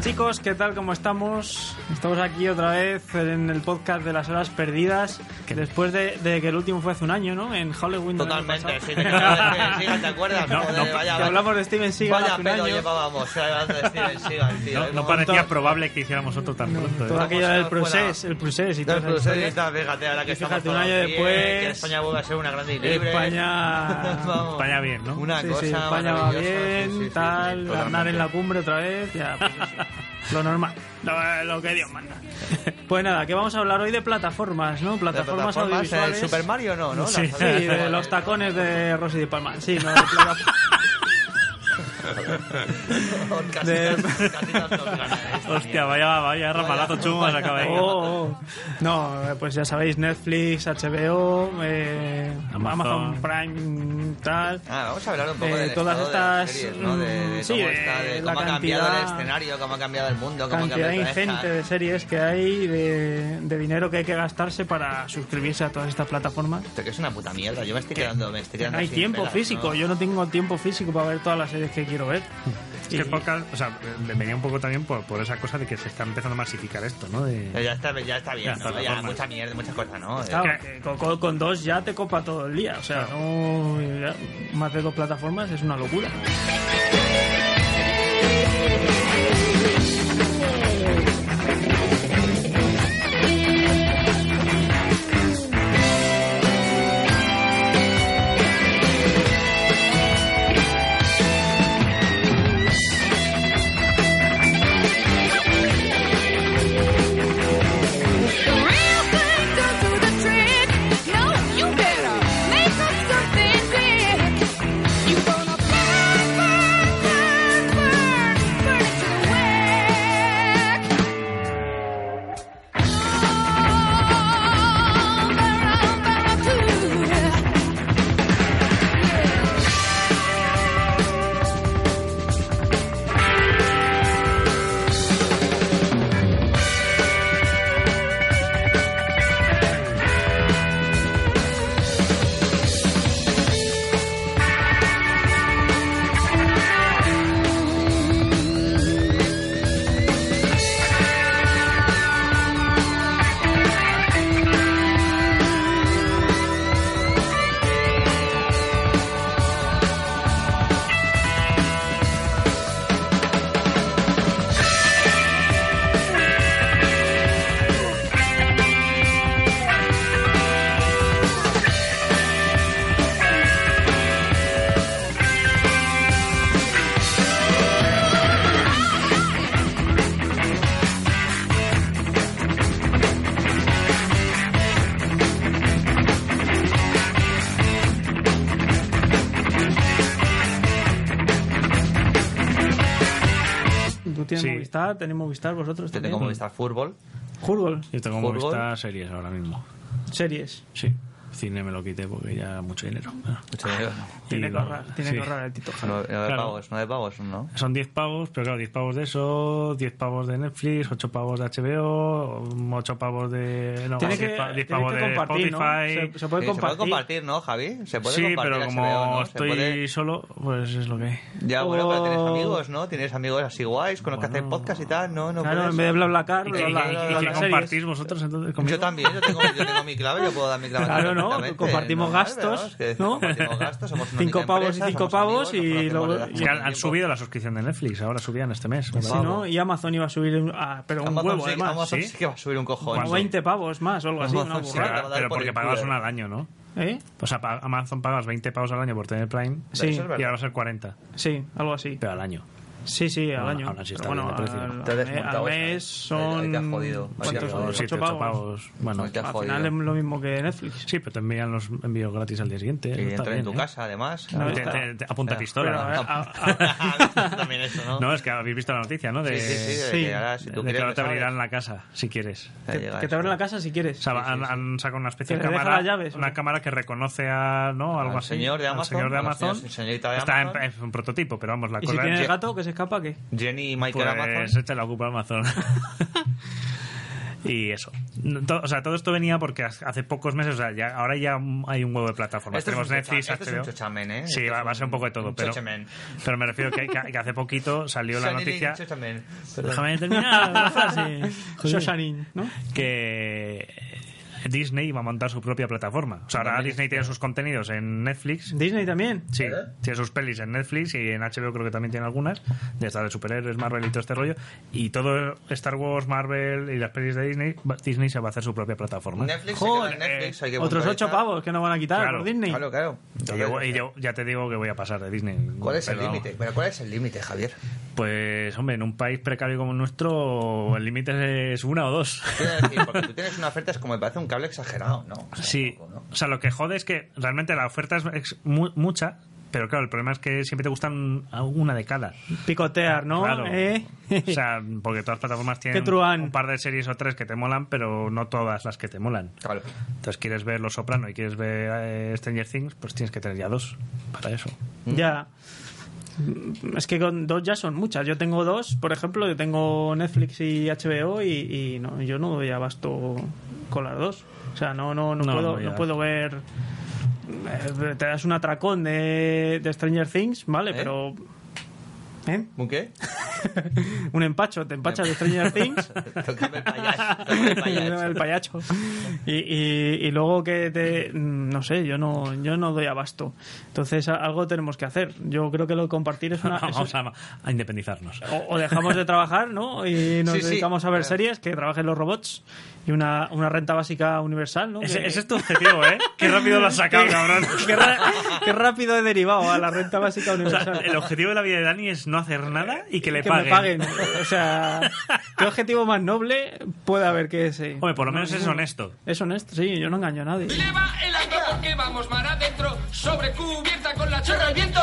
chicos, ¿qué tal? ¿Cómo estamos? Estamos aquí otra vez en el podcast de las horas perdidas, después de, de que el último fue hace un año, ¿no? En Halloween. del año Totalmente, pasado. sí, te acuerdas de Steven Seagal, ¿te acuerdas? No, Joder, no, vaya, que vaya- hablamos de Steven Seagal Vaya hace un pelo año. llevábamos hablando de Steven Seagal, tío. No, Hay no un parecía montón. probable que hiciéramos otro tan pronto. ¿eh? Todo aquello del Vamos a ver fuera. proceso, el proceso y todo Del eso. Bruselista, fíjate, ahora ¿eh? Y que estamos fíjate, un todos año bien, después- que España vuelve a ser una grande y libre. España. Vamos. España bien, ¿no? Una Sí, cosa sí, España va maravillosa, sí, bien, sí, sí, sí, tal, totalmente. ganar en la cumbre otra vez, ya, pues eso. lo normal, lo, lo que Dios manda. Pues nada, que vamos a hablar hoy de plataformas, ¿no? De Plataformas, plataformas, el audiovisuales. Super Mario no, ¿no? Sí. Las- Sí, de los tacones de Rosy de Palma. Sí, no, de plata- Casi- de- casi tantos ¿eh? ganas, esta Hostia, mierda. vaya, vaya ramalazo chungo se acaba de Oh, oh. No, eh, pues ya sabéis, Netflix, HBO, eh, Amazon. Amazon. Prime, tal. Ah, vamos a hablar un poco Eh, de todas estas, ¿no? De, de mm, sí, cómo, de está, de la cómo ha cambiado el cantidad- escenario, cómo ha cambiado el mundo, cómo ha cantidad cambiado toda esta- ingente de series que hay, de, de dinero que hay que gastarse para suscribirse a todas estas plataformas. Esto que es una puta mierda. Yo me estoy quedando, me estoy quedando Hay sin tiempo pelas, físico, ¿no? yo no tengo tiempo físico para ver todas las series que quiero ver. Es que el podcast, o sea, me venía un poco también por, por esa cosa de que se está empezando a masificar esto, ¿no? Pero De, ya está, ya está bien, Ya, ¿no? Ya, plataformas. mucha mierda, muchas cosas, ¿no? Claro, que con- con, con dos ya te copa todo el día, o sea, no- ya, más de dos plataformas es una locura. Tú tienes Sí. Movistar, tenéis Movistar vosotros Yo también. tengo Movistar Fútbol. Fútbol, yo tengo Fútbol. Movistar series ahora mismo. series. Sí. Cine me lo quité porque ya mucho dinero. Ah. Tiene Y que lo- ahorrar, tiene sí. que ahorrar el Tito. No, no de Claro. pagos, no de pagos, ¿no? Son 10 pavos, pero claro, 10 pavos de eso, 10 pavos de Netflix, 8 pavos de HBO, 8 pavos de. No, Tiene 10 que, pa- 10 tienes pavos que de compartir, Spotify. ¿no? Se, se puede Sí, se puede compartir. compartir, ¿no, Javi? Se puede Sí, compartir pero como HBO, ¿no? Se estoy puede- solo, pues es lo que hay. Ya, bueno, pero tienes Oh. amigos, ¿no? Tienes amigos así guays con los que Bueno. hacen podcast y tal, ¿no? no Claro, puedes- en vez de BlaBlaCar, ¿Y bla, qué, bla, y qué- bla, y bla, qué las series. compartís vosotros entonces conmigo? Yo también, yo tengo, yo tengo mi clave, yo puedo dar mi clave. Claro, ¿no? perfectamente, Compartimos gastos, Es que ¿no? Compartimos gastos, somos una Cinco única pavos y empresa, cinco somos pavos amigos, y nos luego- conocemos desde hace Es que mucho han, han tiempo. subido la suscripción de Netflix, ahora subían este mes. ¿verdad? Sí, ¿no? Y Amazon iba a subir, un- ah, pero un Amazon huevo sí, además. Amazon ¿sí? sí que va a subir un cojón. Como ¿Cuánto? 20 pavos más o algo así, una Amazon sí, burrada. va a dar Pero por porque el pagabas culo. una al año, ¿no? ¿Eh? O sea, pa- Amazon pagas 20 pavos al año por tener Prime Sí. Eso es y ahora verdad. va a ser 40, Sí, algo así. pero al año. Sí, sí, al Bueno, año. ahora sí está Pero bueno, bien de precio. al, Te has al mes, desmontado al esa, ¿eh? mes son... Ahí te has jodido, ahí te has ¿Cuántos jodido. son? Ocho Siete, ¿Ocho ocho pagos? Bueno, Ahí te has Al jodido. final es lo mismo que Netflix. sí, pero te envían los envíos gratis al día siguiente. Y eso está entra en bien, tu ¿eh? casa, además. No, te- te- te apunta Espera. pistola. Pero, a ver, También eso, ¿no? No, es que habéis visto la noticia, ¿no? De, sí, sí, sí, de sí. que ahora si de tú que quieres... ahora te lo abrirán sabes. la casa, si quieres. Ya Que, llega que te esto. abren la casa si quieres. O sea, han, han sacado una especie de Que le deja cámara, las llaves, ¿o una qué? cámara que reconoce a, ¿no? Algo Al así. señor de al Amazon, señor de a la señor- Amazon. señorita de Está en- Amazon. es un prototipo, pero vamos, la ¿Y si cosa tienes es- gato que se escapa, qué? Jenny y Michael pues Amazon. echa la culpa a Amazon. Y eso. No, to- o sea, todo esto venía porque hace hace pocos meses, o sea, ya, ahora ya hay un huevo de plataformas. Esto Este es Tenemos un Netflix, chocha- esto es un HBO. chochamen, ¿eh? Sí, Esto va, es va a ser un poco de todo, un pero, chochamen. pero me refiero que, que- que hace poquito salió la Shonen y noticia. chochamen. Perdón. Déjame terminar la frase. Joder. Shoshanin, ¿no? que Disney iba a montar su propia plataforma. O sea, ahora También. Disney tiene sus contenidos en Netflix. Disney también. Sí, ¿Eh? tiene sus pelis en Netflix y en HBO creo que también tiene algunas, de estas de superhéroes, Marvel y todo este rollo. Y todo Star Wars, Marvel y las pelis de Disney, va- Disney se va a hacer su propia plataforma. Netflix, Joder, hay que ver Netflix, hay eh, que Otros puntualizar. ocho pavos que no van a quitar Claro. por Disney. Claro, claro. Y yo, y yo ya te digo que voy a pasar de Disney. ¿Cuál es el Pero- límite? Pero ¿cuál es el límite, Javier? Pues, hombre, en un país precario como el nuestro, el límite es una o dos. Quiero decir, porque tú tienes una oferta, es como me parece un cable exagerado, ¿no? O sea, Sí, un poco, ¿no? o sea, lo que jode es que realmente la oferta es, es mu- mucha, pero claro, el problema es que siempre te gustan a una de cada. Picotear, ¿no? Claro. ¿Eh? O sea, porque todas las plataformas tienen Qué truán. un par de series o tres que te molan, pero no todas las que te molan. Claro. Entonces, quieres ver Los Soprano y quieres ver eh, Stranger Things, pues tienes que tener ya dos para eso. Ya. Mm, Es que con dos ya son muchas. Yo tengo dos, por ejemplo, yo tengo Netflix y HBO y, y no, yo no doy abasto con las dos. O sea, no, no, no, No, puedo, no, ya. no puedo ver... eh, Te das un atracón de, de Stranger Things, vale, ¿Eh? pero... ¿Eh? ¿Un qué? Un empacho, te empachas de Stranger Things Tócame el payaso. tócame el payaso. el payacho. Y, y- y luego que te. No sé, yo no, yo no doy abasto. Entonces a- algo tenemos que hacer. Yo creo que lo de compartir es una. Vamos es- a, a independizarnos. o, o dejamos de trabajar, ¿no? Y nos Sí, sí. dedicamos a ver Claro. series, que trabajen los robots y una, una renta básica universal, ¿no? Ese, Que- ese es tu objetivo, ¿eh? Qué rápido lo has sacado, cabrón. Qué, ra- qué rápido he derivado a la renta básica O sea, universal. el objetivo de la vida de Dani es no hacer nada y que le que paguen. me paguen. O sea, qué objetivo más noble puede haber que ese. Hombre, por lo menos es honesto. Es honesto, sí, yo no engaño a nadie. Leva el ancla porque vamos mar adentro, sobre cubierta con la chorra al viento.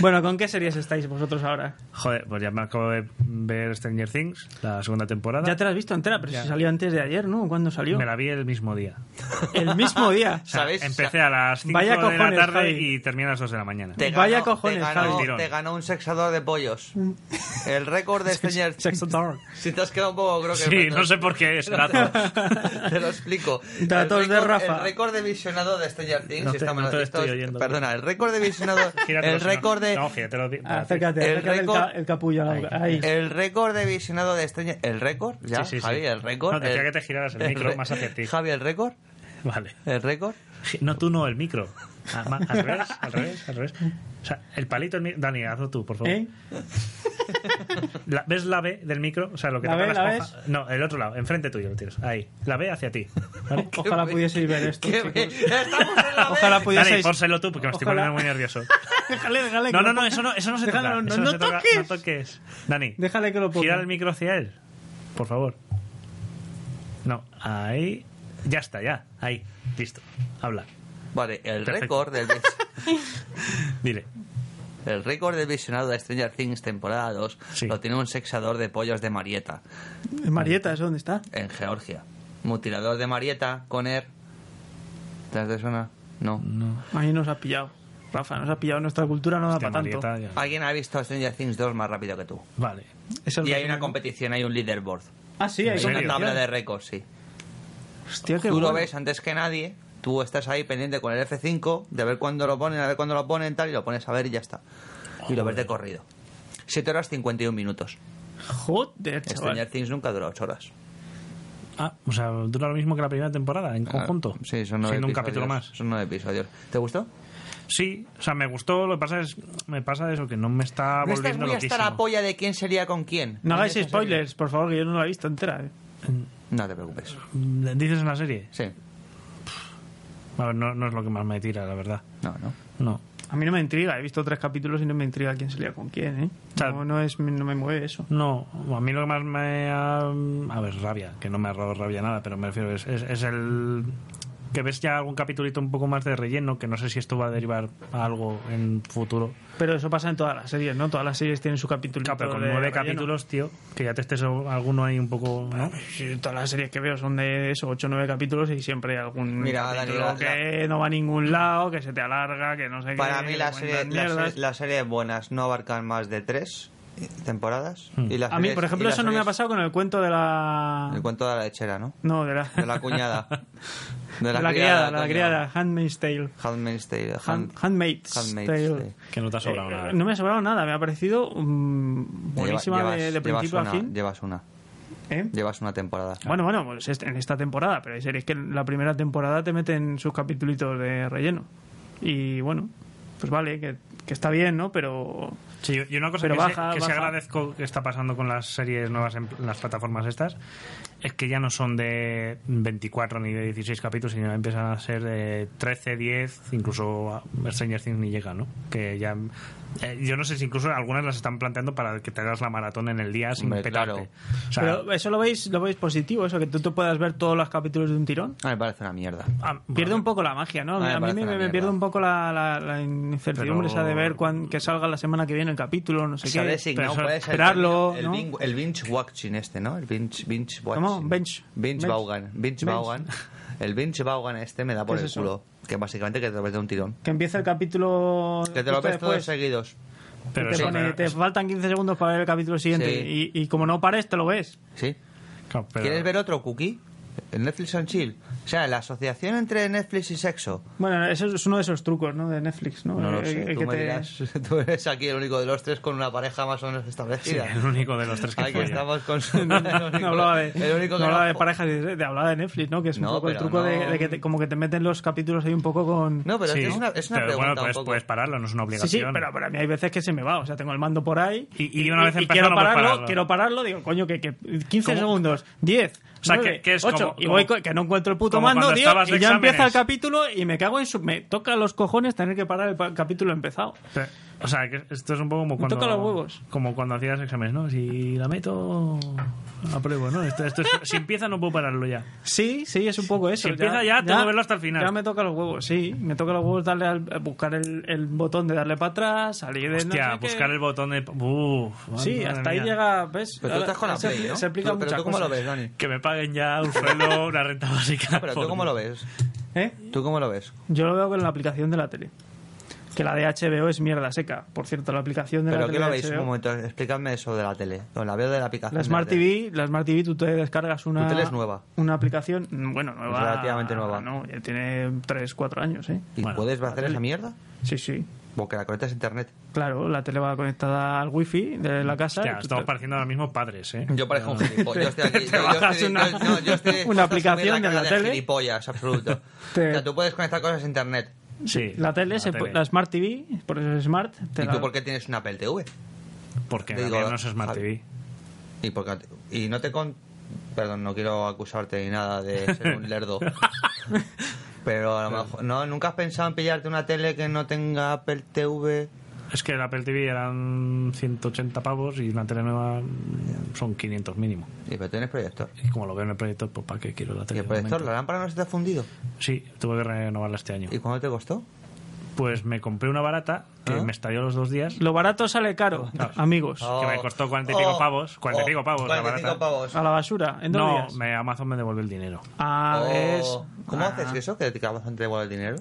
Bueno, ¿con qué series estáis vosotros ahora? Joder, pues ya me acabo de ver Stranger Things, la segunda temporada. Ya te la has visto entera, pero si salió antes de ayer, ¿no? ¿Cuándo salió? Me la vi el mismo día. El mismo día. O sea, ¿Sabes? Empecé a las 5 Vaya de cojones, la tarde Javi. y terminé a las 2 de la mañana. Te Vaya ganó- cojones, te ganó, Javi. Tirón. te ganó un sexador de pollos. El récord de Stranger Sexo Dark. Si te has quedado un poco, creo que. Sí, no sé por qué es dato. Te lo explico. Datos El de récord- Rafa. El récord de visionado de Stranger Things. No te- estamos- no te esto estoy es- oyendo. Perdona, el récord de visionado. Gíratelo, el si no- récord de. No, gíratelo. di- Ah, Acércate, El acércate el, récord- ca- el capullo a la boca. Ahí. ¿Eh? El récord de visionado de Stranger ¿El récord? ¿Ya? Sí, sí, sí. Javi, el récord. No, decía El- que te giraras el micro re- más hacia ti. Javi, el récord. Vale. El récord. No, tú no, el micro. A- ma- Al revés, al revés, al revés. O sea, el palito... El mi- Dani, hazlo tú, por favor. ¿Eh? La- ¿Ves la B del micro? O sea, lo que ¿La toca B, la la esponja. No, el otro lado, enfrente tuyo lo tienes. Ahí. La B hacia ti. ¿Vale? Ojalá pudieseis ver esto. Qué chicos. bien. Estamos en Ojalá la vez. Dani, pudieseis. pórselo tú porque me estoy Ojalá. poniendo muy nervioso. Déjale, déjale. No, que no, lo no, toque. eso no, eso no se toca. Déjalo, no, eso no, no se toca, toques. no toques. Dani, Déjale que lo ponga. gira el micro hacia él. Por favor. No, ahí. Ya está, ya. Ahí. Listo. Habla. Vale, el Perfecto. récord del Dile. El récord del visionado de Stranger Things temporada 2 Sí. lo tiene un sexador de pollos de Marieta, Eh, Marieta, ¿eso dónde está? en Georgia. Mutilador de Marieta, Conner. ¿Te has de suena? No. Ahí nos ha pillado. Rafa, nos ha pillado. Nuestra cultura no da Hostia, para tanto. Marieta, ya. ¿Alguien ha visto Stranger Things 2 más rápido que tú? Vale. Es el Y hay resumen, una ¿no? competición, hay un leaderboard. Ah, sí, hay ¿En Es una competición. serio? tabla de récords, sí. Hostia, qué Tú lo bueno. ves antes que nadie, tú estás ahí pendiente con el F5, de ver cuándo lo ponen, a ver cuándo lo ponen, tal, y lo pones a ver y ya está. Y lo ves de corrido. 7 horas 51 minutos. Joder, Stranger chaval. Things nunca dura 8 horas. Ah, o sea, dura lo mismo que la primera temporada en conjunto. Ah, Sí, son nueve Siendo un episodios. capítulo más. Son nueve episodios. ¿Te gustó? Sí, o sea, me gustó. Lo que pasa es. Me pasa eso, que no me está No estás volviendo muy hasta la loquísimo. polla de quién sería con quién. No hagáis En esta spoilers, por favor, que yo no la he visto entera. eh. serie. No te preocupes. ¿Dices una serie? Sí. A ver, no, no es lo que más me tira, la verdad. No, no. No. A mí no me intriga, he visto tres capítulos y no me intriga quién se lía con quién, ¿eh? Tal- No, no es, no me mueve eso. No, a mí lo que más me ha... A ver, rabia, que no me ha dado rabia nada, pero me refiero, es, es, es el... Que ves ya algún capitulito un poco más de relleno, que no sé si esto va a derivar a algo en futuro. Pero eso pasa en todas las series, ¿no? Todas las series tienen su capítulo. Claro, pero con nueve capítulos, tío, que ya te estés alguno ahí un poco... ¿no? Todas las series que veo son de eso, ocho o nueve capítulos y siempre hay algún Mira, capítulo Dani, la- que no va a ningún lado, que se te alarga, que no sé qué. Para mí la cuentas serie, la Eh, mierdas. serie- las series buenas no abarcan más de tres temporadas. Hmm. Y las A mí, series- por ejemplo, y las eso no me ha series- pasado con el cuento de la... El cuento de la lechera, ¿no? No, de la... De la cuñada. de la criada, de la criada. Handmaid's Tale. Handmaid's Tale. Hand- Hand- Handmaid's, Handmaid's Tale. Tale. Que no te ha sobrado Eh, nada. No me ha sobrado nada, me ha parecido mm, buenísima Lleva- de, de llevas- principio llevas a una- fin. Llevas una. ¿Eh? Llevas una temporada. Bueno, bueno, pues est- en esta temporada, pero hay series que en la primera temporada te meten sus capítulos de relleno. Y bueno, pues vale, que, que está bien, ¿no? Pero Sí, yo- yo una cosa Pero que, baja, se, que sí baja. agradezco que está pasando con las series nuevas en las plataformas estas es que ya no son de 24 ni de 16 capítulos, sino ya empiezan a ser de 13, 10, incluso a Stranger Things ni llega, ¿no? Que ya eh, yo no sé si incluso algunas las están planteando para que te hagas la maratón en el día sin Hombre, petarte. claro. O sea, pero eso lo veis lo veis positivo, eso que tú te puedas ver todos los capítulos de un tirón. Ah, me parece una mierda. ah, Pierde un poco la magia, ¿no? Ah, me a mí parece me, una me mierda. pierde un poco la, la- la incertidumbre Pero- esa de ver cuán- que salga la semana que viene el capítulo, no sé Se ha qué. designado Pero cuál es el esperarlo, término, el, ¿no? bing- el binge watching este, ¿no? El binge, binge watching. ¿Cómo? Bench. Binge Bench. Baugan. Bench. Binge Baugan. El binge Baugan este me da por ¿Qué el es eso? culo. Que básicamente que te lo ves de un tirón. Que empieza el capítulo. Que te lo justo ves todos después. seguidos. Pero te, sí, pone, pero- te faltan 15 segundos para ver el capítulo siguiente Sí. y, y como no pares, te lo ves. ¿Sí? claro, pero- ¿Quieres ver otro cookie? El Netflix and Chill. O sea, la asociación entre Netflix y sexo. Bueno, eso es uno de esos trucos ¿no? de Netflix, ¿no? No lo El- sé, el tú que me te- dirás. Tú eres aquí el único de los tres con una pareja más o menos sí, establecida. el único de los tres que Aquí falla. estamos con No, no, no hablaba de, el único que no hablaba de fo- parejas, de, de- hablaba de Netflix, ¿no? Que es un No, poco el pero truco de, no- de que te- como que te meten los capítulos ahí un poco con... No, pero es Sí, que es una, es una pero pregunta bueno, pues, puedes, un poco. puedes pararlo, no es una sí, obligación. sí, pero para mí hay veces que se me va. O sea, tengo el mando por ahí Y- y una vez empezado quiero no puedes pararlo, pararlo. quiero pararlo, digo, coño, que, que 15 ¿Cómo? segundos, 10, O sea, 9, que- que es 8, como- y voy como- co- que no encuentro el puto como mando, cuando tío, estabas de y ya empieza el exámenes. capítulo y me cago en su... Me toca los cojones tener que parar el pa- capítulo empezado. Pe- O sea, que esto es un poco como Me cuando. toca los huevos. Como cuando hacías exámenes, ¿no? Si la meto, apruebo, ¿no? Esto, esto es- si empieza, no puedo pararlo ya. Sí, sí, es un poco eso. Si empieza ya, tengo que verlo hasta el final. Ya me toca los huevos, sí. Me toca los huevos darle al, buscar el, el botón de darle para atrás, salir de. Hostia, buscar el botón de. Uf, madre Sí, hasta ahí mía. llega. ¿Ves? Pero tú estás con la se, Play, ¿no? se aplica Tú- pero muchas tú cómo lo cosas. ves, Dani. Que me paguen ya un sueldo, una renta básica. No, pero tú por- cómo lo ves. ¿Eh? ¿Tú cómo lo ves? Yo lo veo con la aplicación de la tele. Que la de HBO es mierda seca. Por cierto, la aplicación de la ¿Pero qué tele. de lo veis? Un HBO, momento, explícame eso de la tele. No, la veo de la aplicación. La de Smart tele. TV, la Smart TV, tú te descargas una. Tu tele es nueva. Una aplicación, mm, bueno, nueva. Relativamente nueva. No, ya tiene 3-4 años, ¿eh? ¿Y Bueno, puedes hacer esa mierda? Sí, sí. Porque la conectas a internet. Claro, la tele va conectada al wifi de la casa. Hostia, y tú estamos te- pareciendo ahora mismo padres, ¿eh? Yo parezco un gilipollas. Yo estoy aquí. Te yo- yo bajas estoy- una- yo- no, yo estoy una dispuesto a asumir aplicación de cara la tele. gilipollas, absoluto. Te- O sea, tú puedes conectar cosas a internet. Sí. La tele, se pu- la Smart TV, por eso es Smart. te ¿Y la- tú por qué tienes una Apple TV? Porque Digo, la mía no es Smart Javi. TV. Y, por qué- y no te con... Perdón, no quiero acusarte ni nada de ser un lerdo. Pero a lo mejor... No, ¿Nunca has pensado en pillarte una tele que no tenga Apple TV? Es que la Apple TV eran 180 pavos y una tele nueva mm, son 500 mínimo. Y pero tienes proyector. Y como lo veo en el proyecto, pues ¿para qué quiero la ¿Y tele? el de proyector? momento? ¿La lámpara no se te ha fundido? Sí, tuve que renovarla este año. ¿Y cuánto te costó? Pues me compré una barata que ¿Ah? me estalló los dos días. Lo barato sale caro, amigos. Que me costó cuarenta y pico pavos, Oh. cuarenta y pico pavos, la 45 barata. pavos. A la basura, en dos No, días. me, Amazon me devolvió el dinero. Ah, Oh, ves. ¿Cómo Ah. haces eso? ¿Que te acabas de entregar el dinero?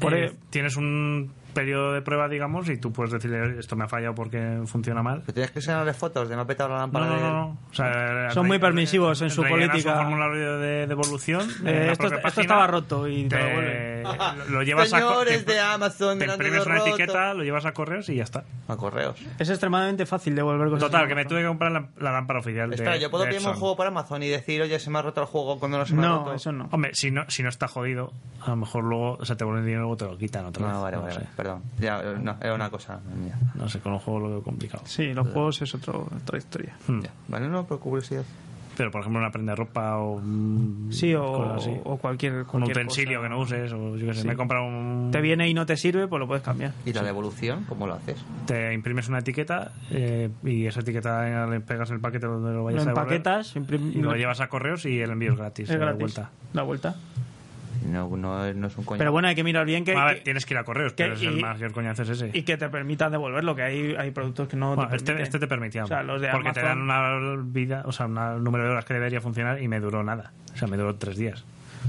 Por Eh, e- tienes un periodo de prueba, digamos, y tú puedes decirle esto me ha fallado porque funciona mal. ¿Que tienes que enseñarle fotos de me ha petado la No, lámpara? no, de- no, no. O sea, eh, Son re- muy permisivos en su rellenas política. un formulario de devolución. en Eh, la esto- propia esto página, estaba roto y te lo lo, lo llevas Señores a co- de Amazon, me te lo han imprimes dado una roto. etiqueta, lo llevas a correos y ya está. A correos. Es extremadamente fácil devolver cosas. Total, en que me Amazon. tuve que comprar la, la lámpara oficial. de- Espera, ¿yo puedo de pedirme un Epson. juego por Amazon y decir, oye, se me ha roto el juego cuando no se me ha roto? No, eso no. Hombre, si no, si no está jodido, a lo mejor luego se te vuelve el dinero y luego te lo quitan otra Ah, vez. No, Ah, vale, no vale, sé. vale, perdón. Ya, eh, no, era una cosa mía. No sé, con un juego lo veo complicado. Sí, los juegos es otro, otra historia. Hmm. Ya. Vale, no, por curiosidad. Pero, por ejemplo, una prenda de ropa o... mm, Sí, o, cosas así. o cualquier, un cualquier utensilio cosa. que no uses o yo qué sé, me he comprado un... Te viene y no te sirve, pues lo puedes cambiar. ¿Y la devolución? ¿Cómo lo haces? te imprimes una etiqueta eh, y esa etiqueta le pegas el paquete donde lo Lo vayas a devolver empaquetas, imprim- y lo llevas a correos y el envío es gratis. eh, es de gratis. vuelta. La vuelta. No, no, no es un coño. Pero bueno, hay que mirar bien que, A ver, que- tienes que ir a correos, que- pero es el y- mayor coñazo es ese. y que te permitan devolverlo, que hay, hay productos que no Bueno, te este, permiten. este te permitía. O sea, los de porque te dan Amazon- una vida, o sea, un número de horas que debería funcionar y me duró nada. O sea, me duró tres días.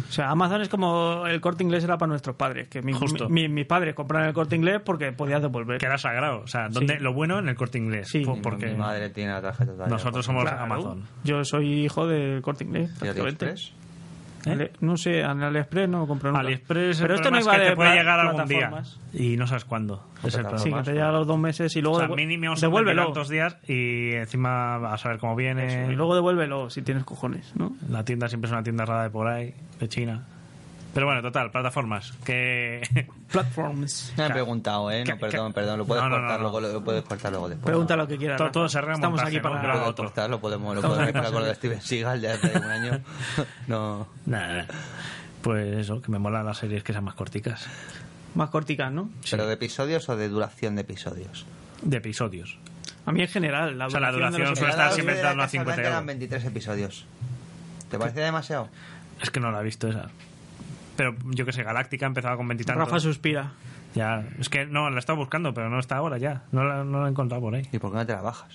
O sea, Amazon es como el corte inglés era para nuestros padres, que mi- Justo. mi- mi- mis padres compraron el corte inglés porque podías devolver. Que era sagrado. O sea, donde, Sí. lo bueno en el corte inglés. Sí. po- Mi- porque Mi madre tiene la tarjeta de nosotros somos Claro. Amazon. Yo soy hijo del corte inglés, ¿Y prácticamente. AliExpress? ¿Eh? Ale- No sé, en AliExpress no lo compré nunca. AliExpress, pero el esto no problema es iba que de te puede pla- llegar algún día. plataformas. Y no sabes cuándo. Es el Sí, problema. que te llega a los dos meses y luego O sea, devu- mínimo son devuélvelo. tantos días y encima a saber cómo viene. Eso, y luego devuélvelo si tienes cojones, ¿no? La tienda siempre es una tienda rara de por ahí, de China. Pero bueno, total, plataformas. Que. Platforms. Me han preguntado, ¿eh? que- No, perdón, que- perdón. Lo puedes No, no, no, cortar no. luego, lo puedes cortar luego después. Pregunta lo que quieras. Todo- todo Rafa. se remontaje, Estamos aquí ¿no? para... Lo puedes otro. cortar, lo podemos, lo Estamos podemos en casa, mezclar con lo de ¿eh? Steven Seagal de hace un año. No. Nada, Pues eso, que me molan las series que sean más corticas. Más corticas, ¿no? ¿Pero de episodios o de duración de episodios? De episodios. A mí en general. La O sea, la duración de los duración suele episodios- estar siempre Era dando a 50 casualmente eran euros. 23 episodios. ¿Te parece demasiado? Es que no la he visto esa. Pero yo que sé, Galáctica empezaba con veintitantos. Rafa suspira. Ya, es que no, la he estado buscando, pero no está ahora ya. No la, no la he encontrado por ahí. ¿Y por qué no te la bajas?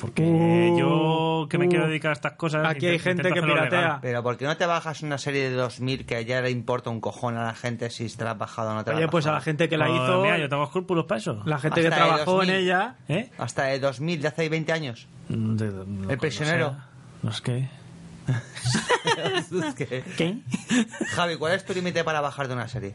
Porque Uh, yo que me uh. quiero dedicar a estas cosas. Aquí hay intento- gente intento que hacerlo piratea. legal. Pero ¿por qué no te bajas una serie de 2000 que ya le importa un cojón a la gente si te la has bajado o no te la Oye, has pues a bajado? la gente que la Joder, hizo, Mira, yo tengo escrúpulos para eso. la gente que Hasta el trabajó en 2000. ella, ¿Eh? Hasta de 2000, de hace 20 años. De- de- no, no prisionero. sé. No es que. Es que- ¿qué? Javi, ¿cuál es tu límite para bajar de una serie?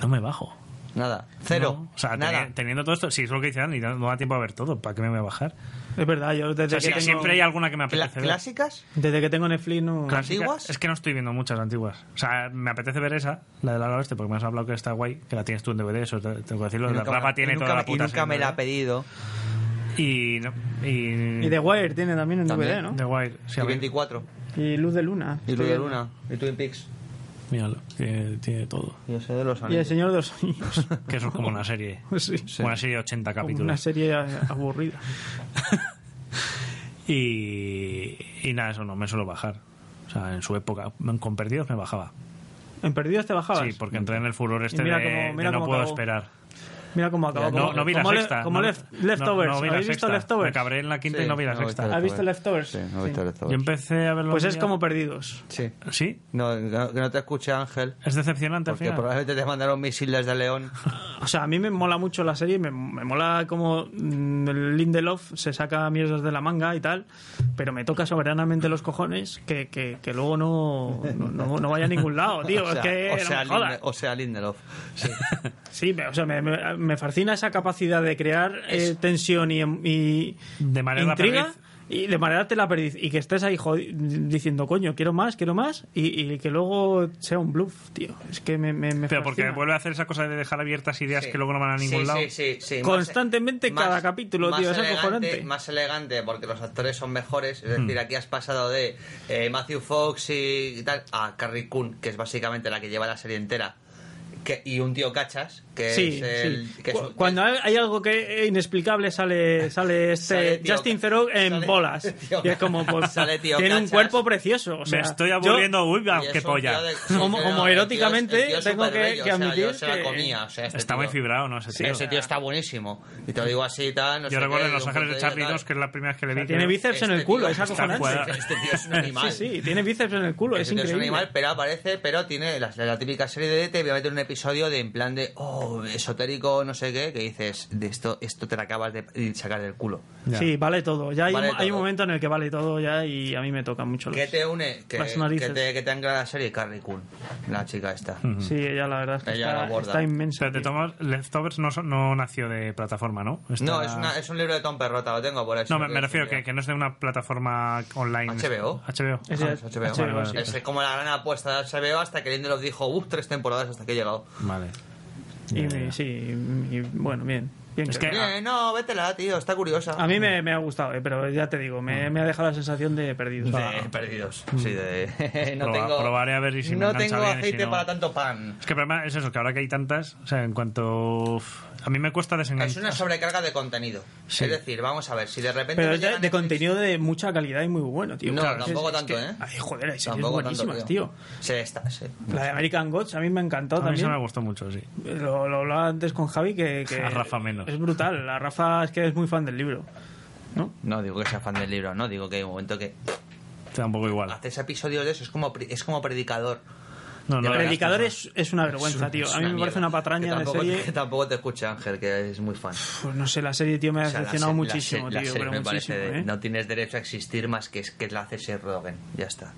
No me bajo. Nada, cero. No. O sea, nada. teni- teniendo todo esto, si es lo que dice Andy, no no da tiempo a ver todo. ¿Para qué me voy a bajar? Es verdad, yo O sea, desde, sí, que, tengo, siempre hay alguna que me Cla- apetece ver. ¿Clásicas? desde que tengo Netflix no... Clásicas. ¿Antiguas? Es que no estoy viendo muchas antiguas. O sea, me apetece ver esa, la del ala oeste, porque me has hablado que está guay, que la tienes tú en DVD, eso te- tengo que decirlo. Y La nunca me- Rafa y tiene nunca toda la me- y puta nunca me la ha serie, ¿eh? pedido. Y, no- y, Y The Wire tiene también en También. DVD, ¿no? The Wire. Sí, a y ver, 24. Y Luz de Luna. Y Luz de Luna. Y Twin Peaks. míralo, que tiene todo. Yo sé de los Y El anillos. Señor de los Anillos. Que eso es como una serie. Sí. Sí. Una serie de 80 Como Una capítulos. serie aburrida. Y, y nada, eso no me suelo bajar. O sea, en su época, con perdidos me bajaba. En Perdidos te bajabas. Sí, porque entré en el furor este Ah, Y mira de, cómo- de mira no cómo puedo acabó. esperar. Mira cómo acabó. Ya, no- como- No, no vi la como le- sexta. como no- lef- Leftovers. no- no vi la ¿Habéis visto sexta. Me Leftovers? cabré en la quinta y no vi la sexta. ¿Has visto Leftovers? Sí, no he visto Sí. Yo Leftovers. empecé a verlo. Pues un es día- como Perdidos. Sí. ¿Sí? No, no- que no te escuche Ángel. ¿Es decepcionante al Porque final? probablemente te mandaron misiles de León. O sea, a mí me mola mucho la serie, me, me mola como mm, el Lindelof se saca mierdas de la manga y tal, pero me toca soberanamente los cojones que, que, que luego no, no, no- no vaya a ningún lado, tío. o es sea, que o no sea, me jodas. Linde- o sea, Lindelof. Sí, me- o sea, me, me- me fascina esa capacidad de crear eh, tensión y, y De manera intriga perdiz. y de manera te la perdiz y que estés ahí jodi- diciendo coño quiero más quiero más y, y que luego sea un bluff tío es que me, me, me Pero porque fascina. vuelve a hacer esa cosa de dejar abiertas ideas Sí. que luego no van a ningún Sí, lado. sí, sí, sí. Más- Constantemente cada capítulo, tío, es elegante, acojonante. Más elegante porque los actores son mejores. Es Hmm. decir, aquí has pasado de eh, Matthew Fox y tal a Carrie Coon, que es básicamente la que lleva la serie entera. Que, y un tío cachas, que Sí, es el. sí. que es Cu- un- Cuando hay hay algo que es inexplicable sale sale este Sale tío Justin ca- Theroux en sale- bolas tío y es como pues, sale tío tiene un cachas. cuerpo precioso o sea, Me estoy yo- aburriendo. Uy, va, Y es qué un polla. tío de- sí, Como- no, como el tío es- eróticamente el tío es tengo que- superbello, que o sea, yo admitir se la que- comía, o sea, este Está muy tío- fibrado, ¿no? Ese Sí, tío. ese tío está buenísimo. Y te lo digo así, tal. No Yo sé recuerdo qué, en Los un Ángeles de punto Charlie tal. 2, que es la primera vez que le vi. tiene creo. bíceps en Este el culo es tío está acojonante cuadrado. Este, este tío es un animal. sí sí tiene bíceps en el culo es Ese tío es un increíble animal, pero aparece, pero tiene la, la típica serie de DT, obviamente un episodio de en plan de, oh, esotérico, no sé qué, que dices, de esto, esto te la acabas de sacar del culo. Ya. Sí, vale todo. Ya hay, Vale un- hay un todo. momento en el que vale todo ya y a mí me toca mucho. los- ¿Qué te une? Que, las narices. que te, que te ancla la serie Carrie Coon, la chica esta. Sí, ella la verdad es que Ella lo está, aborda. está O inmensa. sea, de tío. todos modos, Leftovers no, son- no nació de plataforma, ¿no? Está- No, es, una, es un libro de Tom Perrota, lo tengo por eso. No, me, me refiero que, que no es de una plataforma online. HBO. HBO. Es Ah, de- es HBO. HBO, sí. Es como la gran apuesta de HBO hasta que Lindelof dijo, uff, tres temporadas hasta que he llegado. Vale. Y, Ya, ya, ya. sí, y bueno, bien. bien Es que- que- Bien, no, vétela, tío, está curiosa. A mí me, me ha gustado, eh, pero ya te digo, me, me ha dejado la sensación de perdido. De perdidos. Mm. Sí, Pues de. no Proba- tengo, probaré a ver y si me No engancha tengo bien y si aceite no. para tanto pan. Es que el problema es eso, que ahora que hay tantas, o sea, en cuanto... uf, a mí me cuesta Es desenganchar. una sobrecarga de contenido. Sí. Es decir, vamos a ver, si de repente. Pero ya nos llegan de Netflix- contenido de mucha calidad y muy bueno, tío. No, es- tampoco es tanto, que- ¿eh? Ay, joder, hay series Tampoco tanto, buenísimas, tío. Sí, está, sí. La de American Gods a mí me ha encantado A mí se también. me gustó mucho, sí. Lo, lo hablaba antes con Javi que, que A Rafa menos. es brutal. La Rafa es que es muy fan del libro. ¿no? No digo que sea fan del libro, no digo que hay un momento que. Te da un poco igual. Haces episodios de eso, es como, pri- es como predicador. No, no, El Ya la- verás. predicador es, es una vergüenza, tío. Es A mí me parece mierda. una Que patraña de tampoco, serie. Que tampoco te escucha Ángel, que es muy fan. Pues no sé, la serie, tío, me ha O sea, la decepcionado se- la muchísimo, se- la tío. serie Pero me muchísimo, parece de- ¿eh? No tienes derecho a existir más que es que la hace ser Rogen. Ya está.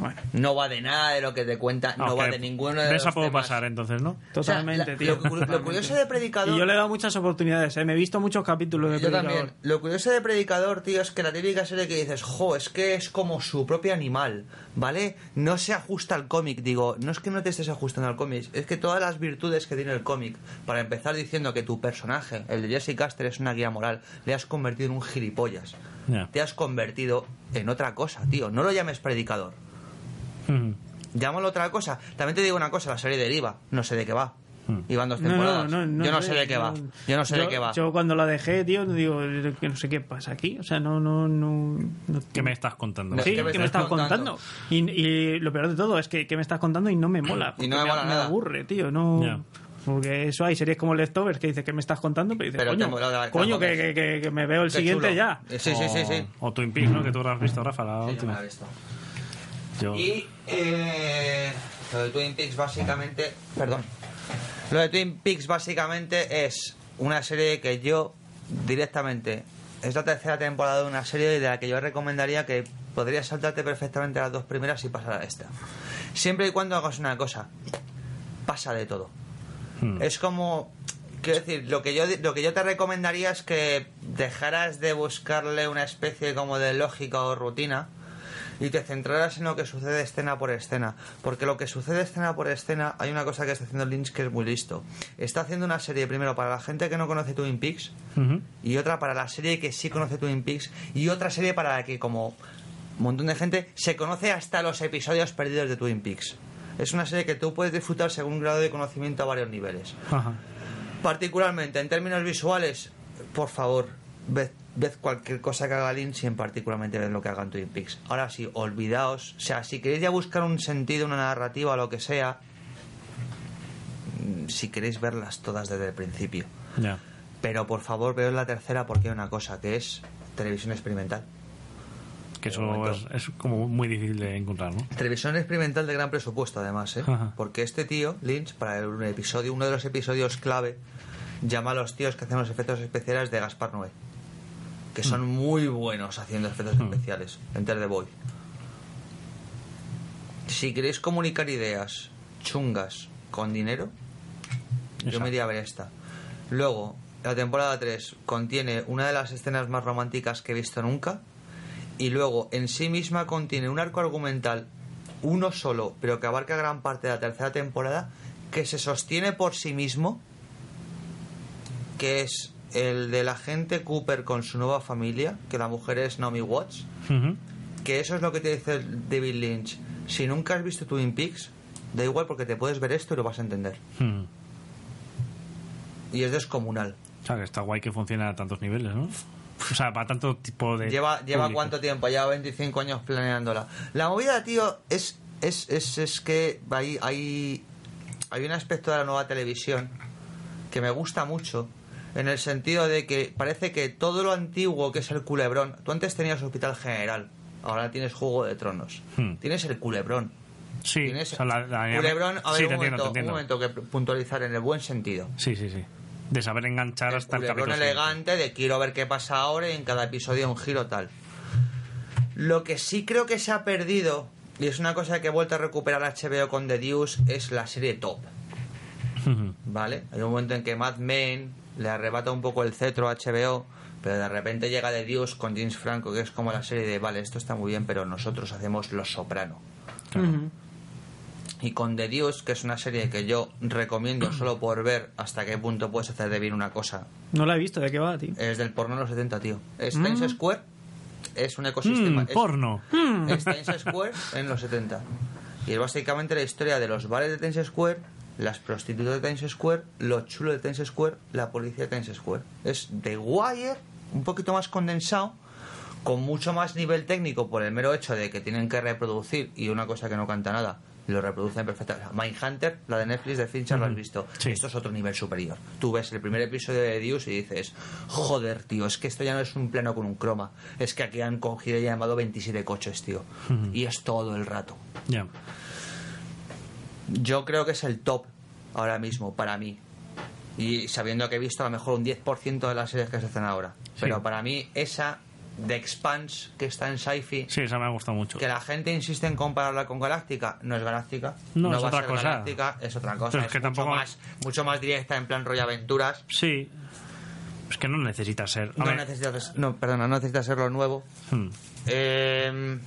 Bueno, No va de nada de lo que te cuenta, no, Ah, ok. va de ninguno de De los esa puedo temas. pasar ¿eh? entonces, ¿no? totalmente, O sea, la- tío. lo cu- Lo, totalmente. curioso de Predicador. Y yo le he dado muchas oportunidades, ¿eh? Me he visto muchos capítulos de Yo Predicador. también. Lo curioso de Predicador, tío, es que la típica serie que dices, jo, es que es como su propio animal, ¿vale? No se ajusta al cómic, digo, no es que no te estés ajustando al cómic, es que todas las virtudes que tiene el cómic, para empezar diciendo que tu personaje, el de Jesse Caster, es una guía moral, le has convertido en un gilipollas. Ya. Te has convertido en otra cosa, tío. No lo llames Predicador. Mm. Llámalo otra cosa. También te digo una cosa, la serie deriva. No sé de qué va. Y van dos No, temporadas. no, no, no yo no sé, de qué va. Yo no sé de qué va. Yo cuando la dejé, tío, digo, que no sé qué pasa aquí. O sea, no, no, no. no- ¿Qué me estás contando? No, Sí, ¿qué ¿qué me me estás estás contando? Y, y lo peor de todo es que, que me estás contando y no me mola. Y no me porque mola nada. aburre, tío. No. Ya. Porque eso hay series como Leftovers que dices que me estás contando, pero dices, Pero te coño, mola la- la coño que, comes. que, que- que me veo el Qué siguiente chulo. ya. Eh, Sí, sí, sí, O- sí. O Twin Peaks, ¿no? Que tú lo has visto, Rafa, la Sí, yo me última. la he visto. Yo- Y eh, lo de Twin Peaks básicamente, perdón, lo de Twin Peaks básicamente es una serie que yo directamente es la tercera temporada de una serie de la que yo recomendaría que podrías saltarte perfectamente las dos primeras y pasar a esta. Siempre y cuando hagas una cosa, pasa de todo. Mm. Es como quiero decir, lo que yo lo que yo te recomendaría es que dejaras de buscarle una especie como de lógica o rutina y te centraras en lo que sucede escena por escena, porque lo que sucede escena por escena hay una cosa que está haciendo Lynch que es muy listo. Está haciendo una serie primero para la gente que no conoce Twin Peaks Ujú. y otra para la serie que sí conoce Twin Peaks y otra serie para la que como un montón de gente se conoce hasta los episodios perdidos de Twin Peaks. Es una serie que tú puedes disfrutar según un grado de conocimiento a varios niveles Ajá. particularmente en términos visuales, por favor, ved, ved cualquier cosa que haga Lynch y en particularmente ved lo que haga en Twin Peaks. Ahora sí, olvidaos, o sea, si queréis ya buscar un sentido, una narrativa, lo que sea, mm, si queréis verlas todas desde el principio. Ya. Pero por favor, veos la tercera porque hay una cosa que es televisión experimental. Que De eso es, momento. es como muy difícil de encontrar, ¿no? Televisión experimental de gran presupuesto, además, ¿eh? Ajá. Porque este tío, Lynch, para el episodio, uno de los episodios clave, llama a los tíos que hacen los efectos especiales de Gaspar Noé. Que son muy buenos haciendo efectos especiales. Enter the Void. Si queréis comunicar ideas chungas con dinero, yo me iría a ver esta. Luego, la temporada 3 contiene una de las escenas más románticas que he visto nunca. Y luego, en sí misma, contiene un arco argumental, uno solo, pero que abarca gran parte de la tercera temporada, que se sostiene por sí mismo, que es el de la gente Cooper con su nueva familia, que la mujer es Naomi Watts Ujú. que eso es lo que te dice David Lynch. Si nunca has visto Twin Peaks, da igual porque te puedes ver esto y lo vas a entender. Mm. Y es descomunal. O sea, que está guay que funciona a tantos niveles, ¿no? O sea, para tanto tipo de. Lleva, lleva público. cuánto tiempo, lleva 25 años planeándola. La movida, tío, es, es, es, es que hay, hay, hay un aspecto de la nueva televisión que me gusta mucho. En el sentido de que parece que todo lo antiguo que es el culebrón. Tú antes tenías Hospital General, ahora tienes Juego de Tronos. Hmm. Tienes el culebrón. Sí, Tienes- o sea, la- la- Culebrón, a ver, sí, un, te entiendo, te momento, entiendo. un momento que puntualizar en el buen sentido. Sí, sí, sí. De saber enganchar El hasta el culebrón capítulo. siguiente. elegante de quiero ver qué pasa ahora y en cada episodio un giro tal. Lo que sí creo que se ha perdido, y es una cosa que he vuelto a recuperar HBO con The Deuce, es la serie top. Ujú. ¿Vale? Hay un momento en que Mad Men le arrebata un poco el cetro a HBO, pero de repente llega The Deuce con James Franco, que es como la serie de, vale, esto está muy bien, pero nosotros hacemos Los Soprano. Claro. Ujú. y con The Deuce, que es una serie que yo recomiendo solo por ver hasta qué punto puedes hacer de bien una cosa. No la he visto, ¿de qué va, tío? Es del porno de los 70, tío. Es Times Square, es un ecosistema. Mm, este es- porno. es Times Square en los 70. Y es básicamente la historia de los bares de Times Square, las prostitutas de Times Square, los chulos de Times Square, la policía de Times Square. Es The Wire, un poquito más condensado, con mucho más nivel técnico por el mero hecho de que tienen que reproducir, y una cosa que no canta nada, y lo reproducen perfectamente. Mindhunter, la de Netflix de Fincher, la has visto. Sí. Esto es otro nivel superior. Tú ves el primer episodio de Deus y dices, joder, tío, es que esto ya no es un plano con un croma. Es que aquí han cogido y llamado 27 coches, tío. Y es todo el rato. Ya. Yo creo que es el top ahora mismo para mí. Y sabiendo que he visto a lo mejor un 10% de las series que se hacen ahora. Pero para mí esa de Expanse que está en Sci-Fi, Sí, esa me ha gustado mucho. que la gente insiste en compararla con Galáctica, no es Galáctica. No, es va a otra ser cosa. Galáctica, es otra cosa. Pero es es que mucho, tampoco- más, mucho más directa en plan rollo aventuras. Sí. Es que no necesita ser. No Hombre, necesitas, no, perdona, no necesitas ser lo nuevo. hmm. Eh,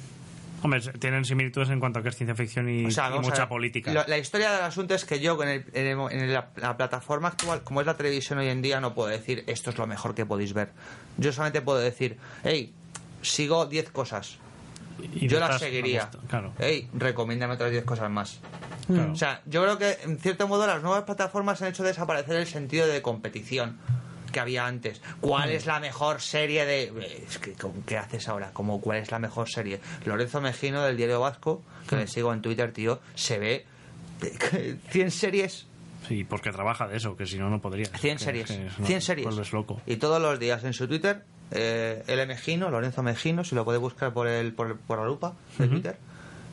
Hombre, tienen similitudes en cuanto a que es ciencia ficción y, O sea, y vamos a mucha ver, política. lo- la historia del asunto es que yo en, el- en el- en la, la plataforma actual, como es la televisión hoy en día, no puedo decir esto es lo mejor que podéis ver. Yo solamente puedo decir, hey, sigo 10 cosas. Y yo de las estas, seguiría. vamos, Claro. Hey, recomiéndame otras 10 cosas más. claro. O sea, yo creo que en cierto modo las nuevas plataformas han hecho desaparecer el sentido de competición que había antes. ¿Cuál es la mejor serie de.? eh, Es que, ¿con ¿Qué haces ahora? Como, ¿Cuál es la mejor serie? Lorenzo Mejino del Diario Vasco, que le sigo en Twitter, tío, se ve 100 series. Sí, porque trabaja de eso, que si no, no podría. 100 Que- series. que es- no, 100 series. Vuelves loco. Y todos los días en su Twitter, eh, L. Mejino, Lorenzo Mejino, si lo puede buscar por, el, por, por la lupa de Twitter,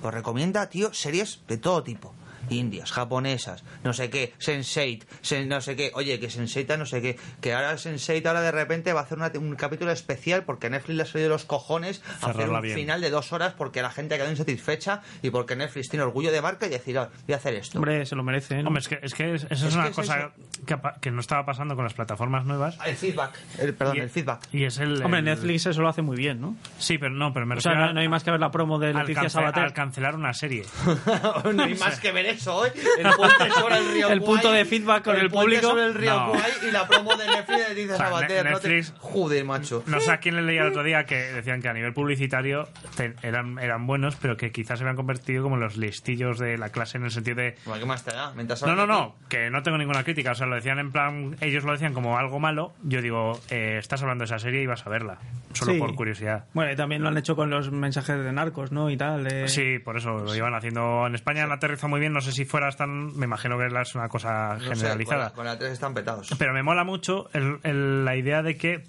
os recomienda, tío, series de todo tipo. Indias, japonesas, no sé qué, Sense8, sen- no sé qué, oye, que Sense8 no sé qué, que ahora Sense8 ahora de repente va a hacer una- un capítulo especial porque Netflix le ha salido los cojones hacer Cerrarla un bien. final de dos horas porque la gente ha quedado insatisfecha y porque Netflix tiene orgullo de marca y decir, "Ah, voy a hacer esto. Hombre, se lo merece. ¿no? Hombre, es que, es que es- eso es, Es una que es cosa que, apa- que no estaba pasando con las plataformas nuevas. El feedback, el, perdón, Y- el feedback. Y es el. Hombre, el- Netflix eso lo hace muy bien, ¿no? Sí, pero no, pero me O sea, refiero no, no hay más que ver la promo de al, Leticia cance- Sabater. al cancelar una serie. no hay más que ver eso, ¿eh? El puente sobre el río El punto Kwai, de feedback con el puente público. sobre el río No. Kwai y la promo de Netflix de Dice O sea, Sabater. Ne- ¿no te- Netflix- Joder, macho. No sé a quién le leía el otro día que decían que a nivel publicitario te- eran, eran buenos, pero que quizás se habían convertido como en los listillos de la clase en el sentido de. Bueno, ¿Qué más te da? Mientras No, no, hablas no, que no tengo ninguna crítica. O sea, lo decían en plan. Ellos lo decían como algo malo. Yo digo, eh, estás hablando de esa serie y vas a verla. Solo Sí. por curiosidad. Bueno, y también lo han hecho con los mensajes de narcos, ¿no? Y tal. eh. Sí, por eso lo iban haciendo en España. Han aterrizado muy bien. No sé si fuera tan. Me imagino que es una cosa tú. No sé, generalizada. con, la, 3 están petados. Pero me mola mucho el- el- la idea de que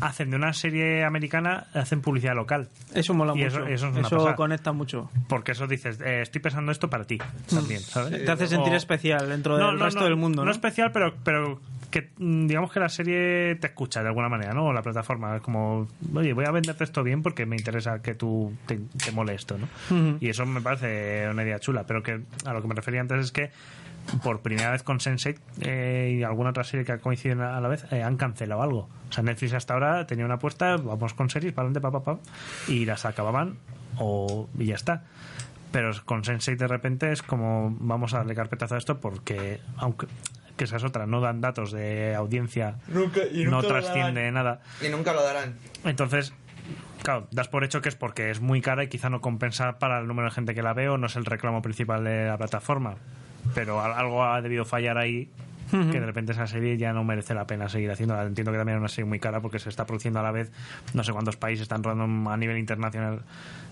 hacen de una serie americana, hacen publicidad local. Eso mola Y mucho. eso- eso es una pasada. conecta mucho. Porque eso dices, eh, estoy pensando esto para ti también, ¿sabes? Te hace sentir O- especial dentro del resto del mundo, ¿no? especial, pero, pero que mm, digamos que la serie te escucha de alguna manera, ¿no? O la plataforma es como, oye, voy a venderte esto bien porque me interesa que tú te, te mole esto, ¿no? Ujú. Y eso me parece una idea chula, pero que a lo que me refería antes es que por primera vez con Sensei y alguna otra serie que ha coincidido a la vez eh, han cancelado algo. O sea, Netflix hasta ahora tenía una apuesta, vamos con series, para adelante, pa, pa, pa, y las acababan o, y ya está. Pero con Sensei de repente es como vamos a darle carpetazo a esto porque, aunque que esa es otra, no dan datos de audiencia, Nunca- y no nunca lo trasciende nada. Y nunca lo darán. Entonces, claro, das por hecho que es porque es muy cara y quizá no compensa para el número de gente que la ve o no es el reclamo principal de la plataforma. Pero al- algo ha debido fallar ahí que de repente esa serie ya no merece la pena seguir haciéndola. Entiendo que también es una serie muy cara porque se está produciendo a la vez no sé cuántos países están random a nivel internacional.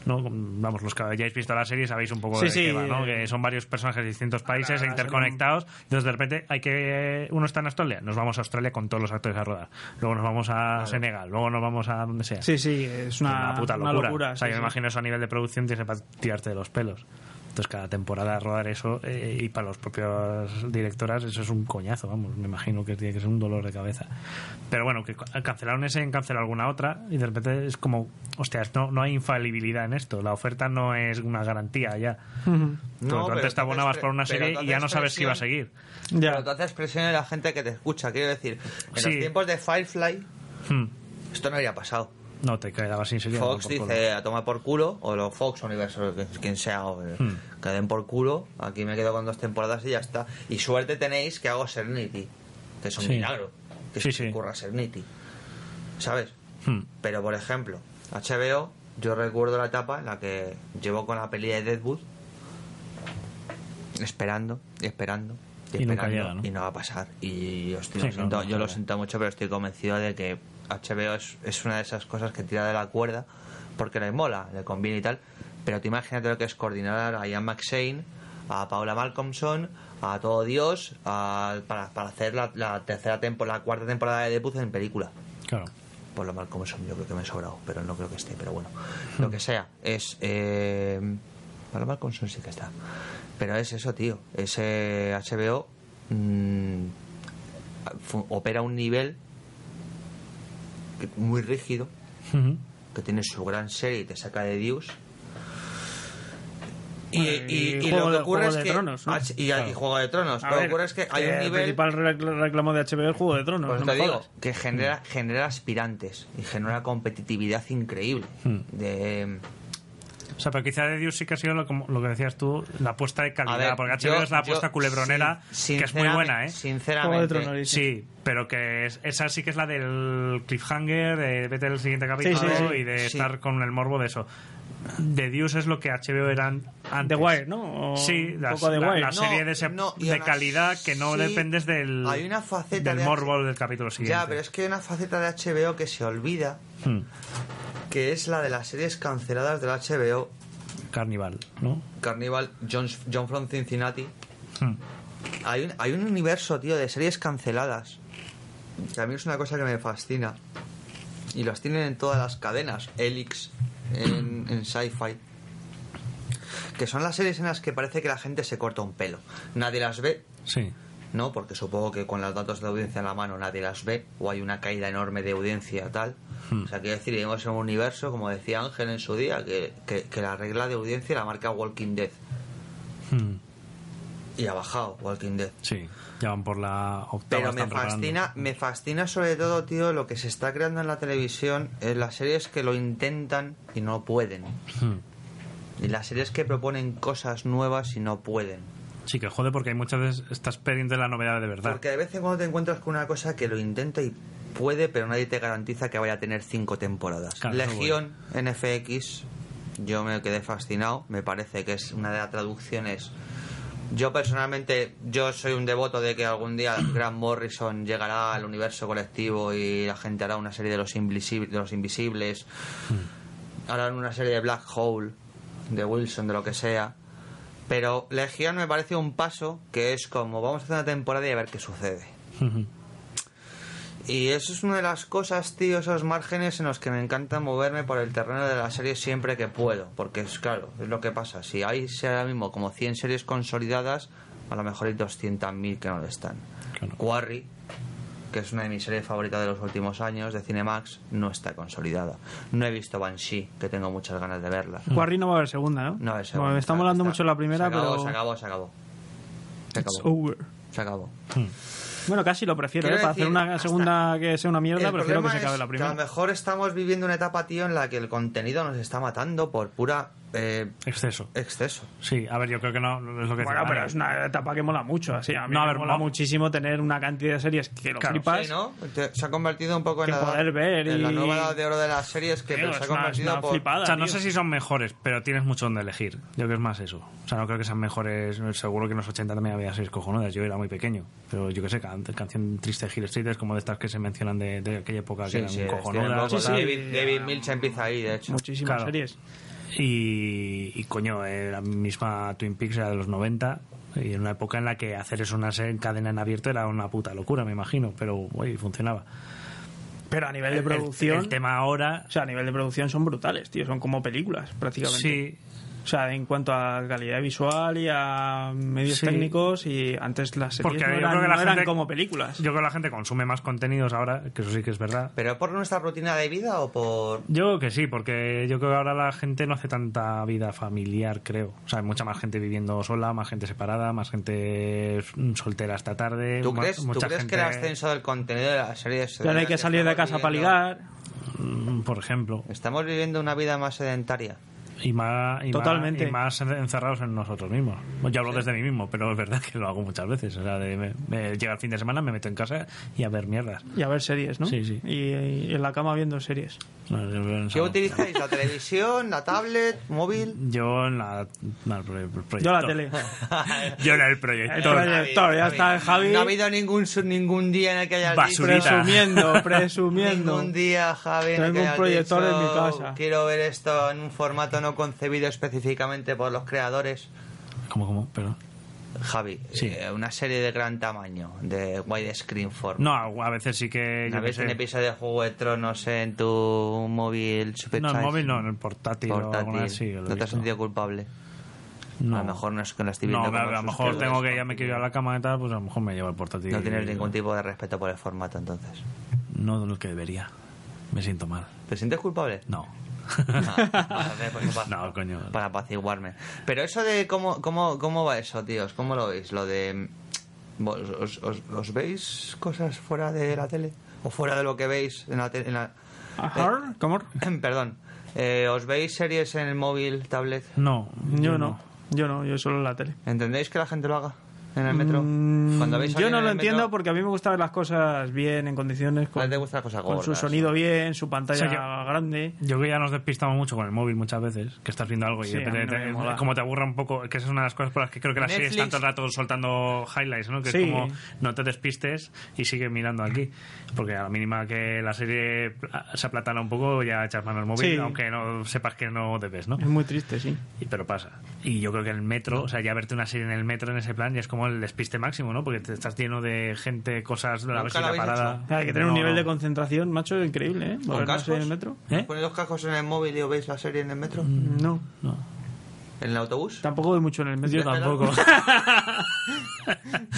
¿no? Vamos, los que hayáis visto la serie sabéis un poco Sí, de sí, qué va, ¿no? eh, Que que son varios personajes de distintos países e Ahora, ahora interconectados. Entonces, de repente, hay que uno está en Australia, nos vamos a Australia con todos los actores a rodar. Luego nos vamos a Senegal, luego nos vamos a donde sea. Sí, sí, es una, una puta una locura. o sea, sí, yo sí. me imagino eso a nivel de producción tienes para tirarte de los pelos. Entonces, cada temporada rodar eso eh, y para los propios directoras eso es un coñazo, vamos. Me imagino que tiene que ser un dolor de cabeza. Pero bueno, que ca- cancelaron ese y cancelar alguna otra y de repente es como, hostias, no, no hay infalibilidad en esto. La oferta no es una garantía ya. Ujú. Tú, tú pero antes te tú haces abonabas pre- por una pero tú serie y ya haces no sabes si va a presión- seguir. Ya. Pero te haces presión en la gente que te escucha. Quiero decir, en Sí. los tiempos de Firefly, Hmm. esto no habría pasado. No te quedabas sin serie. Fox no, por culo. dice a tomar por culo, o los Fox Universo, que- quien sea, o el- Hmm. que den por culo. Aquí me quedo con dos temporadas y ya está. Y suerte tenéis que hago Serenity, que es un Sí. milagro. Que Sí, se sí. ocurra Serenity, ¿sabes? Hmm. Pero por ejemplo, HBO, yo recuerdo la etapa en la que llevo con la peli de Deadwood esperando y esperando. Y nunca esperando, llega, ¿no? y no va a pasar. Y hostia, Sí, lo no, siento, no yo lo llega. siento mucho, pero estoy convencido de que HBO es, es una de esas cosas que tira de la cuerda porque le mola, le conviene y tal. Pero tú imagínate lo que es coordinar a Ian McShane, a Paula Malcolmson, a Todo Dios, a- para, para hacer la, la tercera temporada, la cuarta temporada de Depuz en película. Claro. Por lo Malcolmson, yo creo que me he sobrado, pero no creo que esté, pero bueno. Hmm. Lo que sea, es. Eh, Paula Malcolmson sí que está. Pero es eso, tío. Ese HBO mm, fu- opera un nivel que- muy rígido Hmm. Ujú. que tiene su gran serie y te saca de Dios. Y, Bueno, y y- y Juego lo que de- ocurre Juego es de que. Tronos, ¿no? Ah, sí, y, Claro. y Juego de Tronos. A lo que ver, ocurre es que hay eh, un El nivel. principal rec- reclamo de HBO es Juego de Tronos. Pues no te me digo, jodas. que genera, genera aspirantes y genera una competitividad increíble. Mm. De, O sea, pero quizá de Dios sí que ha sido lo, como- lo que decías tú, la apuesta de calidad. a ver, porque yo- HBO es la apuesta yo, culebronera, sin- que es muy sinceramente- buena, ¿eh? Juego de Sinceramente. Tronos. sí. Sí, pero que es- esa sí que es la del cliffhanger, de vete al siguiente capítulo Sí, sí, sí. y de Sí. estar con el morbo de eso. The Deuce es lo que HBO eran antes. The Wire, ¿no? O Sí, un la, poco The la- Wire. la No, serie de, ese- no, y de aún calidad que no así dependes del, hay una faceta del de- morbo del capítulo siguiente. Ya, pero es que hay una faceta de HBO que se olvida, Hmm, que es la de las series canceladas del HBO. Carnival, ¿no? Carnival, John, John from Cincinnati. Hmm. Hay un, hay un universo, tío, de series canceladas. Que a mí es una cosa que me fascina. Y las tienen en todas las cadenas. Elix, en, en Sci-Fi. Que son las series en las que parece que la gente se corta un pelo. Nadie las ve, Sí. ¿no? Porque supongo que con los datos de audiencia en la mano nadie las ve. O hay una caída enorme de audiencia, tal. O sea, quiero decir, vivimos en un universo, como decía Ángel en su día, que, que- que la regla de audiencia la marca Walking Dead. Hmm, Y ha bajado Walking Dead. Sí. Ya van por la octava. Pero me están preparando. fascina, me fascina sobre todo, tío, lo que se está creando en la televisión, en las series que lo intentan y no pueden. Hmm. Y las series que proponen cosas nuevas y no pueden. Sí, que jode porque hay muchas veces estás pendiente de la novedad de verdad. Porque de vez en cuando te encuentras con una cosa que lo intenta y puede, pero nadie te garantiza que vaya a tener cinco temporadas. Claro, eso Legión NFX, yo me quedé fascinado, me parece que es una de las traducciones. Yo personalmente, yo soy un devoto de que algún día Grant Morrison llegará al universo colectivo y la gente hará una serie de los, invisibles, de los invisibles, Mm. harán una serie de Black Hole, de Wilson, de lo que sea. Pero Legión me parece un paso que es como vamos a hacer una temporada y a ver qué sucede. Ujú. Y eso es una de las cosas, tío, esos márgenes en los que me encanta moverme por el terreno de la serie siempre que puedo. Porque es claro, es lo que pasa. Si hay si ahora mismo como 100 series consolidadas, a lo mejor hay 200.000 que no lo están. Claro. Quarry, que es una de mis series favoritas de los últimos años, de Cinemax, no está consolidada. No he visto Banshee, que tengo muchas ganas de verla. Quarry no va a haber segunda, ¿no? No, Bueno, me está molando mucho la primera, se acabó, pero. Se acabó, se acabó. Se It's acabó. over. Se acabó. Bueno, casi lo prefiero, Quiero ¿eh? Para decir, hacer una hasta- segunda que sea una mierda, El prefiero que problema se acabe la es que a lo primera. mejor estamos viviendo una etapa, tío, en la que el contenido nos está matando por pura eh, Exceso. exceso. Sí, a ver, yo creo que no no es lo que Bueno, decía Pues pero Dani. es una etapa que mola mucho, así. eh. A mí No, a me ver, mola mo- muchísimo tener una cantidad de series que lo Claro, flipas. Sí, ¿no? Te- Se ha convertido un poco en Que la, poder ver en la y- nueva edad de oro de las series que Tío, se ha es una- convertido es una por... flipada, O sea, no tío. sé si son mejores, pero tienes mucho donde elegir. Yo creo que es más eso. O sea, no creo que sean mejores. Seguro que en los 80 también había seis cojonudas. Yo era muy pequeño. Pero yo qué sé, can- canción triste de Hill Street es como de estas que se mencionan de, de aquella época que Sí, eran sí, es cojonudas. cierto. Sí, sí. David, David Milch empieza ahí, de hecho. Muchísimas Claro. series. Y, y, coño, eh, la misma Twin Peaks era de los 90. Y en una época en la que hacer eso una serie en cadena en abierto era una puta locura, me imagino. Pero, güey, funcionaba. Pero a nivel de El- el- producción. El, tema ahora. O sea, a nivel de producción son brutales, tío. Son como películas, prácticamente. Sí, O sea, en cuanto a calidad visual y a medios Sí. técnicos y antes las series Porque no yo eran, creo que la no eran gente- como películas. yo creo que la gente consume más contenidos ahora, que eso sí que es verdad. ¿Pero por nuestra rutina de vida o por...? Yo creo que sí, porque yo creo que ahora la gente no hace tanta vida familiar, creo. O sea, hay mucha más gente viviendo sola, más gente separada, más gente mm, soltera hasta tarde. ¿Tú mu- crees, ¿tú mucha crees que el gente, ascenso del contenido de las series... Ya no hay que estamos salir de casa para viviendo- ligar. mm, Por ejemplo. Estamos viviendo una vida más sedentaria. Y más, y más- Totalmente. y más en- encerrados en nosotros mismos. Yo hablo desde mí mismo, pero es verdad que lo hago muchas veces. O sea, de- me- me- llega el fin de semana, me meto en casa y a ver mierdas. Y a ver series, ¿no? Sí, sí. Y, y en la cama viendo series. No, yo en el ¿Qué salón. utilizáis? ¿La televisión? ¿La tablet? ¿Móvil? Yo en la, no, el pro- el Yo la proyector. tele. Yo en el El proyector. proyector, ya está el Javi No ha habido ningún, su- ningún día en el que haya Basurita. presumiendo, presumiendo. Ningún día, Javi, en el Tengo que un hayas proyector dicho, en mi casa. Quiero ver esto en un formato no concebido específicamente por los creadores. ¿Cómo, cómo? Perdón. Javi, Sí. eh, una serie de gran tamaño, de widescreen form. No, a a veces sí que. ¿No Yo qué ves sé. un episodio de Juego de Tronos en tu móvil super No, en el size? móvil no, en el portátil. o Portátil. alguna así, lo he ¿No te has visto. sentido culpable? No. A lo mejor no es que la estoy No, viendo a, como a lo sus mejor tengo que creadores, ya me quiero ir a la cama y tal, pues a lo mejor me llevo el portátil. No tienes ningún tipo de respeto por el formato, entonces. No de lo que debería. Me siento mal. ¿Te sientes culpable? No. Ah, vale, pues pa- No, coño. Para apaciguarme. Pero eso de cómo, cómo, cómo va eso, tíos, ¿cómo lo veis? Lo de... ¿vos- os, os- os veis cosas fuera de la tele? ¿O fuera de lo que veis en la tele? Ajá, ¿Cómo? Perdón. Eh, ¿Os veis series en el móvil, tablet? No. Yo no. Yo no, yo solo en la tele. ¿Entendéis que la gente lo haga en el metro? Mm, Cuando veis a yo alguien no en lo el metro, entiendo porque a mí me gusta ver las cosas bien, en condiciones, a con, ti te gustan las cosas con su gordas, sonido bien, su pantalla O sea, grande. Yo creo que ya nos despistamos mucho con el móvil muchas veces, que estás viendo algo y Sí, a mí te- no me te- mola. como te aburra un poco, que esa es una de las cosas por las que creo que las series están Netflix- todo el rato soltando highlights, ¿no? Que Sí. es como no te despistes y sigue mirando aquí, porque a la mínima que la serie pla- se aplatana un poco ya echas mano al móvil, Sí. aunque no sepas que no debes, ¿no? Es muy triste, sí. Y- Pero pasa. Y yo creo que el metro, o sea, ya verte una serie en el metro en ese plan ya es como el despiste máximo, ¿no? Porque te estás lleno de gente, cosas, Nunca la lo visita habéis parada. Hay Ah, que tener un No, nivel no. de concentración, macho, increíble, ¿eh? ¿Con Movernos cascos? en el metro? ¿Eh? ¿Ponéis los cascos en el móvil y os veis la serie en el metro? ¿En No, Mm, No. el autobús? tampoco voy mucho en el metro. Yo tampoco.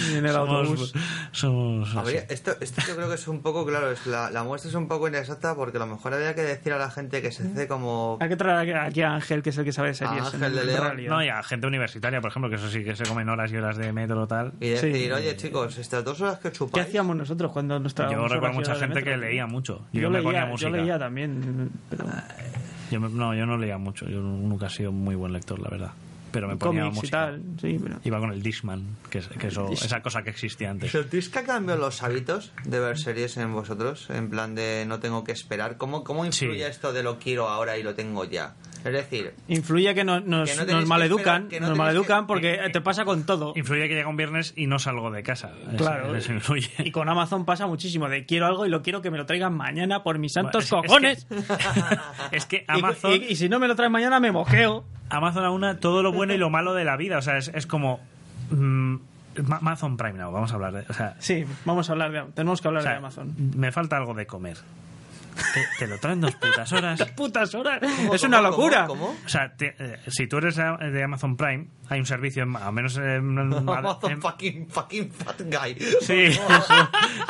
Ni en el autobús. Somos A así. ver, esto, esto yo creo que es un poco, claro, es la, la muestra es un poco inexacta porque a lo mejor habría que decir a la gente que se hace como... Hay que traer aquí a Ángel, que es el que sabe series. Ángel en de León. realidad. No, y a gente universitaria, por ejemplo, que eso sí que se comen horas y horas de metro tal. Y sí. decir, oye chicos, estas dos horas que ¿Qué chupáis... hacíamos nosotros cuando nos Yo trabajamos recuerdo mucha gente que leía mucho. Yo, Yo me ponía leía, yo música. leía también, pero Yo me- no, yo no leía mucho. Yo nunca he sido muy buen lector, la verdad. Pero me ponía cómics y música. tal, sí, pero... Iba con el Dishman, que, es- que eso- Discman. esa cosa que existía antes. ¿Sentís que ha cambiado los hábitos de ver series en vosotros? En plan de no tengo que esperar. ¿Cómo, cómo influye Sí. esto de lo quiero ahora y lo tengo ya? Es decir, Influye que no- nos, Que no tenéis nos que maleducan, esperar, que no nos tenéis maleducan que- porque te pasa con todo. Influye que llega un viernes y no salgo de casa. Eso- Claro. eso influye. Y con Amazon pasa muchísimo de quiero algo y lo quiero que me lo traigan mañana por mis santos Es- es que- cojones. Es que, Y- Amazon. y- y si no me lo traes mañana me mojeo. Amazon a una todo lo bueno y lo malo de la vida. O sea, es, es como. mm, Ma- Amazon Prime Now, vamos a hablar de. O sea, Sí, vamos a hablar de tenemos que hablar o sea, de Amazon. me falta algo de comer. Te, te lo traen dos putas horas. Las putas horas. ¿cómo, Es cómo, una cómo, locura. ¿Cómo? O sea, te- eh, si tú eres a- de Amazon Prime, hay un servicio, en- al menos eh, en, en- Amazon en- fucking, fucking fat guy. em- Sí, eso.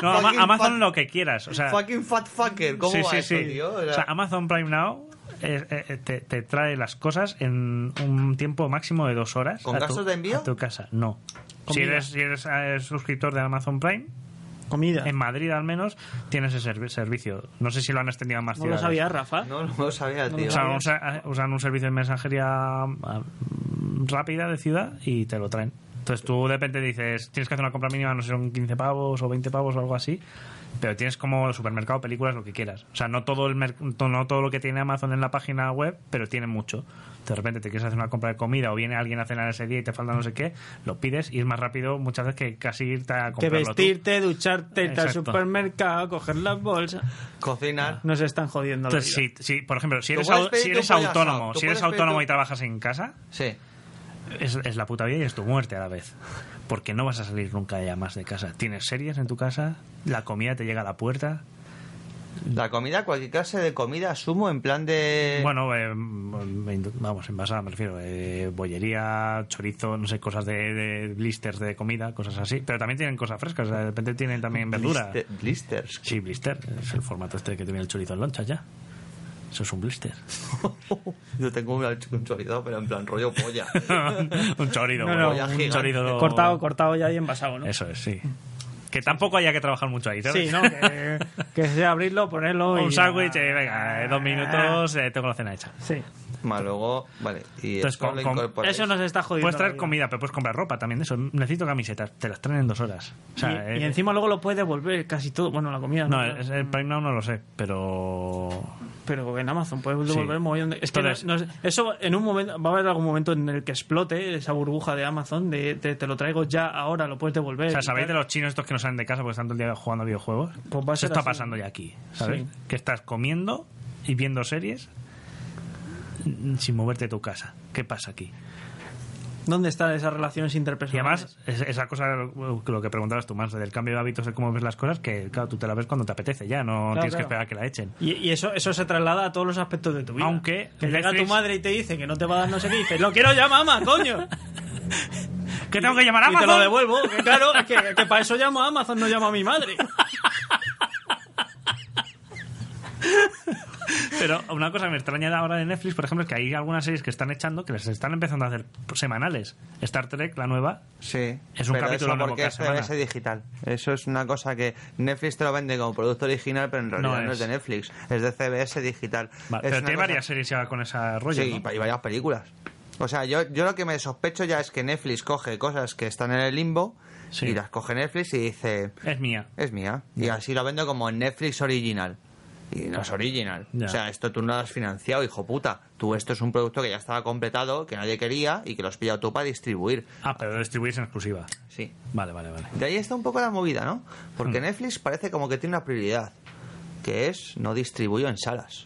No, Ama- Fucking Amazon fuck- lo que quieras. O sea, fucking fat fucker. ¿Cómo sí, va sí, eso, sí. tío? O O sea, sea, Amazon Prime Now eh, eh, te, te trae las cosas en un tiempo máximo de dos horas. ¿Con a tu- gastos de envío? A tu casa, no. ¿Con Si vida? eres, si eres eh, suscriptor de Amazon Prime, Comida. en Madrid al menos, tienes ese servi- servicio. No sé si lo han extendido a más No lo ciudades. sabía, Rafa. no, no lo sabía, No tío. lo Usan, sabía. usa- usan un servicio de mensajería ah, rápida de ciudad y te lo traen. Entonces tú de repente dices, tienes que hacer una compra mínima, no sé, son 15 pavos o 20 pavos o algo así, pero tienes como el supermercado, películas, lo que quieras. O sea, no todo, el merc- to- no todo lo que tiene Amazon en la página web, pero tiene mucho. De repente te quieres hacer una compra de comida o viene alguien a cenar ese día y te falta no sé qué, lo pides y es más rápido muchas veces que casi irte a Que comprarlo tú. vestirte, ducharte, irte al Exacto. supermercado, coger las bolsas. Cocinar. Nos están jodiendo. la Entonces, vida. si, si, por ejemplo, si Tú eres, puedes au- pedirte si un eres pollo autónomo, asado, tú si eres puedes pedirte autónomo un- y trabajas en casa, Sí. Es, es la puta vida y es tu muerte a la vez. Porque no vas a salir nunca ya más de casa. Tienes series en tu casa, la comida te llega a la puerta. La comida, cualquier clase de comida, asumo, en plan de... Bueno, eh, mm, vamos, envasada me refiero. eh, bollería, chorizo, no sé, cosas de, de blisters de comida, cosas así. Pero también tienen cosas frescas. o sea, de repente tienen también verdura. Blister- blisters. Sí, blister. Es el formato este que tiene el chorizo en lonchas ya. Eso es un blister. Yo tengo un, un chorizo, pero en plan rollo polla. un chorizo. No, no, bueno, un un chorizo. Cortado, cortado ya y envasado, ¿no? Eso es, sí. Que tampoco haya que trabajar mucho ahí, ¿sabes? Sí, ¿no? Que, que sea abrirlo, ponerlo y... Ah, un sándwich, eh, venga, eh, dos minutos, eh, tengo la cena hecha. Sí. Más luego, vale. Y Entonces, eso con- lo con- incorporáis. Eso nos está jodiendo. Puedes la traer vida. comida, pero puedes comprar ropa también de eso. Necesito camisetas, te las traen en dos horas. O sea, y, y eh, encima luego lo puedes devolver casi todo. Bueno, la comida no. No, claro. es- el Prime Now no lo sé, pero... Pero en Amazon puedes devolver Sí. un mogollón de- Es que Entonces- no- no- eso en un momento va a haber algún momento en el que explote esa burbuja de Amazon de, de- te lo traigo ya ahora, lo puedes devolver. O sea, y ¿sabéis de tal. los chinos estos que no salen de casa porque están todo el día jugando a videojuegos? Pues va a Eso ser está así. pasando ya aquí, ¿sabes? Sí. Que estás comiendo y viendo series mm, sin moverte de tu casa. ¿Qué pasa aquí? ¿Dónde están esas relaciones Y interpersonales? además, es- esa cosa, lo lo que preguntabas tú, más del cambio de hábitos, de cómo ves las cosas, que claro, tú te la ves cuando te apetece ya, Claro, no tienes que claro. esperar a que la echen. Y, y eso, eso se traslada a todos los aspectos de tu vida. Aunque Que llega tu Netflix- madre y te dice que no te va a dar no sé qué, y dices, lo quiero ya, mamá, coño. ¿Qué tengo que llamar a Y te lo Amazon? devuelvo. Que claro, es que, que para eso llamo a Amazon, no llamo a mi madre. Pero una cosa que me extraña ahora de Netflix, por ejemplo, es que hay algunas series que están echando que les están empezando a hacer semanales. Star Trek, la nueva, Sí. Es un pero capítulo eso nuevo porque cada eso semana. es digital. Eso es una cosa que Netflix te lo vende como producto original, pero en realidad no es, es. de Netflix. Es de CBS digital. Va, Es pero una tiene cosa- varias series ya con esa rollo. Sí, ¿no? y va- y varias películas. O sea, yo, yo lo que me sospecho ya es que Netflix coge cosas que están en el limbo Sí. y las coge Netflix y dice, Es mía. es mía. Y así lo vendo como Netflix original. Y no es original. Ya. O sea, esto tú no lo has financiado, hijo puta. Tú esto es un producto que ya estaba completado, que nadie quería y que lo has pillado tú para distribuir. Ah, pero lo distribuís en exclusiva. Sí. Vale, vale, vale. De ahí está un poco la movida, ¿no? Hmm. Porque Netflix parece como que tiene una prioridad, que es no distribuyo en salas.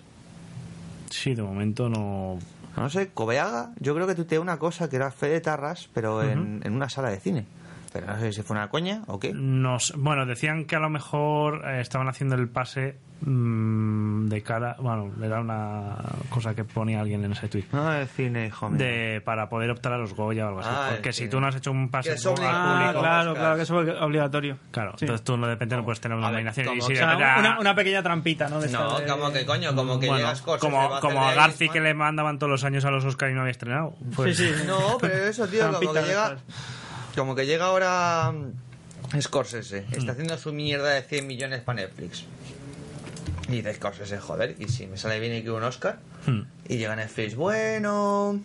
Sí, de momento no. No sé, Cobeaga, yo creo que tuiteé una cosa que era Fede Tarras, pero en, en una sala de cine. Pero no sé si fue una coña o qué. Nos, bueno, decían que a lo mejor eh, estaban haciendo el pase mm, de cara. Bueno, era una cosa que ponía alguien en ese tweet. No, el cine, hijo mío. De, para poder optar a los Goya o algo así. Ah, porque el si cine. tú no has hecho un pase Que es obligatorio. al Ah, Público, claro, Oscars. claro, que eso es obligatorio. Claro, Sí. entonces tú no depende, no puedes tener una A ver, nominación. Y como- o si O de sea, verdad- una, una pequeña trampita, ¿no? De No, estas de- como que coño, como que Bueno, llegas cosas. se va como, a como a hacer de Garci Irisman. que le mandaban todos los años a los Oscar y no había estrenado. Pues, Sí, sí. No, pero eso, tío, como que Trampitas llega. estas. Como que llega ahora. mm, Scorsese. Está haciendo su mierda de 100 millones para Netflix. Y dice Scorsese, joder, y si me sale bien y quiero un Oscar. Hmm. Y llega Netflix, bueno.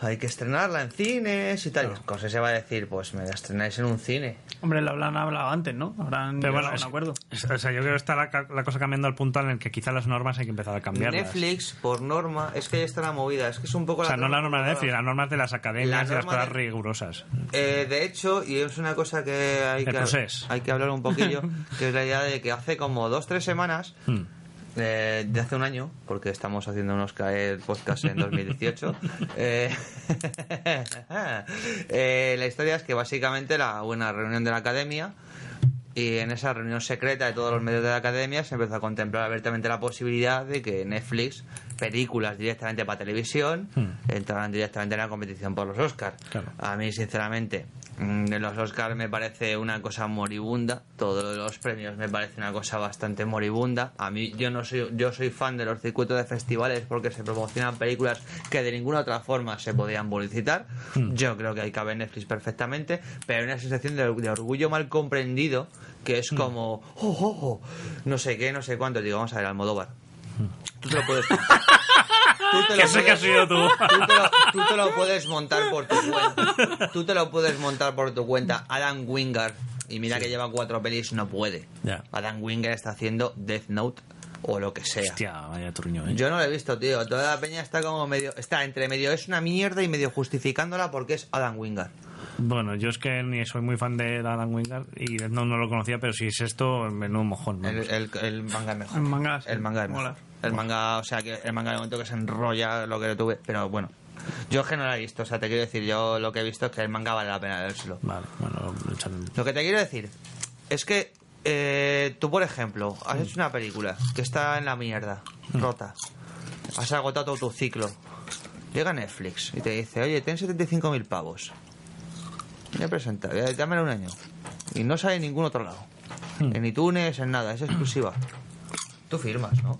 Hay que estrenarla en cines y tal. Y Scorsese va a decir, pues me la estrenáis en un cine. Hombre, lo habrán hablado antes, ¿no? Habrán Pero llegado bueno, a un es- acuerdo. es- o sea, yo creo que está la, ca- la cosa cambiando al punto en el que quizá las normas hay que empezar a cambiarlas. Netflix, por norma, es que ahí está la movida. Es que es un poco O sea, no la norma de Netflix, norma. las normas de las academias La y las norma cosas de- rigurosas. Eh, de hecho, y es una cosa que hay, El que, procés. hay que hablar un poquillo, que es la idea de que hace como dos, tres semanas, Hmm. eh, de hace un año, porque estamos haciendo unos caer podcast en 2018, eh, eh, la historia es que básicamente la buena reunión de la academia y en esa reunión secreta de todos los medios de la academia se empezó a contemplar abiertamente la posibilidad de que Netflix, películas directamente para televisión, Hmm. entraran directamente en la competición por los Oscars. Claro. A mí, sinceramente, mm, de los Oscars me parece una cosa moribunda. Todos los premios me parece una cosa bastante moribunda. A mí, yo no soy, yo soy fan de los circuitos de festivales porque se promocionan películas que de ninguna otra forma se podían publicitar. Hmm. Yo creo que ahí cabe Netflix perfectamente, pero hay una sensación de, de orgullo mal comprendido que Hmm. es como, oh, oh, oh, no sé qué, no sé cuánto. Digo, vamos a ver, Almodóvar. Tú te lo puedes. tú te lo Hmm. Que sé que puedes- has sido tú. Tú te, lo, tú te lo puedes montar por tu cuenta. Tú te lo puedes montar por tu cuenta. Adam Wingard, y mira que lleva cuatro pelis, no puede. Ya. Adam Wingard está haciendo Death Note o lo que sea. Hostia, vaya turño, ¿eh? Yo no lo he visto, tío. Toda la peña está como medio. Está entre medio es una mierda y medio justificándola porque es Adam Wingard. Bueno, yo es que ni soy muy fan de Adam Wingard y no, no lo conocía, pero si es esto, menudo mojón. ¿no? El, el- el manga es mejor. El manga, sí. El manga es Mola. mejor. El manga, o sea, que el manga de momento que se enrolla lo que le tuve. Pero bueno, yo es que no lo he visto. O sea, te quiero decir, yo lo que he visto es que el manga vale la pena leérselo. Vale, bueno, lo echan- Lo que te quiero decir es que eh, tú, por ejemplo, has hecho una película que está en la mierda, Mm. rota. Has agotado todo tu ciclo. Llega Netflix y te dice, oye, ten 75.000 pavos. Me presenta, ya- dámelo un año. Y no sale en ningún otro lado. Mm. En iTunes, en nada, es exclusiva. Tú firmas, ¿no?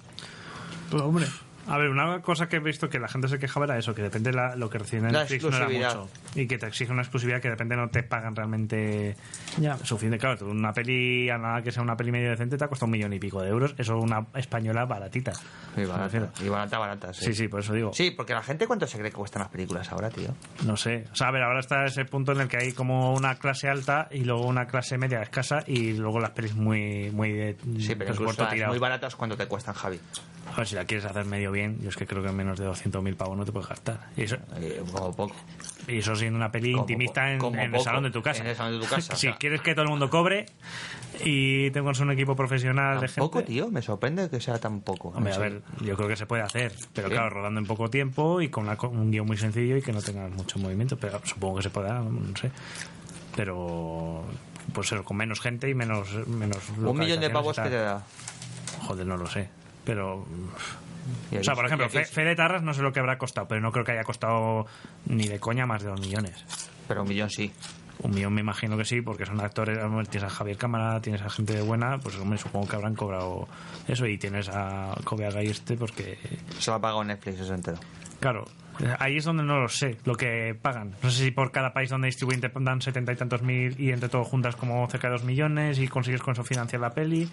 Pues, hombre. A ver, una cosa que he visto que la gente se quejaba era eso, que depende la, lo que reciben en La Netflix no era exclusividad. mucho. Y que te exige una exclusividad que depende no te pagan realmente Ya. suficiente. Claro, tú una peli, a nada que sea una peli medio decente, te ha costado un millón y pico de euros. Eso una española baratita. Y Me refiero. barata, y barata, barata, sí. Sí, sí, por eso digo. Sí, porque la gente cuánto se cree que cuestan las películas ahora, tío. No sé. O sea, a ver, ahora está ese punto en el que hay como una clase alta y luego una clase media escasa y luego las pelis muy, muy de Sí, pero presupuesto incluso las tirado. muy baratas cuando te cuestan, Javi. A ver, si la quieres hacer medio bien, yo es que creo que menos de 200.000 pavos no te puedes gastar. Y eso, Eh, como poco. y eso siendo una peli Como po- intimista en, como en el poco, salón de tu casa. en el salón de tu casa, si o sea. quieres que todo el mundo cobre y te consigas un equipo profesional de gente. Tampoco, tío, me sorprende que sea tan poco. Hombre, No a sé. ver, yo creo que se puede hacer, pero Sí. claro, rodando en poco tiempo y con una co- un guión muy sencillo y que no tenga mucho movimiento, pero supongo que se podrá, no sé. Pero, pues eso, con menos gente y menos. menos Un millón de pavos que te localizaciones da. y tal. Joder, no lo sé. Pero. Y O sea, por ahí- ejemplo, y ahí- Fe, Fede Tarras no sé lo que habrá costado, pero no creo que haya costado ni de coña más de dos millones. Pero un millón sí. Un millón me imagino que sí, porque son actores. a ver, Tienes a Javier Cámara, tienes a gente buena, pues hombre, supongo que habrán cobrado eso. Y tienes a Kobe Agayeste, porque. Se lo ha pagado Netflix eso entero. Claro, eh, ahí es donde no lo sé, lo que pagan. No sé si por cada país donde distribuyen te dan setenta y tantos mil y entre todo juntas como cerca de dos millones y consigues con eso financiar la peli,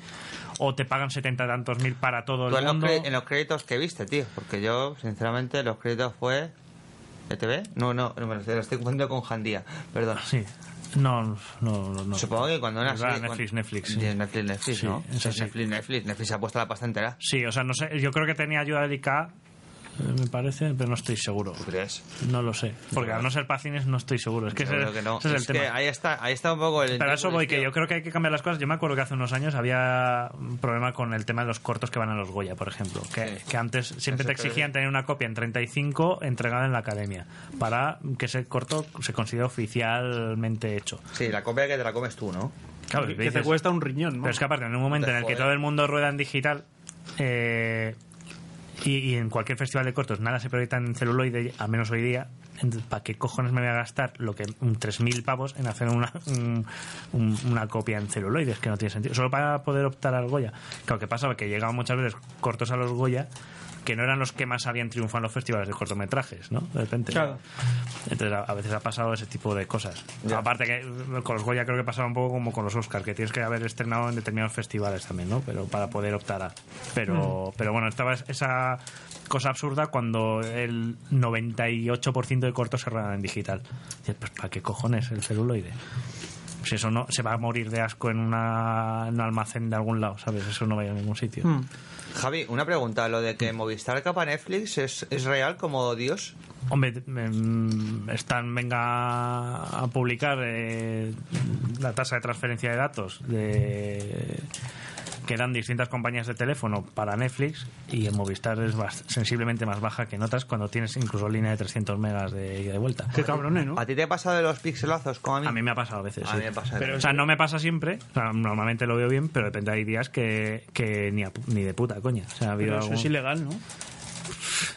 o te pagan setenta y tantos mil para todo Tú en el los, mundo. cre- en los créditos que viste, tío. Porque yo, sinceramente, los créditos fue. ¿ETV? No, no, no me lo estoy, lo estoy confundiendo con Jandía. Perdón. Ah, Sí, no, no, no. no. Supongo que cuando una Pues va, serie- Netflix, cuando- Netflix. sí. Y es Netflix, Netflix, Sí, ¿no? es Es así. Netflix, Netflix. Netflix se ha puesto la pasta entera. Sí, o sea, no sé, yo creo que tenía ayuda del ICA, eh, me parece, pero no estoy seguro. ¿Tú crees? No lo sé, porque al no ser pacines no estoy seguro. Es que, Yo ese, creo que no. ese es el tema. que ahí está, ahí está un poco el. Pero a eso voy, que tío. yo creo que hay que cambiar las cosas. Yo me acuerdo que hace unos años había un problema con el tema de los cortos que van a los Goya, por ejemplo. Que, Sí. que antes siempre te Eso te- exigían tener una copia en 35 entregada en la academia para que ese corto se considere oficialmente hecho. Sí, la copia que te la comes tú, ¿no? Claro, que y te dices, cuesta un riñón, ¿no? pero es que aparte, en un momento en el que Joder. todo el mundo rueda en digital eh, y, y en cualquier festival de cortos nada se proyecta en celuloide, al menos hoy día, ¿para qué cojones me voy a gastar lo que un 3.000 pavos en hacer una, un- un- una copia en celuloides? Que no tiene sentido. Solo para poder optar al Goya. Claro, que pasaba que llegaban muchas veces cortos a los Goya que no eran los que más habían triunfado en los festivales de cortometrajes, ¿no? De repente. Claro. Entonces, a, a veces ha pasado ese tipo de cosas. Ya. Aparte que eh, con los Goya creo que pasaba un poco como con los Oscars, que tienes que haber estrenado en determinados festivales también, ¿no? Pero para poder optar a. Pero, pero bueno, estaba es- esa cosa absurda cuando el 98% de cortos se ruedan en digital. Dices, Pues, ¿para qué cojones el celuloide? Si eso no se va a morir de asco en, una, en un almacén de algún lado, ¿sabes? Eso no va a ir a ningún sitio. Mm. Javi, una pregunta. Lo de que Movistar capa Netflix es, es real como Dios. Hombre, t- em, están venga a publicar eh, la tasa de transferencia de datos de, que dan distintas compañías de teléfono para Netflix y en Movistar es bas- sensiblemente más baja que en otras cuando tienes incluso línea de 300 megas de ida y vuelta. Qué cabrones, ¿no? ¿A ti te ha pasado de los pixelazos como a mí? A mí me ha pasado a veces. A sí. mí me pasa. Pero- O sea, no me pasa siempre, o sea, normalmente lo veo bien, pero depende, hay días que, que ni, a pu- ni de puta coña. O sea, ha habido Pero eso algún- es ilegal, ¿no?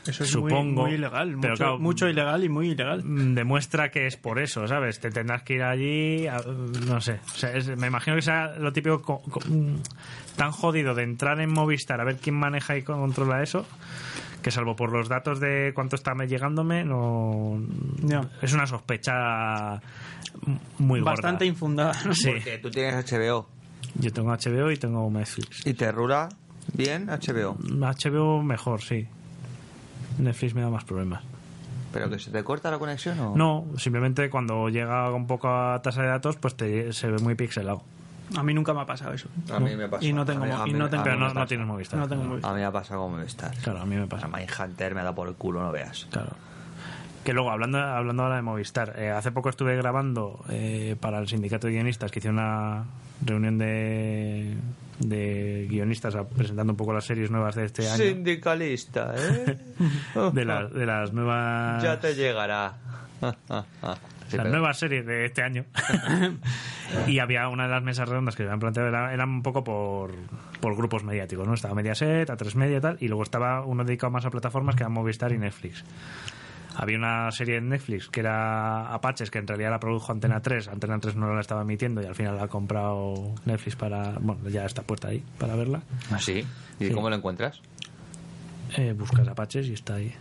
Eso es Supongo, muy, muy ilegal. pero mucho, claro, mucho ilegal y muy ilegal. mm, demuestra que es por eso, ¿sabes? Te tendrás que ir allí, a- no sé. O sea, es- me imagino que sea lo típico co- co- mm, tan jodido de entrar en Movistar a ver quién maneja y controla eso, que salvo por los datos de cuánto está me- llegándome, no. Ya. Es una sospecha m- muy gorda. Bastante infundada. ¿no? Sí, Porque tú tienes HBO yo tengo HBO y tengo Netflix. y te rula bien HBO. HBO mejor, sí. Netflix me da más problemas. ¿Pero que se te corta la conexión o...? No, simplemente cuando llega con poca tasa de datos, pues te, se ve muy pixelado. A mí nunca me ha pasado eso. A mí me pasa. Y no tengo A mí- mo- a y mí- no a tengo mí Pero me no, pasa. no tienes Movistar. No tengo muy A mí me ha pasado con Movistar. Claro, a mí me A pasa. Mindhunter me ha dado por el culo, no veas. Claro. Que luego, hablando, hablando ahora de Movistar, eh, hace poco estuve grabando eh, para el sindicato de guionistas que hice una reunión de, de guionistas a- presentando un poco las series nuevas de este año. Sindicalista, ¿eh? De, la- de las nuevas. Ya te llegará. Sí, las pero- nuevas series de este año. y había una de las mesas redondas que se habían planteado, era- eran un poco por, por grupos mediáticos, ¿no? Estaba Mediaset, A3 Media y tal, y luego estaba uno dedicado más a plataformas que eran Movistar y Netflix. Había una serie en Netflix que era Apaches, que en realidad la produjo Antena 3. Antena 3 no la estaba emitiendo y al final la ha comprado Netflix para. Bueno, ya está puesta ahí para verla. ¿Ah, sí? ¿Y Sí. cómo lo encuentras? Eh, buscas Apaches y está ahí.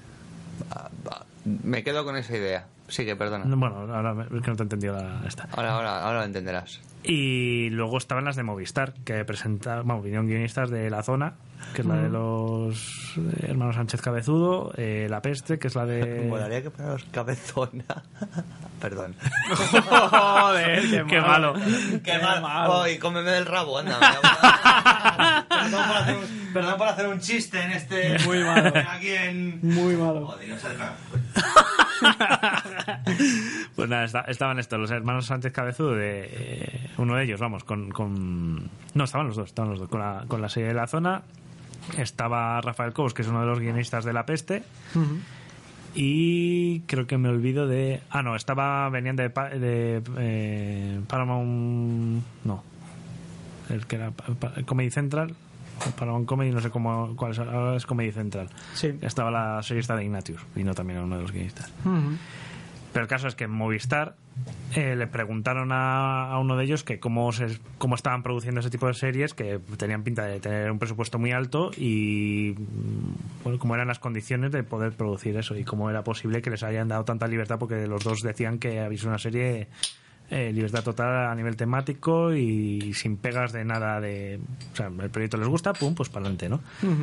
Ah, ah, Me quedo con esa idea. Sí, que perdona. Bueno, ahora me- es que no te he entendido la, esta. Ahora, ahora, ahora lo entenderás. Y luego estaban las de Movistar, que presentaron, bueno, vinieron guionistas de La Zona, que es la de los eh, hermanos Sánchez Cabezudo, eh, La Peste, que es la de... Molaría que fuera los cabezona. Perdón. Joder, Qué malo. Qué malo. Ay, cómeme del rabo, anda. me voy a- Perdón por hacer un- Perdón por hacer un chiste en este. Muy malo. Aquí en. Muy malo. Joder, no sé, claro. Pues nada, esta- estaban estos, los hermanos Sánchez Cabezudo, de, eh, uno de ellos, vamos, con, con- No, estaban los dos, estaban los dos, con la, con la serie de la zona. Estaba Rafael Cobos, que es uno de los guionistas de La Peste. Y creo que me olvido de... Ah, no, estaba... Venían de, Pa- de eh, Paramount... No. El que era Pa- Pa- Comedy Central. o Paramount Comedy, no sé cómo, cuál es. Ahora es Comedy Central. Sí. Estaba la serie esta de Ignatius. Y no también era uno de los guionistas. Ujú. Pero el caso es que en Movistar eh, le preguntaron a, a uno de ellos que cómo, se, cómo estaban produciendo ese tipo de series que tenían pinta de tener un presupuesto muy alto y mm, bueno, cómo eran las condiciones de poder producir eso y cómo era posible que les hayan dado tanta libertad porque los dos decían que había sido una serie eh, libertad total a nivel temático y sin pegas de nada de... O sea, el proyecto les gusta, pum, pues para adelante, ¿no?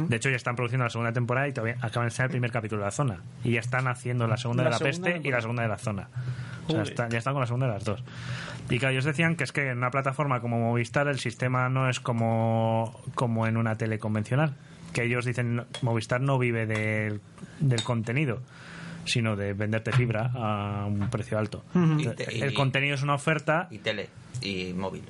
De hecho, ya están produciendo la segunda temporada y todavía acaban de estar el primer capítulo de la zona. Y ya están haciendo la segunda La de la segunda peste y la temporada. segunda de la zona. O sea, Joder. están- ya están con la segunda de las dos. Y claro, ellos decían que es que en una plataforma como Movistar el sistema no es como, como en una tele convencional. Que ellos dicen, "No, Movistar no vive del, del contenido, sino de venderte fibra a un precio alto. Y te- El y- contenido es una oferta Y tele. Y móvil.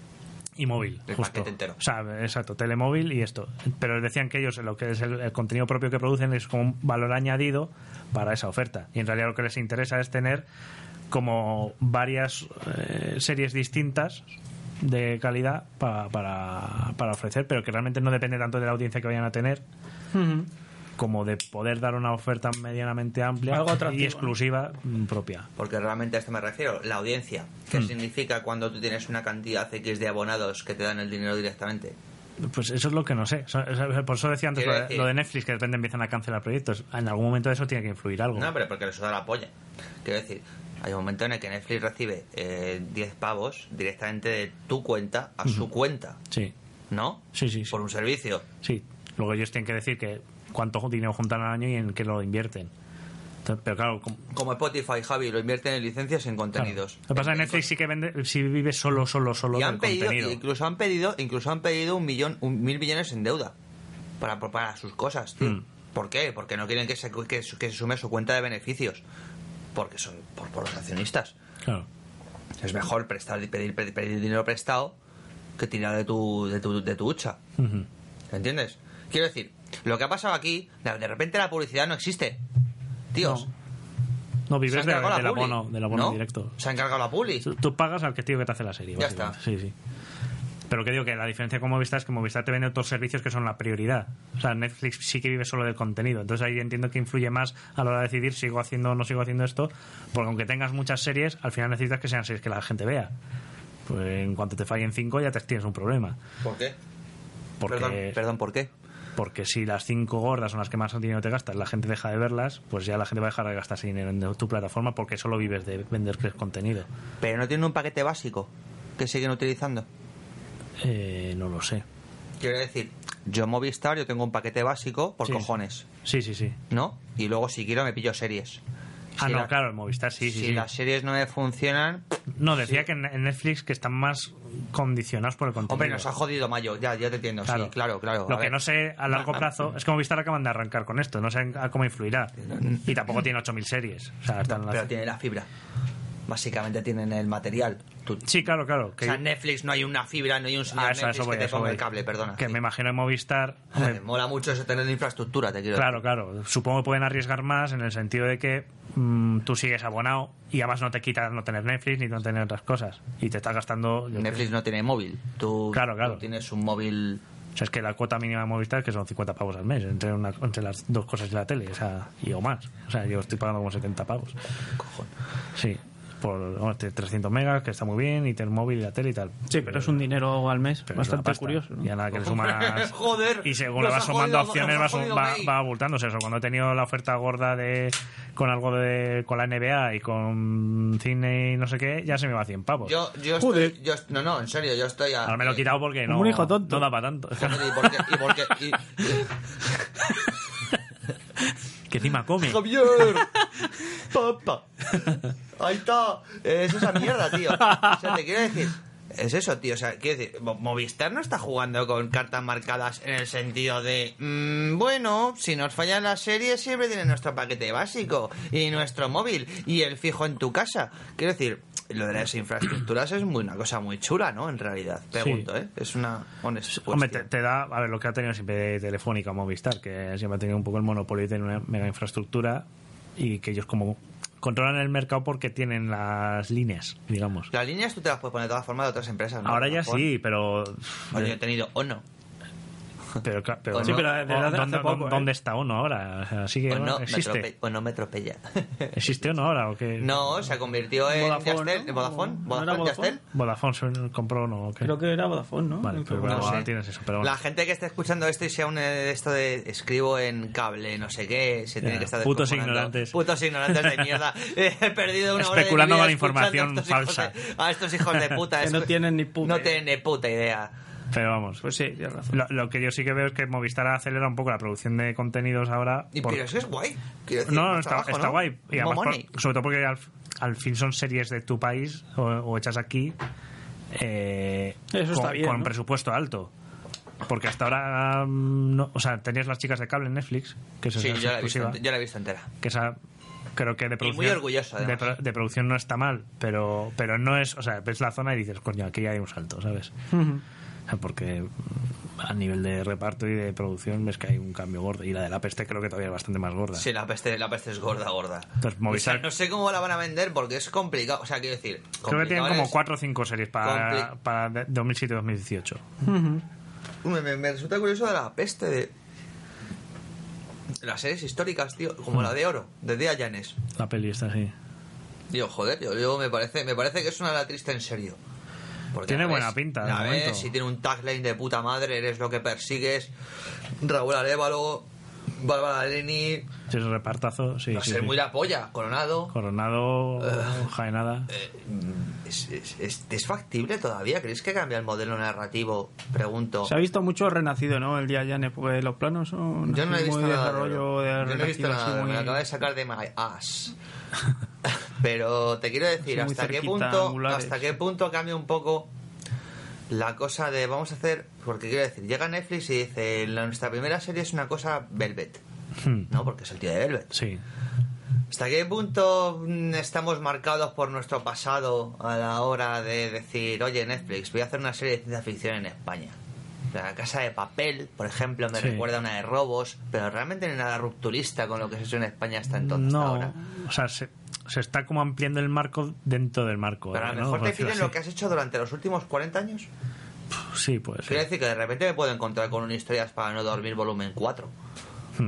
y móvil, El justo. paquete entero. O sea, exacto, telemóvil y esto. Pero decían que ellos lo que es el, el contenido propio que producen es como un valor añadido para esa oferta. Y en realidad lo que les interesa es tener como varias eh, series distintas de calidad pa- para, para ofrecer, pero que realmente no depende tanto de la audiencia que vayan a tener, Ujú. como de poder dar una oferta medianamente amplia Algo atractivo, y exclusiva mm, propia. Porque realmente a esto me refiero, la audiencia. ¿Qué significa cuando tú tienes una cantidad X de abonados que te dan el dinero directamente? Pues eso es lo que no sé. So- so- Por eso decía antes lo Quiero de, decir- lo de Netflix, que de repente empiezan a cancelar proyectos. En algún momento eso tiene que influir algo. No, pero porque les da la polla. Quiero decir, hay un momento en el que Netflix recibe eh, 10 pavos directamente de tu cuenta a su cuenta, Sí, ¿no? Sí, sí, sí. Por un servicio. sí. Luego ellos tienen que decir que cuánto dinero juntan al año y en qué lo invierten. Entonces, Pero claro, como- Como Spotify, Javi, lo invierten en licencias y en claro. contenidos. Lo que pasa es que Netflix sí que vende, sí vive solo, solo, solo Y del han pedido, contenido. incluso han pedido, incluso han pedido un millón, un mil millones en deuda para, para sus cosas, tío. Mm. ¿Por qué? Porque no quieren que se, que, su- que se sume a su cuenta de beneficios. Porque son por, por los accionistas. Claro. Es mejor prestar pedir, pedir, pedir dinero prestado que tirar de tu, de tu, de tu hucha. Ujú. ¿Entiendes? Quiero decir, lo que ha pasado aquí, la- de repente la publicidad no existe. Tíos, No se vives han de- cargado del la puli. abono, del abono ¿No? directo. Se han cargado la puli. Tú, tú pagas al que tío que te hace la serie. Ya básicamente. está. Sí, sí. Pero que digo que la diferencia con Movistar es que Movistar te vende otros servicios que son la prioridad. O sea, Netflix sí que vive solo del contenido. Entonces ahí entiendo que influye más a la hora de decidir sigo haciendo o no sigo haciendo esto. Porque aunque tengas muchas series, al final necesitas que sean series que la gente vea. Pues en cuanto te fallen cinco ya te tienes un problema. ¿Por qué? Porque, Perdón, perdón, ¿por qué? porque si las cinco gordas son las que más dinero te gastas, la gente deja de verlas, pues ya la gente va a dejar de gastarse dinero en tu plataforma porque solo vives de vender contenido. Pero no tienen un paquete básico que siguen utilizando. Eh, no lo sé. Quiero decir, yo en Movistar yo tengo un paquete básico por Sí. cojones, Sí, sí, sí. ¿no? Y luego si quiero me pillo series. Ah, Si no, la- claro, el Movistar sí, sí, si sí. las series no me funcionan, No, decía que en en Netflix que están más condicionados por el contenido. hombre, nos ha jodido Mayo, ya, ya te entiendo, claro. sí, claro, claro. Lo a que ver. no sé a largo plazo es que Movistar acaban de arrancar con esto, no sé a cómo influirá. Y tampoco tiene 8.000 series. O sea, están Pero las- tienen la fibra. Básicamente tienen el material. Tú- Sí, claro, claro. O que- sea, en Netflix no hay una fibra, no hay un señor Ah, eso, Netflix eso voy, que te eso ponga voy. el cable, perdona. Que Sí. me imagino en Movistar. Joder, hombre, mola mucho eso tener infraestructura, te quiero Claro, claro. Supongo que pueden arriesgar más en el sentido de que mm, tú sigues abonado y además no te quitas no tener Netflix ni no tener otras cosas. Y te estás gastando. yo decir. qué Netflix no tiene móvil. Tú, Claro, tú claro. tienes un móvil. O sea, es que la cuota mínima de Movistar que son 50 pavos al mes, entre, una- entre las dos cosas de la tele, o sea, y o más. O sea, yo estoy pagando como 70 pavos. Sí, por vamos, te- 300 megas, que está muy bien, y el móvil y la tele y tal. Sí, pero es un dinero al mes pero es una bastante pasta. curioso. ¿no? Ya nada, que le sumas... Joder, Y según le nos vas ha sumando jodido- opciones, nos ha vas jodido va, May. va abultándose eso. Cuando he tenido la oferta gorda de con algo de con la NBA y con cine y no sé qué, ya se me va a 100 pavos. Yo, yo Joder. estoy. Yo, no, no, en serio, yo estoy. A, Ahora me lo he eh, quitado porque no, un hijo tonto. no da para tanto. joder, ¿y por qué? ¿Y por qué? Y- que encima come. ¡Javier! ¡Papá! Ahí está. Eh, Es esa mierda, tío. O sea, te quiero decir. Es eso, tío. O sea, quiero decir, Mo- Movistar no está jugando con cartas marcadas en el sentido de, mm, bueno, si nos fallan las series, siempre tiene nuestro paquete básico y nuestro móvil y el fijo en tu casa. Quiero decir, lo de las infraestructuras es muy, una cosa muy chula, ¿no? En realidad, pregunto, ¿eh? Es una honesta Hombre, te, cuestión. te da, a ver, lo que ha tenido siempre Telefónica o Movistar, que siempre ha tenido un poco el monopolio y tiene una mega infraestructura y que ellos como controlan el mercado porque tienen las líneas, digamos. Las líneas tú te las puedes poner de todas formas de otras empresas, ¿no? Ahora ya Japón. sí, pero... eh, Bueno, yo he tenido o no. pero, ca- pero Sí, pero desde ¿dó- hace ¿dónde, poco, ¿eh? dónde está uno ahora? O sea, sigue, O Pues no, me atrope- Pues ¿Existe? o no me atropella. ¿Existe uno ahora o qué? no, se convirtió en Vodafone, Yastel. ¿no? ¿Vodafone? ¿No era ¿Vodafone? Vodafone? ¿Yastel? Vodafone se compró uno o qué? Creo que era Vodafone, ¿no? Vale, En pero febrero. bueno, No ahora sé. tienes eso, pero bueno. La gente que está escuchando esto y sea un eh, de esto de escribo en cable, no sé qué, se tiene Ya, que estar putos descojonando. ignorantes. Putos ignorantes de mierda. He perdido una Especulando hora de mi con vida información escuchando a estos falsa. hijos de- a estos hijos de puta. Que Es- no tienen ni puta No idea. tienen ni puta idea. Pero vamos, Pues sí, tienes razón. lo, lo que yo sí que veo es que Movistar acelera un poco la producción de contenidos ahora. Y, por- pero eso es guay. Quiero decir, No, más está, trabajo, está ¿no? guay. Y More además, por- money. sobre todo porque al, al fin son series de tu país o, o hechas aquí eh, Eso con, está bien, con ¿no? presupuesto alto. Porque hasta ahora, mm, no- o sea, tenías las chicas de cable en Netflix, que es Sí, esa yo la, he visto, exclusiva, ent- yo la he visto entera. que esa creo que de producción orgulloso, de, además. pro- de producción no está mal, pero pero no es, o sea, ves la zona y dices, coño, aquí hay un salto, ¿sabes? Ujú. O sea, porque mm, a nivel de reparto y de producción ves que hay un cambio gordo y la de la peste creo que todavía es bastante más gorda. Sí, la peste, la peste es gorda, gorda. Entonces, Movistar- O sea, no sé cómo la van a vender porque es complicado. O sea, quiero decir. Creo que tienen complicado como es- 4 o 5 series para, Compli- para 2007-2018. Me, me- me resulta curioso de la peste de. Las series históricas, tío, como la de oro, de Día Llanes. La peli está así. Digo, joder, yo, yo me parece, me parece que es una la triste en serio. Porque Tiene la buena pinta, de La momento. ves, si tiene un tagline de puta madre, eres lo que persigues. Raúl Arevalo, Bárbara Leni, Si es repartazo, sí. no sí, sé, sí. muy la polla, Coronado. Coronado, Jaenada. Eh, mm, es, es- es- ¿es factible todavía? ¿Crees que cambia el modelo narrativo? Pregunto. Se ha visto mucho renacido, ¿no? El día Llanes, porque los planos son Yo no he así visto muy nada. de desarrollo oro. de Yo no he visto Renacido, así nada. de oro. muy- Me acaba de sacar de my ass. Pero te quiero decir, Así muy hasta qué cerquita, punto, angulares. hasta qué punto cambia un poco la cosa de vamos a hacer, porque quiero decir, llega Netflix y dice, "La- nuestra primera serie es una cosa Velvet, Hmm. ¿no? Porque es el tío de Velvet. Sí. ¿Hasta qué punto mm, estamos marcados por nuestro pasado a la hora de decir, oye Netflix, voy a hacer una serie de ciencia ficción en España? La Casa de Papel, por ejemplo, me Sí. recuerda a una de Robos, pero realmente no hay nada rupturista con lo que se ha hecho en España hasta entonces. No, ahora. o sea, se, se está como ampliando el marco dentro del marco. Pero a ¿no? lo mejor Por te decirlo piden así. lo que has hecho durante los últimos 40 años. Sí, pues. Quiero decir que de repente me puedo encontrar con una historias para no dormir volumen 4. Hmm.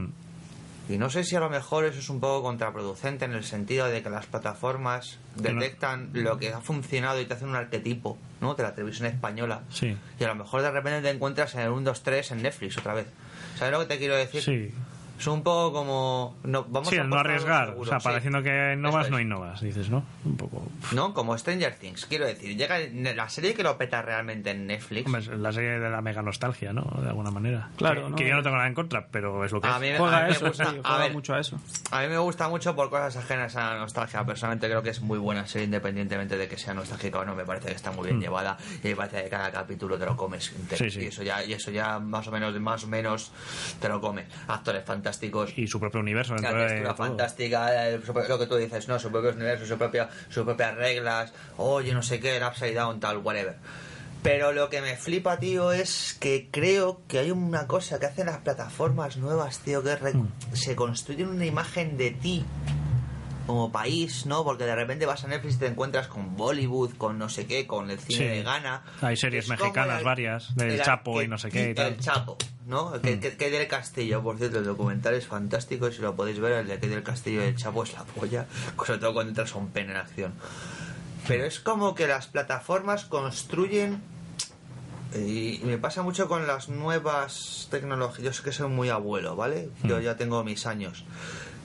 Y no sé si a lo mejor eso es un poco contraproducente en el sentido de que las plataformas Que no- detectan lo que ha funcionado y te hacen un arquetipo, ¿no? De la televisión española. Sí. Y a lo mejor de repente te encuentras en el 1, 2, 3 en Netflix otra vez. ¿Sabes lo que te quiero decir? Sí. Es un poco como... No, vamos Sí, a el no apostar a lo arriesgar. seguro, O sea, sí. pareciendo que innovas, Eso es. no innovas, dices, ¿no? Un poco. No, como Stranger Things. Quiero decir, llega ne- la serie que lo peta realmente en Netflix. Hombre, es la serie de la mega nostalgia, ¿no? De alguna manera. Claro, Que, ¿no? que yo no tengo nada en contra, pero es lo que A es. mí me- Juega a a mí me eso, gusta- sí, a juega ver. mucho a eso. A mí me gusta mucho por cosas ajenas a la nostalgia. Personalmente creo que es muy buena serie, independientemente de que sea nostálgica o no. Me parece que está muy bien llevada y me parece que cada capítulo te lo comes. entero. Mm. Sí, sí. Y eso ya, y eso ya más o menos, más o menos te lo comes. Actores fantásticos. Y su propio universo La dentro de. textura todo. fantástica, eh, su pro- lo que tú dices, ¿no? Su propio universo, su propia, sus propias reglas, oye, no sé qué, el upside down, tal, whatever. Pero lo que me flipa, tío, es que creo que hay una cosa que hacen las plataformas nuevas, tío, que es re- Mm. se construyen una imagen de ti como país, ¿no? Porque de repente vas a Netflix y te encuentras con Bollywood, con no sé qué, con el cine Sí. de Ghana. Hay series Es como mexicanas el- varias, del el Chapo y no sé qué y arquetipo- tal. Mm. El Chapo, ¿no? El Que, que- que del Castillo, por cierto, el documental es fantástico y si lo podéis ver, el de que del Castillo del Chapo es la polla, sobre todo cuando entras a un pen en acción. Pero es como que las plataformas construyen y me pasa mucho con las nuevas tecnologías. Yo sé que soy muy abuelo, ¿vale? Yo Hmm. ya tengo mis años.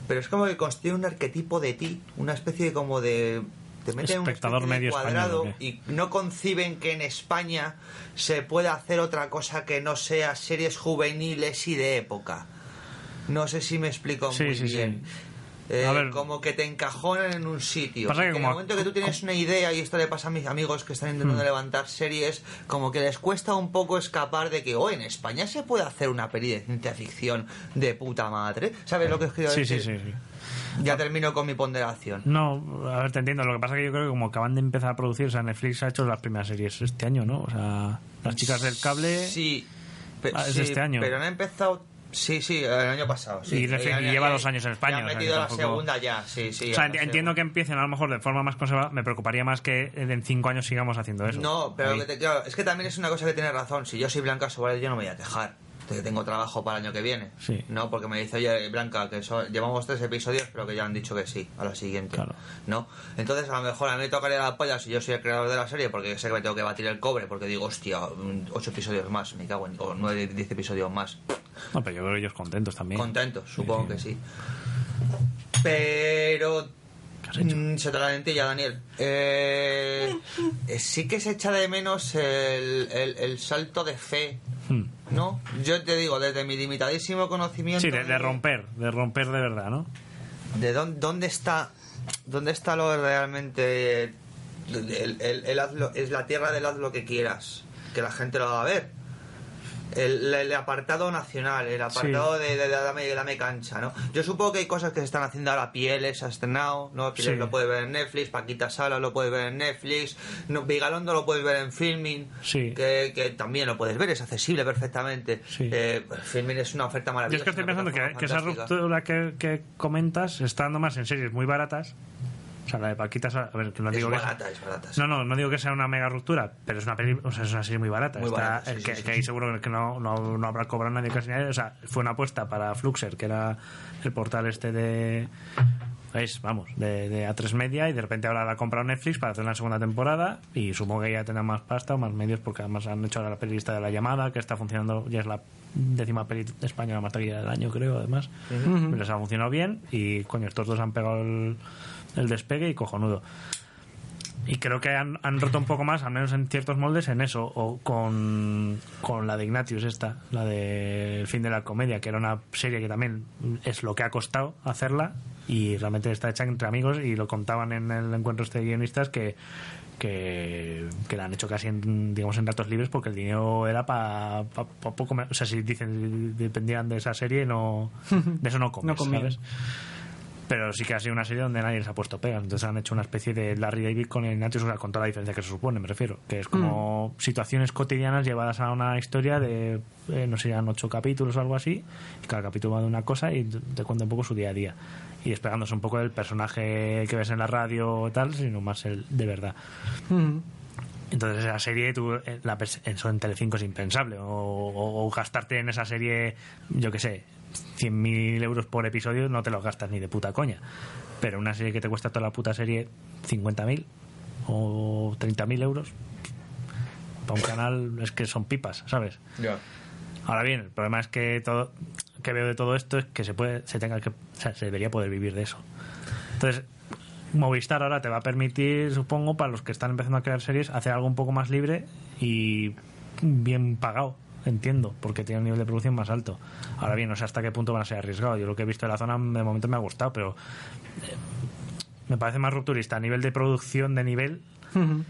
Pero es como que construye un arquetipo de ti, una especie como de... Te meten en una Espectador especie de medio español, cuadrado ¿o qué? y no conciben que en España se pueda hacer otra cosa que no sea series juveniles y de época. No sé si me explico Sí, muy sí, sí. bien. eh, A ver. como que te encajonan en un sitio. Pasa que en como- el momento que tú tienes una idea, y esto le pasa a mis amigos que están intentando Hmm. levantar series, como que les cuesta un poco escapar de que, oh, en España se puede hacer una peli de ciencia ficción de puta madre. ¿Sabes lo que os quiero Sí, sí, decir? sí, sí. Ya termino con mi ponderación. No, a ver, te entiendo. Lo que pasa es que yo creo que como acaban de empezar a producir, o sea, Netflix ha hecho las primeras series este año, ¿no? O sea, las chicas del cable. Sí, pe- Ah, es sí, este año. Pero han empezado. Sí, sí, el año pasado. sí. Y refi- Ya- y ya- lleva ya- dos años en Ya España, han o sea, que metido la tampoco- segunda ya, sí, sí. O sea, ya enti- la entiendo que segunda. empiecen a lo mejor de forma más conservadora. Me preocuparía más que en cinco años sigamos haciendo eso. No, pero Ahí. lo que te- claro, es que también es una cosa que tienes razón. Si yo soy Blanca Suárez, yo no me voy a quejar de que tengo trabajo para el año que viene. Sí. No, porque me dice, oye, Blanca, que so- llevamos tres episodios, pero que ya han dicho que sí, a la siguiente. Claro. ¿No? Entonces, a lo mejor a mí me tocaría la polla si yo soy el creador de la serie, porque sé que me tengo que batir el cobre, porque digo, hostia, mm, ocho episodios más, me cago en. o nueve, diez episodios más. No, pero yo creo que ellos contentos también. Contentos, supongo sí. que sí. Pero. ¿Qué has hecho? mm, Se te la lentilla, Daniel. Eh, eh, sí que se echa de menos el, el- el salto de fe, Hmm. ¿no? Yo te digo, desde mi limitadísimo conocimiento. Sí, de, de romper, de romper de verdad, ¿no? ¿De dónde, dónde está dónde está lo realmente eh, el- el- el haz lo- es la tierra del haz lo que quieras que la gente lo va a ver el, el apartado nacional el apartado de, de- de dame, dame cancha no yo supongo que hay cosas que se están haciendo ahora pieles ha estrenado no Pieles Sí. lo puedes ver en Netflix Paquita Sala lo puedes ver en Netflix no, Vigalondo lo puedes ver en Filming Sí. que, que también lo puedes ver es accesible perfectamente Sí. Eh, Filmin es una oferta Yo maravillosa es que estoy es una pensando que, plataforma que esa fantástica. ruptura que, que comentas se está dando más en series muy baratas. O sea, la de Paquitas, a ver, que no es digo que. barata es barata sí. No, no, no digo que sea una mega ruptura, pero es una peli- o sea, es una serie muy barata. Muy Está- barata, sí, que, sí, sí, que ahí sí. seguro que no, no, no habrá cobrado nadie casi nadie. O sea, fue una apuesta para Fluxer, que era el portal este de. Es, vamos, de, de A3 Media y de repente ahora la ha comprado Netflix para hacer una segunda temporada y supongo que ya tendrá más pasta o más medios porque además han hecho ahora la pelista de la llamada que está funcionando, ya es la décima peli española más taquillera del año creo además, les ha funcionado bien y coño, estos dos han pegado el, el despegue y cojonudo. Y creo que han, han roto un poco más, al menos en ciertos moldes, en eso. O con, con la de Ignatius, esta, la de El fin de la comedia, que era una serie que también es lo que ha costado hacerla. Y realmente está hecha entre amigos. Y lo contaban en el encuentro este de guionistas que, que, que la han hecho casi en, digamos, en ratos libres porque el dinero era para poco. me- O sea, si dicen dependían de esa serie, no de eso no comes. No comían. ¿sabes? Pero sí que ha sido una serie donde nadie les ha puesto pegas. Entonces han hecho una especie de Larry David con el Ignatius, o sea, con toda la diferencia que se supone, me refiero. Que es como situaciones cotidianas llevadas a una historia de, eh, no sé, eran ocho capítulos o algo así. Y cada capítulo va de una cosa y te- te cuenta un poco su día a día. Y despegándose un poco del personaje que ves en la radio o tal, sino más el de verdad. Mm. Entonces esa serie tú, eh, la pers- eso en Telecinco es impensable o, o- o gastarte en esa serie yo qué sé 100.000 euros por episodio no te los gastas ni de puta coña pero una serie que te cuesta toda la puta serie 50.000 o 30.000 euros para un canal es que son pipas ¿sabes? Ya. Ahora bien, el problema es que todo que veo de todo esto es que se puede, se tenga que, o sea, se debería poder vivir de eso. Entonces, Movistar ahora te va a permitir, supongo, para los que están empezando a crear series, hacer algo un poco más libre y bien pagado, entiendo, porque tiene un nivel de producción más alto. Ahora bien, no sé hasta qué punto van a ser arriesgados. Yo lo que he visto de la zona de momento me ha gustado, pero eh, me parece más rupturista a nivel de producción, de nivel, Ujú.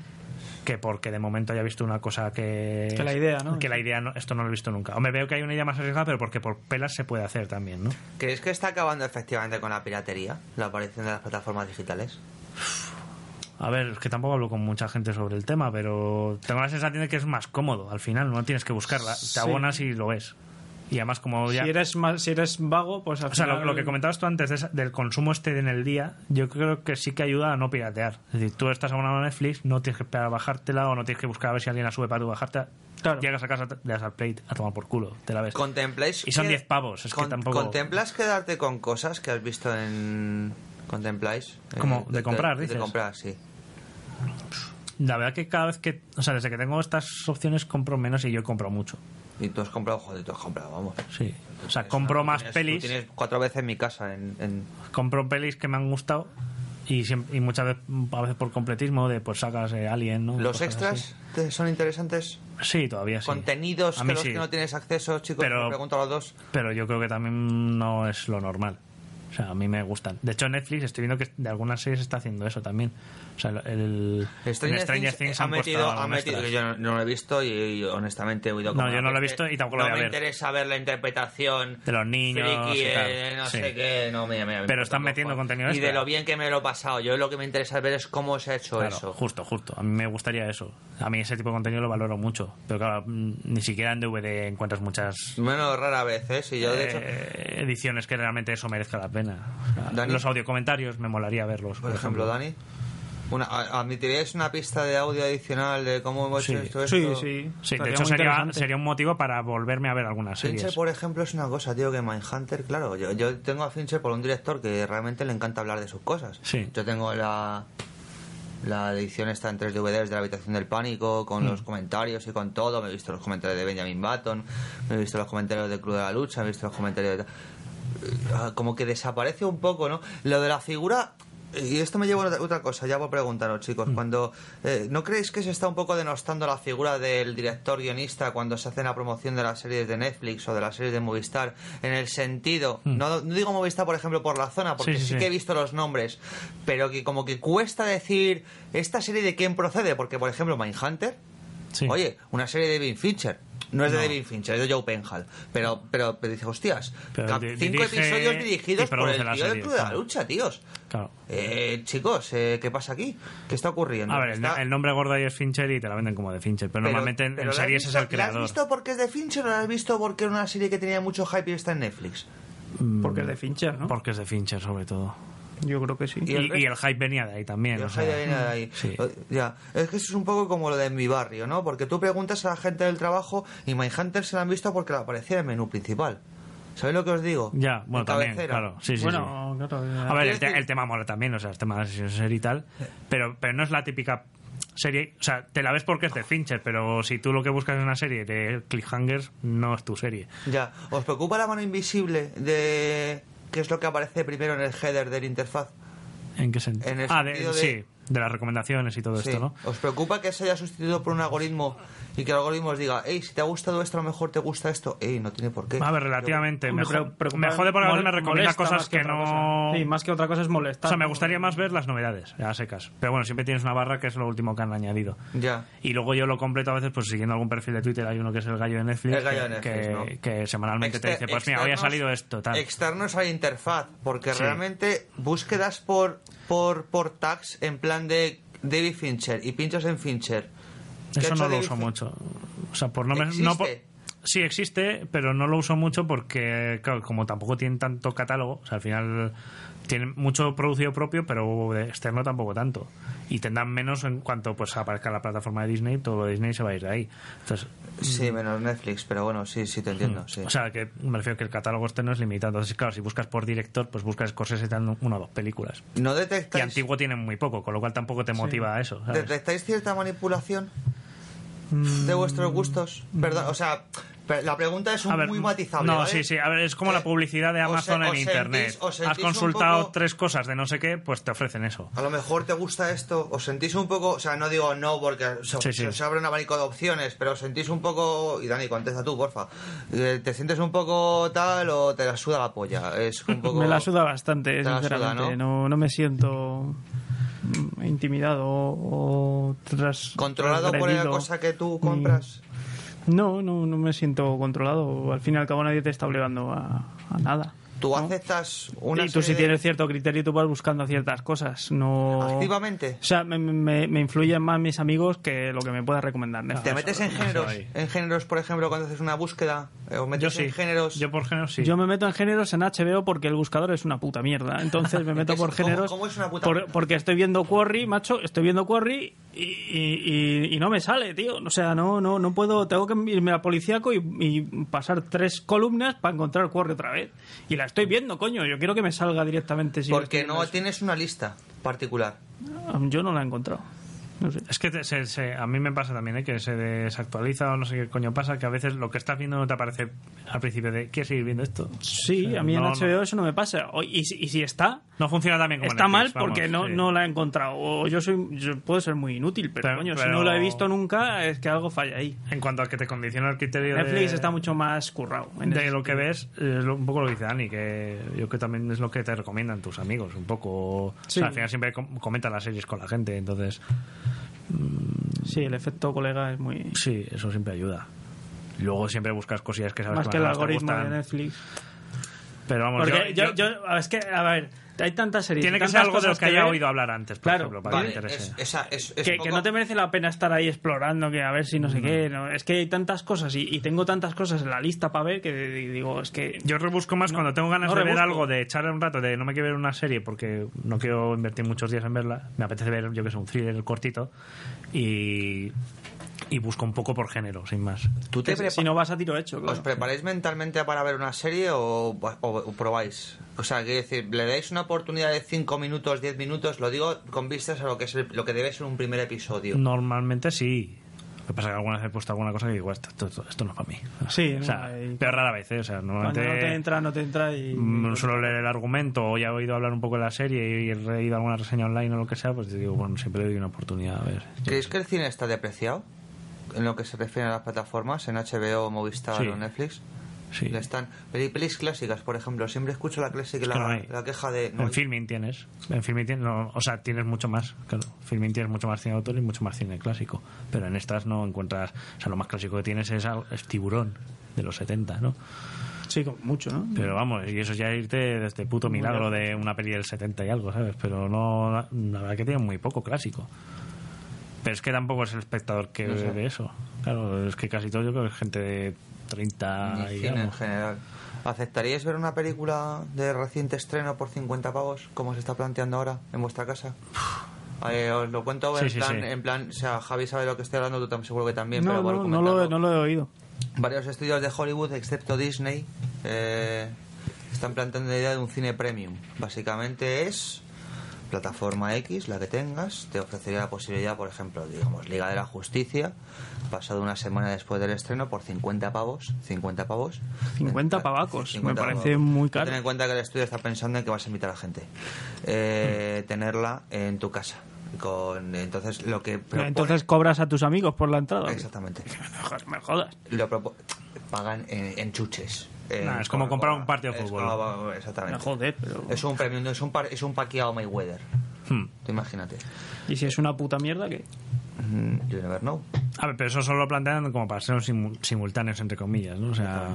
que porque de momento haya visto una cosa que... Que la idea, ¿no? Que la idea, no- esto no lo he visto nunca. O me veo que hay una idea más arriesgada, pero porque por pelas se puede hacer también, ¿no? ¿Crees que está acabando efectivamente con la piratería? La aparición de las plataformas digitales. A ver, es que tampoco hablo con mucha gente sobre el tema, pero tengo la sensación de que es más cómodo. Al final no tienes que buscarla. Sí. Te abonas y lo ves. Y además como Oh, ya... Si eres más, si eres vago, pues al O sea, lo, final- lo que comentabas tú antes de esa- del consumo este en el día, yo creo que sí que ayuda a no piratear. Es decir, tú estás abonado a Netflix, no tienes que esperar a bajártela o no tienes que buscar a ver si alguien la sube para tú bajártela. Claro. Llegas a casa, te le das al plate a tomar por culo, te la ves. ¿Contempláis Y son que- 10 pavos, es que tampoco- ¿Contemplas quedarte con cosas que has visto en... ¿Contempláis? Eh, ¿Cómo? ¿De comprar, de, dices? comprar, sí. La verdad que cada vez que, o sea, desde que tengo estas opciones compro menos y yo compro mucho. Y tú has comprado, joder, tú has comprado, vamos. Sí. O sea, Tienes- compro tú más tienes- tú pelis, Tienes cuatro veces mi casa en... en- compro pelis que me han gustado y, siem- y muchas veces, a veces por completismo, de pues sacas eh, Alien, ¿no? ¿Los Cosas extras te son interesantes? así. Sí, todavía sí. ¿Contenidos A que mí los sí. que no tienes acceso, chicos? Pero- Me pregunto a los dos. Pero yo creo que también no es lo normal. O sea, a mí me gustan. De hecho, Netflix estoy viendo que de algunas series está haciendo eso también. O sea, el, en Stranger Stranger Things ha han puesto metido, ha algunas metido que extras. yo no, no lo he visto y, y honestamente he oído No, como yo la no lo he peste. visto y tampoco lo no voy a me ver. interesa ver la interpretación De los niños friki, y tal. eh, no Sí. sé qué, no me, me- me importa están un metiendo cojón. contenido y extra. de lo bien que me lo he pasado. Yo lo que me interesa ver es cómo se ha hecho Claro, eso. justo, justo. A mí me gustaría eso. A mí ese tipo de contenido lo valoro mucho. Pero claro, mm, ni siquiera en DVD encuentras muchas Bueno, rara vez, ¿eh? Si yo de hecho, eh, ediciones que realmente eso merezca la pena. O sea, Dani. los audiocomentarios me molaría verlos. por ejemplo, Dani, una, a- ¿admitirías una pista de audio adicional de cómo hemos Sí. hecho esto? Sí, sí. Sí, Estaría de hecho muy sería, interesante. sería un motivo para volverme a ver algunas Fincher, series. por ejemplo, es una cosa, tío, que Mindhunter, claro, yo, yo tengo a Fincher por un director que realmente le encanta hablar de sus cosas. Sí. Yo tengo la, la edición esta en tres DVDs de La Habitación del Pánico, con Mm. los comentarios y con todo. Me he visto los comentarios de Benjamin Button, me he visto los comentarios de Club de la Lucha, me he visto los comentarios de... Ah, Como que desaparece un poco, ¿no? Lo de la figura... Y esto me lleva a otra- otra cosa, ya por preguntaros, Mm. chicos. Cuando eh, ¿No creéis que se está un poco denostando la figura del director guionista cuando se hace la promoción de las series de Netflix o de las series de Movistar? En el sentido, no, no digo Movistar, por ejemplo, por la zona, porque Mm. Sí, sí, sí, sí. que he visto los nombres, pero que como que cuesta decir esta serie de quién procede, porque por ejemplo Mindhunter, Sí. oye, una serie de David Fincher. No es de David Fincher, es de Joe Penhall. Pero, pero, pero dice, hostias, Pero ca- di- cinco dirige episodios y dirigidos por produce el la tío del serie, Club de la claro. Lucha, tíos. Claro. Eh, chicos, eh, ¿qué pasa aquí? ¿Qué está ocurriendo? A ver, el, Está- el nombre gordo ahí es Fincher y te la venden como de Fincher, pero, pero- normalmente en- pero en ¿la has series visto- es el ¿La has creador. visto porque es de Fincher o la has visto porque era una serie que tenía mucho hype y está en Netflix? Porque Mm. es de Fincher, ¿no? Porque es de Fincher, sobre todo. Yo creo que sí. Y Y, el y el hype venía de ahí también. Yo o soy sea. de ahí, de ahí. Sí. Eh, Ya. Es que eso es un poco como lo de mi barrio, ¿no? Porque tú preguntas a la gente del trabajo y Mindhunter se la han visto porque la aparecía en el menú principal. ¿Sabéis lo que os digo? Ya, bueno, En también, cabecera. claro. Sí, sí, sí. bueno, claro. A ver, el, Quiero te- decir- el tema mola también, o sea, el tema de la sesión serie y tal, pero, pero no es la típica serie, o sea, te la ves porque es de Fincher, pero si tú lo que buscas es una serie de cliffhangers, no es tu serie. Ya. ¿Os preocupa la mano invisible de qué es lo que aparece primero en el header del interfaz? ¿En qué sentido? En el ah, de, sentido de- sí, de las recomendaciones y todo Sí. esto, ¿no? ¿Os preocupa que se haya sustituido por un algoritmo y que el algoritmo os diga, hey, si te ha gustado esto, a lo mejor te gusta esto? Ey, no tiene por qué. A ver, relativamente. Hombre, mejor, pre- preocupar- me jode por mol- haberme recomienda molesta cosas más que, otra no... cosa. Sí, más que otra cosa es o molestar. sea, me gustaría más ver las novedades, a secas. Pero bueno, siempre tienes una barra que es lo último que han añadido. Ya. Y luego yo lo completo a veces, pues siguiendo algún perfil de Twitter, hay uno que es el gallo de Netflix, El gallo que, de Netflix, que- ¿no? que semanalmente te Exter- dice, pues mira, hoy ha externos- salido esto, tal. Externos a la interfaz, porque Sí. realmente búsquedas por, por, por tags en plan de David Fincher y pinchas en Fincher. ¿Qué ha Eso hecho no lo David uso Fin- mucho. O sea, por no me- no por- ¿Existe? sí, existe, pero no lo uso mucho porque, claro, como tampoco tienen tanto catálogo, o sea, al final tienen mucho producido propio, pero de externo tampoco tanto. Y tendrán menos en cuanto pues aparezca la plataforma de Disney, todo lo de Disney se va a ir de ahí. Entonces, Sí, menos Netflix, pero bueno, sí, sí, te entiendo. Sí. Mm. O sea, que me refiero que el catálogo externo es limitado. Entonces, claro, si buscas por director, pues buscas Scorsese y tal, una o dos películas. ¿No Y detectáis, antiguo tienen muy poco, con lo cual tampoco te motiva a eso. ¿sabes? Mm. detectáis cierta manipulación de vuestros gustos? Perdón, o sea, pe- la pregunta es un A ver, muy matizable. No, ¿vale? sí, sí. A ver, es como la Eh, publicidad de os Amazon se- en os Internet. sentís- os Has sentís un consultado poco- tres cosas de no sé qué, pues te ofrecen eso. A lo mejor te gusta esto, os sentís un poco, o sea, no digo no porque se, Sí, sí. se os abre un abanico de opciones, pero os sentís un poco, y Dani, contesta tú, porfa, Eh, ¿te sientes un poco tal o te la suda la polla? Es un poco... Me la suda bastante, Te la suda, sinceramente. ¿no? ¿no? No, me siento mm, intimidado o tras. ¿Controlado por la transgredido. cosa que tú compras? Mm. No, no, no me siento controlado. Al fin y al cabo nadie te está obligando a, a nada. ¿Tú ¿no? aceptas una... y tú si serie de- tienes cierto criterio tú vas buscando ciertas cosas, no... Activamente. O sea, me, me- me influyen más mis amigos que lo que me pueda recomendar. Netflix. ¿Te metes en géneros? ahí. En géneros, por ejemplo, cuando haces una búsqueda, eh, ¿os metes Yo sí. en géneros? Yo por género sí. Yo me meto en géneros en HBO porque el buscador es una puta mierda. Entonces me meto Es- por ¿cómo- géneros cómo es una puta por- mierda? porque estoy viendo Quarry, macho, estoy viendo Quarry y, y- y- y no me sale, tío. O sea, no no no puedo, tengo que irme a policíaco y, y pasar tres columnas para encontrar Quarry otra vez. Y la estoy viendo, coño. Yo quiero que me salga directamente. Si yo Porque estoy no viendo tienes una lista particular. eso. Yo no la he encontrado. No sé. Es que te- se- se- a mí me pasa también, ¿eh? que se desactualiza o no sé qué coño pasa, que a veces lo que estás viendo no te aparece al principio de ¿quieres seguir viendo esto? Sí, Sí, a mí en no, HBO no. eso no me pasa. O- y, si- y si está, No funciona tan bien como está mal Netflix, vamos, porque no, sí. no la he encontrado. O yo soy yo puedo ser muy inútil, pero, Pero- coño, si pero- no la he visto nunca, es que algo falla ahí. En cuanto a que te condiciona el criterio de- Netflix está mucho más currado. en de ese lo que sentido. ves, es lo- un poco lo que dice Dani, que yo creo que también es lo que te recomiendan tus amigos, un poco. O Sí. sea, al final siempre com- comentan las series con la gente, entonces Sí, el efecto colega es muy. sí, eso siempre ayuda. Luego siempre buscas cosillas que sabes Más que van el a- te algoritmo de gustan, Netflix. Pero vamos, Porque Pues yo- yo, yo- yo- es que, a ver, hay tantas series. tiene y que tantas ser algo de lo cosas que haya ver oído hablar antes, por Claro, ejemplo, para Vale, que te interese. es- esa- es- es Que, poco- que no te merece la pena estar ahí explorando, que a ver si no Mm. sé qué. no. Es que hay tantas cosas y, y tengo tantas cosas en la lista para ver que di- digo, es que. Yo rebusco más cuando tengo ganas no de ver rebusco. algo, de echarle un rato, de no me quiero ver una serie porque no quiero invertir muchos días en verla. Me apetece ver, yo que sé, un thriller cortito y, y busco un poco por género, sin más. ¿Tú te que si prepa- no vas a tiro hecho, claro. ¿Os preparáis mentalmente para ver una serie o, o- o probáis? O sea, quiero decir, ¿le dais una oportunidad de 5 minutos, 10 minutos? Lo digo con vistas a lo que, es el- lo que debe ser un primer Mm. episodio. Normalmente sí. Lo que pasa es que algunas he puesto alguna cosa que digo, esto, esto, esto- esto no es para mí. Sí, O no, sea, ahí- pero rara vez, ¿eh? O sea, normalmente... Cuando no te entra, no te entra y. pues, mm, Suelo leer el argumento o ya he oído hablar un poco de la serie y he leído alguna reseña online o lo que sea, pues digo, bueno, siempre le doy una oportunidad a ver. ¿Creéis que el cine está depreciado? En lo que se refiere a las plataformas, en HBO, Movistar Sí. o Netflix. Sí. Le están. peli- Pelis clásicas, por ejemplo. Siempre escucho la, clásica, que no la, hay. la queja de. no en hay. filming tienes. En filming tienes, no, o sea, tienes mucho más. Claro, filming tienes mucho más cine de autor y mucho más cine clásico. Pero en estas no encuentras. O sea, lo más clásico que tienes es, al- es Tiburón de los 70, ¿no? Sí, como mucho, ¿no? Mm. Pero vamos, y eso ya irte desde puto milagro de una peli del 70 y algo, ¿sabes? Pero no. La verdad que tiene muy poco clásico. Pero es que tampoco es el espectador que ve de eso. Claro, es que casi todo yo creo que es gente de 30 Ni y cine en algo. general. ¿Aceptaríais ver una película de reciente estreno por 50 pavos, como se está planteando ahora en vuestra casa? Eh, os lo cuento Sí, en, sí, plan, sí. en plan, o sea, Javi sabe de lo que estoy hablando, tú también seguro que también, no, pero vuelvo no, a no lo, comentarlo. no lo he oído. Varios estudios de Hollywood, excepto Disney, eh, están planteando la idea de un cine premium. Básicamente es plataforma X, la que tengas, te ofrecería la posibilidad, por ejemplo, digamos, Liga de la Justicia, pasado una semana después del estreno, por 50 pavos, 50 pavos. 50 Eh, pavacos, 50 me parece muy caro. Ten en cuenta que el estudio está pensando en que vas a invitar a gente. Eh, Mm. Tenerla en tu casa. Con, entonces, lo que... propone- Entonces cobras a tus amigos por la entrada. Exactamente Joder, me jodas. lo propo- pagan en, en chuches. en Nah, es como comprar un partido de Coca-Cola. Es como- exactamente. joder, pero... Es un premium, es un, par, es un paqueado Mayweather. Hmm. Tú imagínate. ¿Y si es una puta mierda qué? Mm, You never know. A ver, pero eso solo lo plantean como para ser un simu- simultáneos, entre comillas, ¿no? O sea,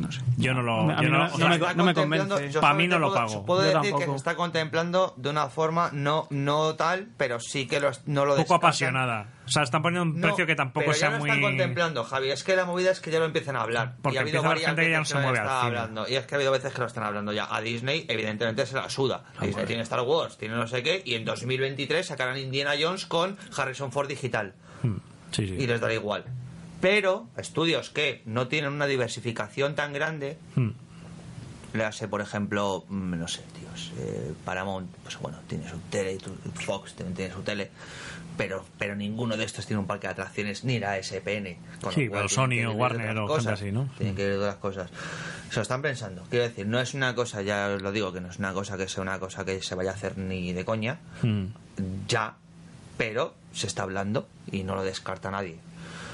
No sé. yo no lo... A mí yo no- no- o no sea, me- Está convence. contemplando- yo Pa' solo mí te no lo puedo- pago. Puedo Yo decir que tampoco. se está contemplando de una forma no, no tal, pero sí que lo, es- no lo un poco descartan. apasionada. O sea, están poniendo un No, precio que tampoco pero sea ya lo muy... están contemplando, Javi. Es que la movida es que ya lo empiezan a hablar. Porque y ha habido empieza la varias gente que ya no veces se mueve lo al está cine. hablando. Y es que ha habido veces que lo están hablando ya. A Disney, evidentemente, se la suda. Disney tiene Star Wars, tiene no sé qué. Y en 2023 sacarán Indiana Jones con Harrison Ford digital. Hmm, Sí, sí. Y les dará igual. Pero estudios que no tienen una diversificación tan grande, Hmm. le hace, por ejemplo, mm, no sé, tíos, eh, Paramount, pues bueno, tiene su tele, y tu- Fox también tiene su tele, pero pero ninguno de estos tiene un parque de atracciones ni la SPN. con lo Sí, cual pero tienen Sony que o vivir de Warner otras o cosas, gente así, ¿no? Tienen que ver otras cosas. Se lo están pensando. Quiero decir, no es una cosa, ya os lo digo, que no es una cosa que sea una cosa que se vaya a hacer ni de coña, Hmm. ya, pero se está hablando y no lo descarta nadie.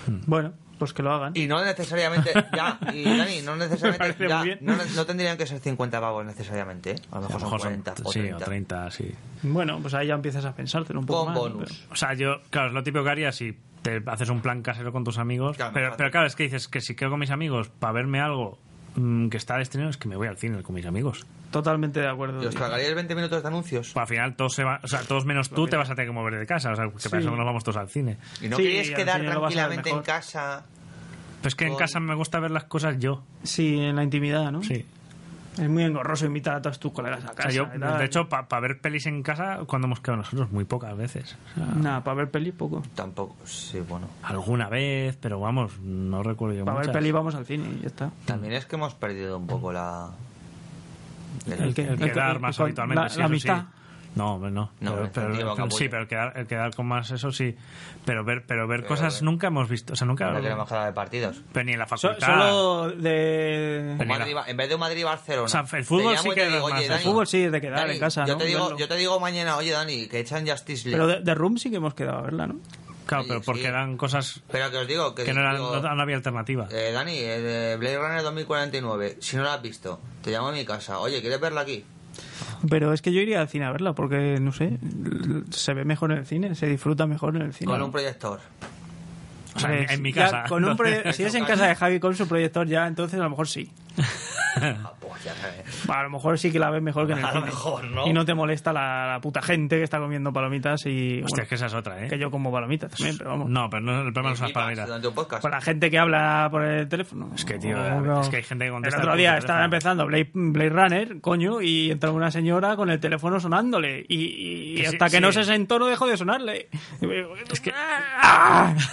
Mm. Bueno, pues que lo hagan. Y no necesariamente, ya, y Dani, no Me necesariamente, parece ya, muy bien. no, no tendrían que ser 50 pavos necesariamente, ¿eh? a lo A lo mejor, son mejor 40 o sí, 30. o 30, sí. Bueno, pues ahí ya empiezas a pensártelo un poco Con más. ¿no? bonus. Pero- O sea, yo, claro, es lo típico que haría si te haces un plan casero con tus amigos. Claro, pero, fácil. pero claro, es que dices que si quedo con mis amigos para verme algo mm, que está de estreno, es que me voy al cine con mis amigos. Totalmente de acuerdo. ¿Y os tío. cargaríais 20 minutos de anuncios? Pues al final, todos, se va- o sea, todos menos tú te vas a tener que mover de casa. O sea, que Sí. para eso nos vamos todos al cine. ¿Y no Sí, queréis al quedar final lo vas a ver tranquilamente en mejor. casa? Pero es que en Con- casa me gusta ver las cosas yo. Sí, en la intimidad, ¿no? Sí. Es muy engorroso invitar a todos tus colegas a O sea, casa. yo, y tal. de hecho, para ver pelis en casa, cuando hemos quedado nosotros, muy pocas veces. O sea, Nada, para ver peli poco. Tampoco, sí, bueno. alguna vez, pero vamos, no recuerdo yo Para ver muchas. peli vamos al cine y ya está. También es que hemos perdido un poco la... que- quedar que- más con- habitualmente, La, sí, la eso sí. amistad. No, hombre, no. No, pero, es pero- antiguo, pero- sí, capullo. pero el quedar, el quedar con más eso sí. Pero ver, pero ver Pero, cosas eh, nunca hemos visto. O sea, nunca. No queremos hablar de partidos. Pero ni en la So- facultad. solo de... Pero- Madrid- en vez de un Madrid-Barcelona. O sea, el fútbol Te llamo sí y que te digo, es más, "Oye, el Dani, fútbol sí es de quedar Dani, en casa, Yo ¿no? te, digo, Verlo. yo te digo mañana, oye, Dani, que echan Justice League. Pero Pero, de, de Room sí que hemos quedado a verla, ¿no? Claro, pero Sí, porque sí. eran cosas que os digo, que, que no, eran, digo, no, no había alternativa. eh, Dani, el, eh, Blade Runner 2049, si no la has visto, te llamo a mi casa. Oye, ¿quieres verla aquí? Pero es que yo iría al cine a verla porque, no sé, l- se ve mejor en el cine, se disfruta mejor en el cine. Eh, Con un proyector. O Eh, sea, en, en mi Ya, casa. con un proye- Entonces- si es en casa de Javi con su proyector ya, entonces a lo mejor sí. Ah, pues ya sabes. A lo mejor sí que la ves mejor que en el A lo cine. mejor, ¿no? Y no te molesta la, la puta gente que está comiendo palomitas y... Hostia, bueno, es que esa es otra, ¿eh? que yo como palomitas también, pero vamos. No, pero no, el problema no son las Flipas palomitas. Durante un podcast. Con la gente que habla por el teléfono. Es que, tío, No, no. es que hay gente que El contesta. otro por día teléfono. estaba empezando Blade, Blade Runner, coño, y entró una señora con el teléfono sonándole. Y, y- y Que sí, hasta que sí. no se sentó no dejó de sonarle. Ah. Es que...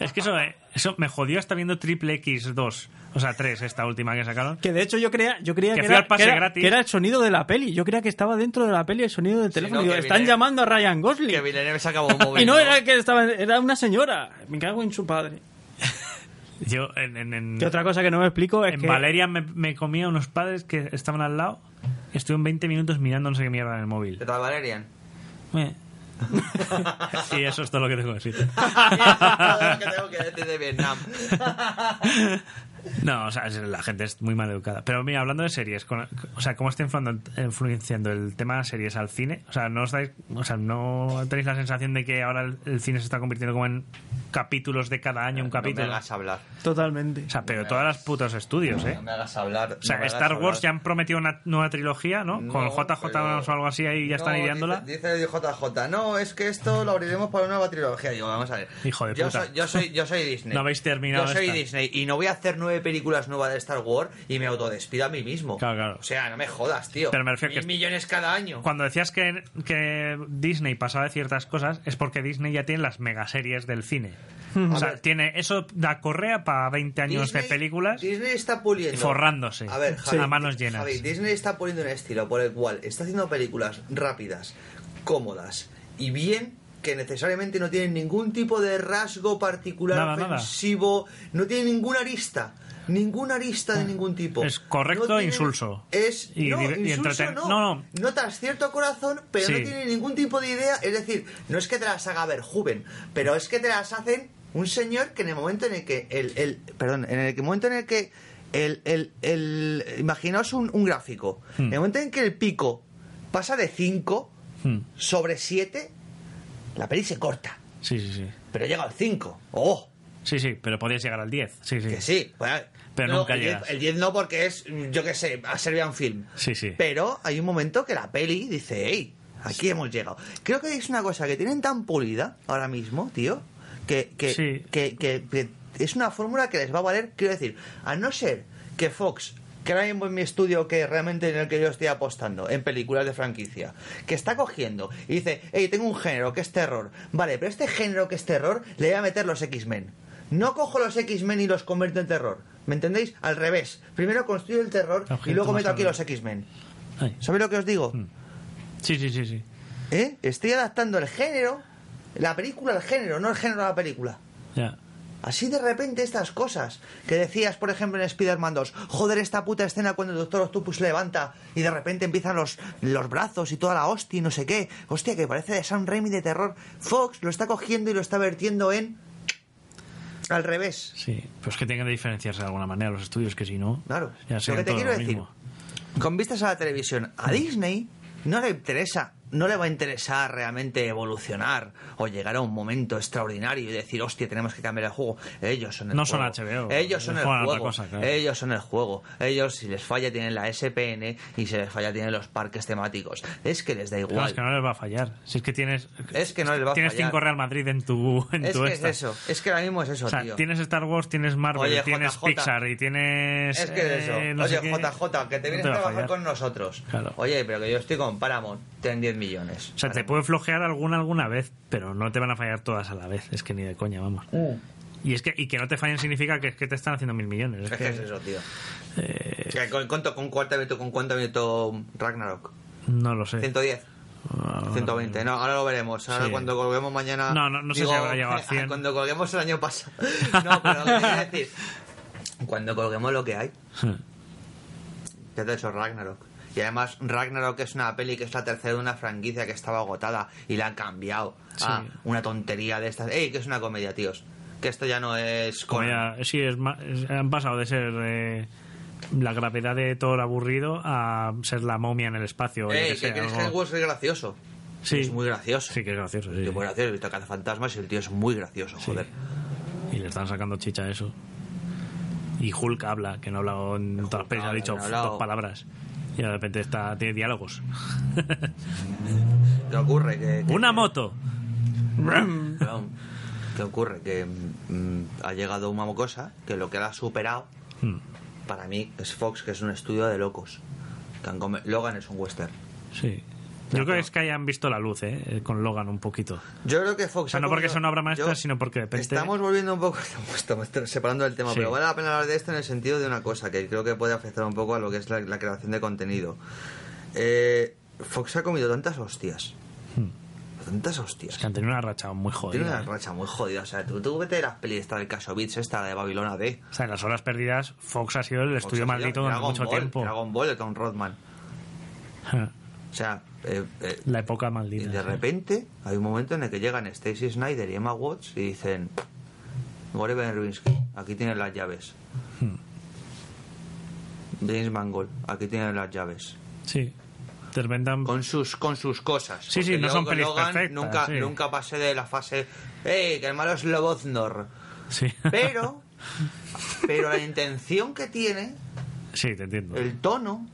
Es que eso, eh, eso me jodió hasta viendo Triple X2. O sea, 3, esta última que sacaron. Que de hecho yo creía, yo creía Que que, fui era, al pase que era- gratis. que era el sonido de la peli. Yo creía que estaba dentro de la peli el sonido del teléfono. no, Digo, que Están viene- llamando a Ryan Que Gosling. Villeneuve se acabó un móvil. Y no era que estaba, era una señora. Me cago en su padre. Yo, en, en, en- Y otra cosa que no me explico es Mm. en que Valeria me, me comía unos padres que estaban al lado. Estuvieron 20 minutos mirando no sé qué mierda en el móvil. ¿Qué tal, Valerian? Eh. y eso es todo lo que tengo que decir. Todo lo que tengo que decir de Vietnam. No, o sea, es- la gente es muy mal educada. Pero mira, hablando de series, con- o sea, ¿cómo está inflando- influenciando el tema de series al cine? O sea, ¿no, os dais- o sea, ¿no tenéis la sensación de que ahora el, el cine se está convirtiendo como en capítulos de cada año, un No me capítulo? hagas hablar. totalmente. O sea, pero todas las putos estudios, ¿eh? No me hagas hablar. O sea, Star Wars ya han prometido una nueva trilogía, ¿no? Con No, JJ pero- o algo así ahí ya están No, ideándola. Dice, dice JJ, no, es que esto lo abriremos para una nueva trilogía. Digo, vamos a ver. Hijo de yo puta. Soy, yo, soy, yo soy Disney. No habéis terminado Yo soy esta. Disney y no voy a hacer nueve películas nuevas de Star Wars y me autodespido a mí mismo. Claro, claro. O sea, no me jodas, tío. Pero me refiero Mil que- millones cada año. Cuando decías que, que Disney pasaba de ciertas cosas, es porque Disney ya tiene las megaseries del cine. O sea, tiene eso da correa para 20 años de películas. Disney está puliendo. Y forrándose. A ver, Sí. Javi, A manos llenas. Javi, Disney está poniendo un estilo por el cual está haciendo películas rápidas, cómodas y bien que necesariamente no tienen ningún tipo de rasgo particular Nada, nada. ofensivo, no tienen ninguna arista. Ninguna arista de ningún tipo. Ah, Es correcto No e insulso. Es. Y no, di- y insulso entreten- no. no, no. Notas cierto corazón, pero Sí. no tiene ningún tipo de idea. Es decir, no es que te las haga ver joven, pero es que te las hacen un señor que en el momento en el que el, el- perdón, en el que- momento en el que el, el, el- imaginaos un, un gráfico. En el momento en que el pico pasa de 5 Hmm. sobre 7, la peli se corta, Sí, sí, sí. pero llega al 5. ¡Oh! Sí, sí, pero podías llegar al 10. Sí, sí. Que sí. bueno, Pero nunca el diez- llegas. El 10 no porque es, mm, yo qué sé, a Serbian Film. Sí, sí. Pero hay un momento que la peli dice, hey, aquí hemos llegado. Creo que es una cosa que tienen tan pulida ahora mismo, tío, que, que, Sí. que, que- que es una fórmula que les va a valer, quiero decir, a no ser que Fox que ahora mismo en mi estudio que realmente en el que yo estoy apostando en películas de franquicia que está cogiendo y dice hey tengo un género que es terror vale pero este género que es terror le voy a meter los X-Men no cojo los X-Men y los convierto en terror ¿me entendéis? al revés primero construyo el terror y Objeto luego más meto aquí arriba. los X-Men Ay. ¿Sabéis lo que os digo? Sí, sí, sí, sí. ¿Eh? Estoy adaptando el género, la película al género, no el género a la película. Ya. Así de repente estas cosas que decías, por ejemplo, en Spider-Man 2, joder esta puta escena cuando el Doctor Octopus se levanta y de repente empiezan los, los brazos y toda la hostia y no sé qué. Hostia, que parece de Sam Raimi de terror. Fox lo está cogiendo y lo está vertiendo en... Al revés. Sí. Pero es que tienen que diferenciarse de alguna manera los estudios, que si no. Claro. Ya Lo sería que te todo quiero decir. mismo. con vistas a la televisión, a Disney no le interesa, no le va a interesar realmente evolucionar o llegar a un momento extraordinario y decir, hostia, tenemos que cambiar el juego. Ellos son el No son juego. HBO. Ellos son el Juegan a otra juego. cosa, claro. Ellos son el juego. Ellos, si les falla, tienen la SPN y si les falla, tienen los parques temáticos. Es que les da igual. No, es que no les va a fallar. Si es que tienes. Es que no les va a Tienes fallar. 5 Real Madrid en tu. En Es tu que esta. es eso. Es que ahora mismo es eso, O sea, tío. tienes Star Wars, tienes Marvel, Oye, tienes JJ. Pixar y tienes. Es que es eso. eh, no Oye, sé qué. JJ, que te No vienes va a trabajar fallar. con nosotros. Claro. Oye, pero que yo estoy con Paramount. Ten 10 millones. O sea, te puede flojear alguna alguna vez, pero no te van a fallar todas a la vez. Es que ni de coña, vamos. Y es que y que no te fallen significa que, es que te están haciendo mil millones. Es Es que- Eh, que es eso, tío. Que ¿Con cuánto, con cuánto, con cuánto, con cuánto Ragnarok? No lo sé. 110. 120, no, ahora lo veremos. Ahora Sí. cuando colguemos mañana. No, no, no sé si habrá llegado a 100. Cuando colguemos el año pasado. No, pero lo que quería decir. Cuando colguemos lo que hay. Ya te he hecho Ragnarok. Y además, Ragnarok es una peli que es la tercera de una franquicia que estaba agotada y la han cambiado a Sí. una tontería de estas. ¡Ey, que es una comedia, tíos! Que esto ya no es. Como Conan. ya- sí, es ma- es- han pasado de ser eh, la gravedad de Thor aburrido a ser la momia en el espacio. o yo ¡Ey, qué que sé, Chris algo- Hemsworth es gracioso! Sí. Es muy gracioso. Sí, que es gracioso. sí. Tío, muy gracioso, he visto Cazafantasmas y el tío es muy gracioso, joder. Y le están sacando chicha a eso. Y Hulk habla, que no ha hablado en todas las Hulk pelis, ha habla, dicho que no ha hablado. dos palabras. Y de repente está, tiene diálogos. ¿Qué ocurre? Que, que- ¡Una que- moto! Perdón. ¿Qué ocurre? Que mm, ha llegado una cosa que lo que la ha superado Hmm, para mí es Fox, que es un estudio de locos. Que han come- Logan es un western. Sí. Yo creo que es que hayan visto la luz, ¿eh? Eh, Con Logan un poquito. Yo creo que Fox. O sea, ha no porque cogido- sea una obra maestra, yo- sino porque de repente- Estamos volviendo un poco. Estamos separando el tema, Sí. pero vale la pena hablar de esto en el sentido de una cosa que creo que puede afectar un poco a lo que es la, la creación de contenido. Eh, Fox ha comido tantas hostias. Tantas hostias. Hmm. Es que han tenido una racha muy jodida. Tiene una ¿eh? racha muy jodida. O sea, tú, tú vete de las pelis esta del Caso Beats, esta de Babilona D. O sea, en las horas perdidas, Fox ha sido el Fox estudio ha sido maldito durante Dragon mucho Ball, tiempo. Dragon Ball de Tom Rodman. O sea, eh, eh, La época y maldita. de repente hay un momento en el que llegan Stacy Snyder y Emma Watts y dicen: Gore Rubinsky, aquí tienen las llaves. Hmm. James Mangold, aquí tienen las llaves. Sí. De repente han- Con sus, con sus cosas. Sí, sí, Porque no yo son con pelis Logan perfectas, Nunca, sí. nunca pasé de la fase. ¡Ey, que el malo es Loboznor! Sí. Pero. pero la intención que tiene, sí, te entiendo. el tono,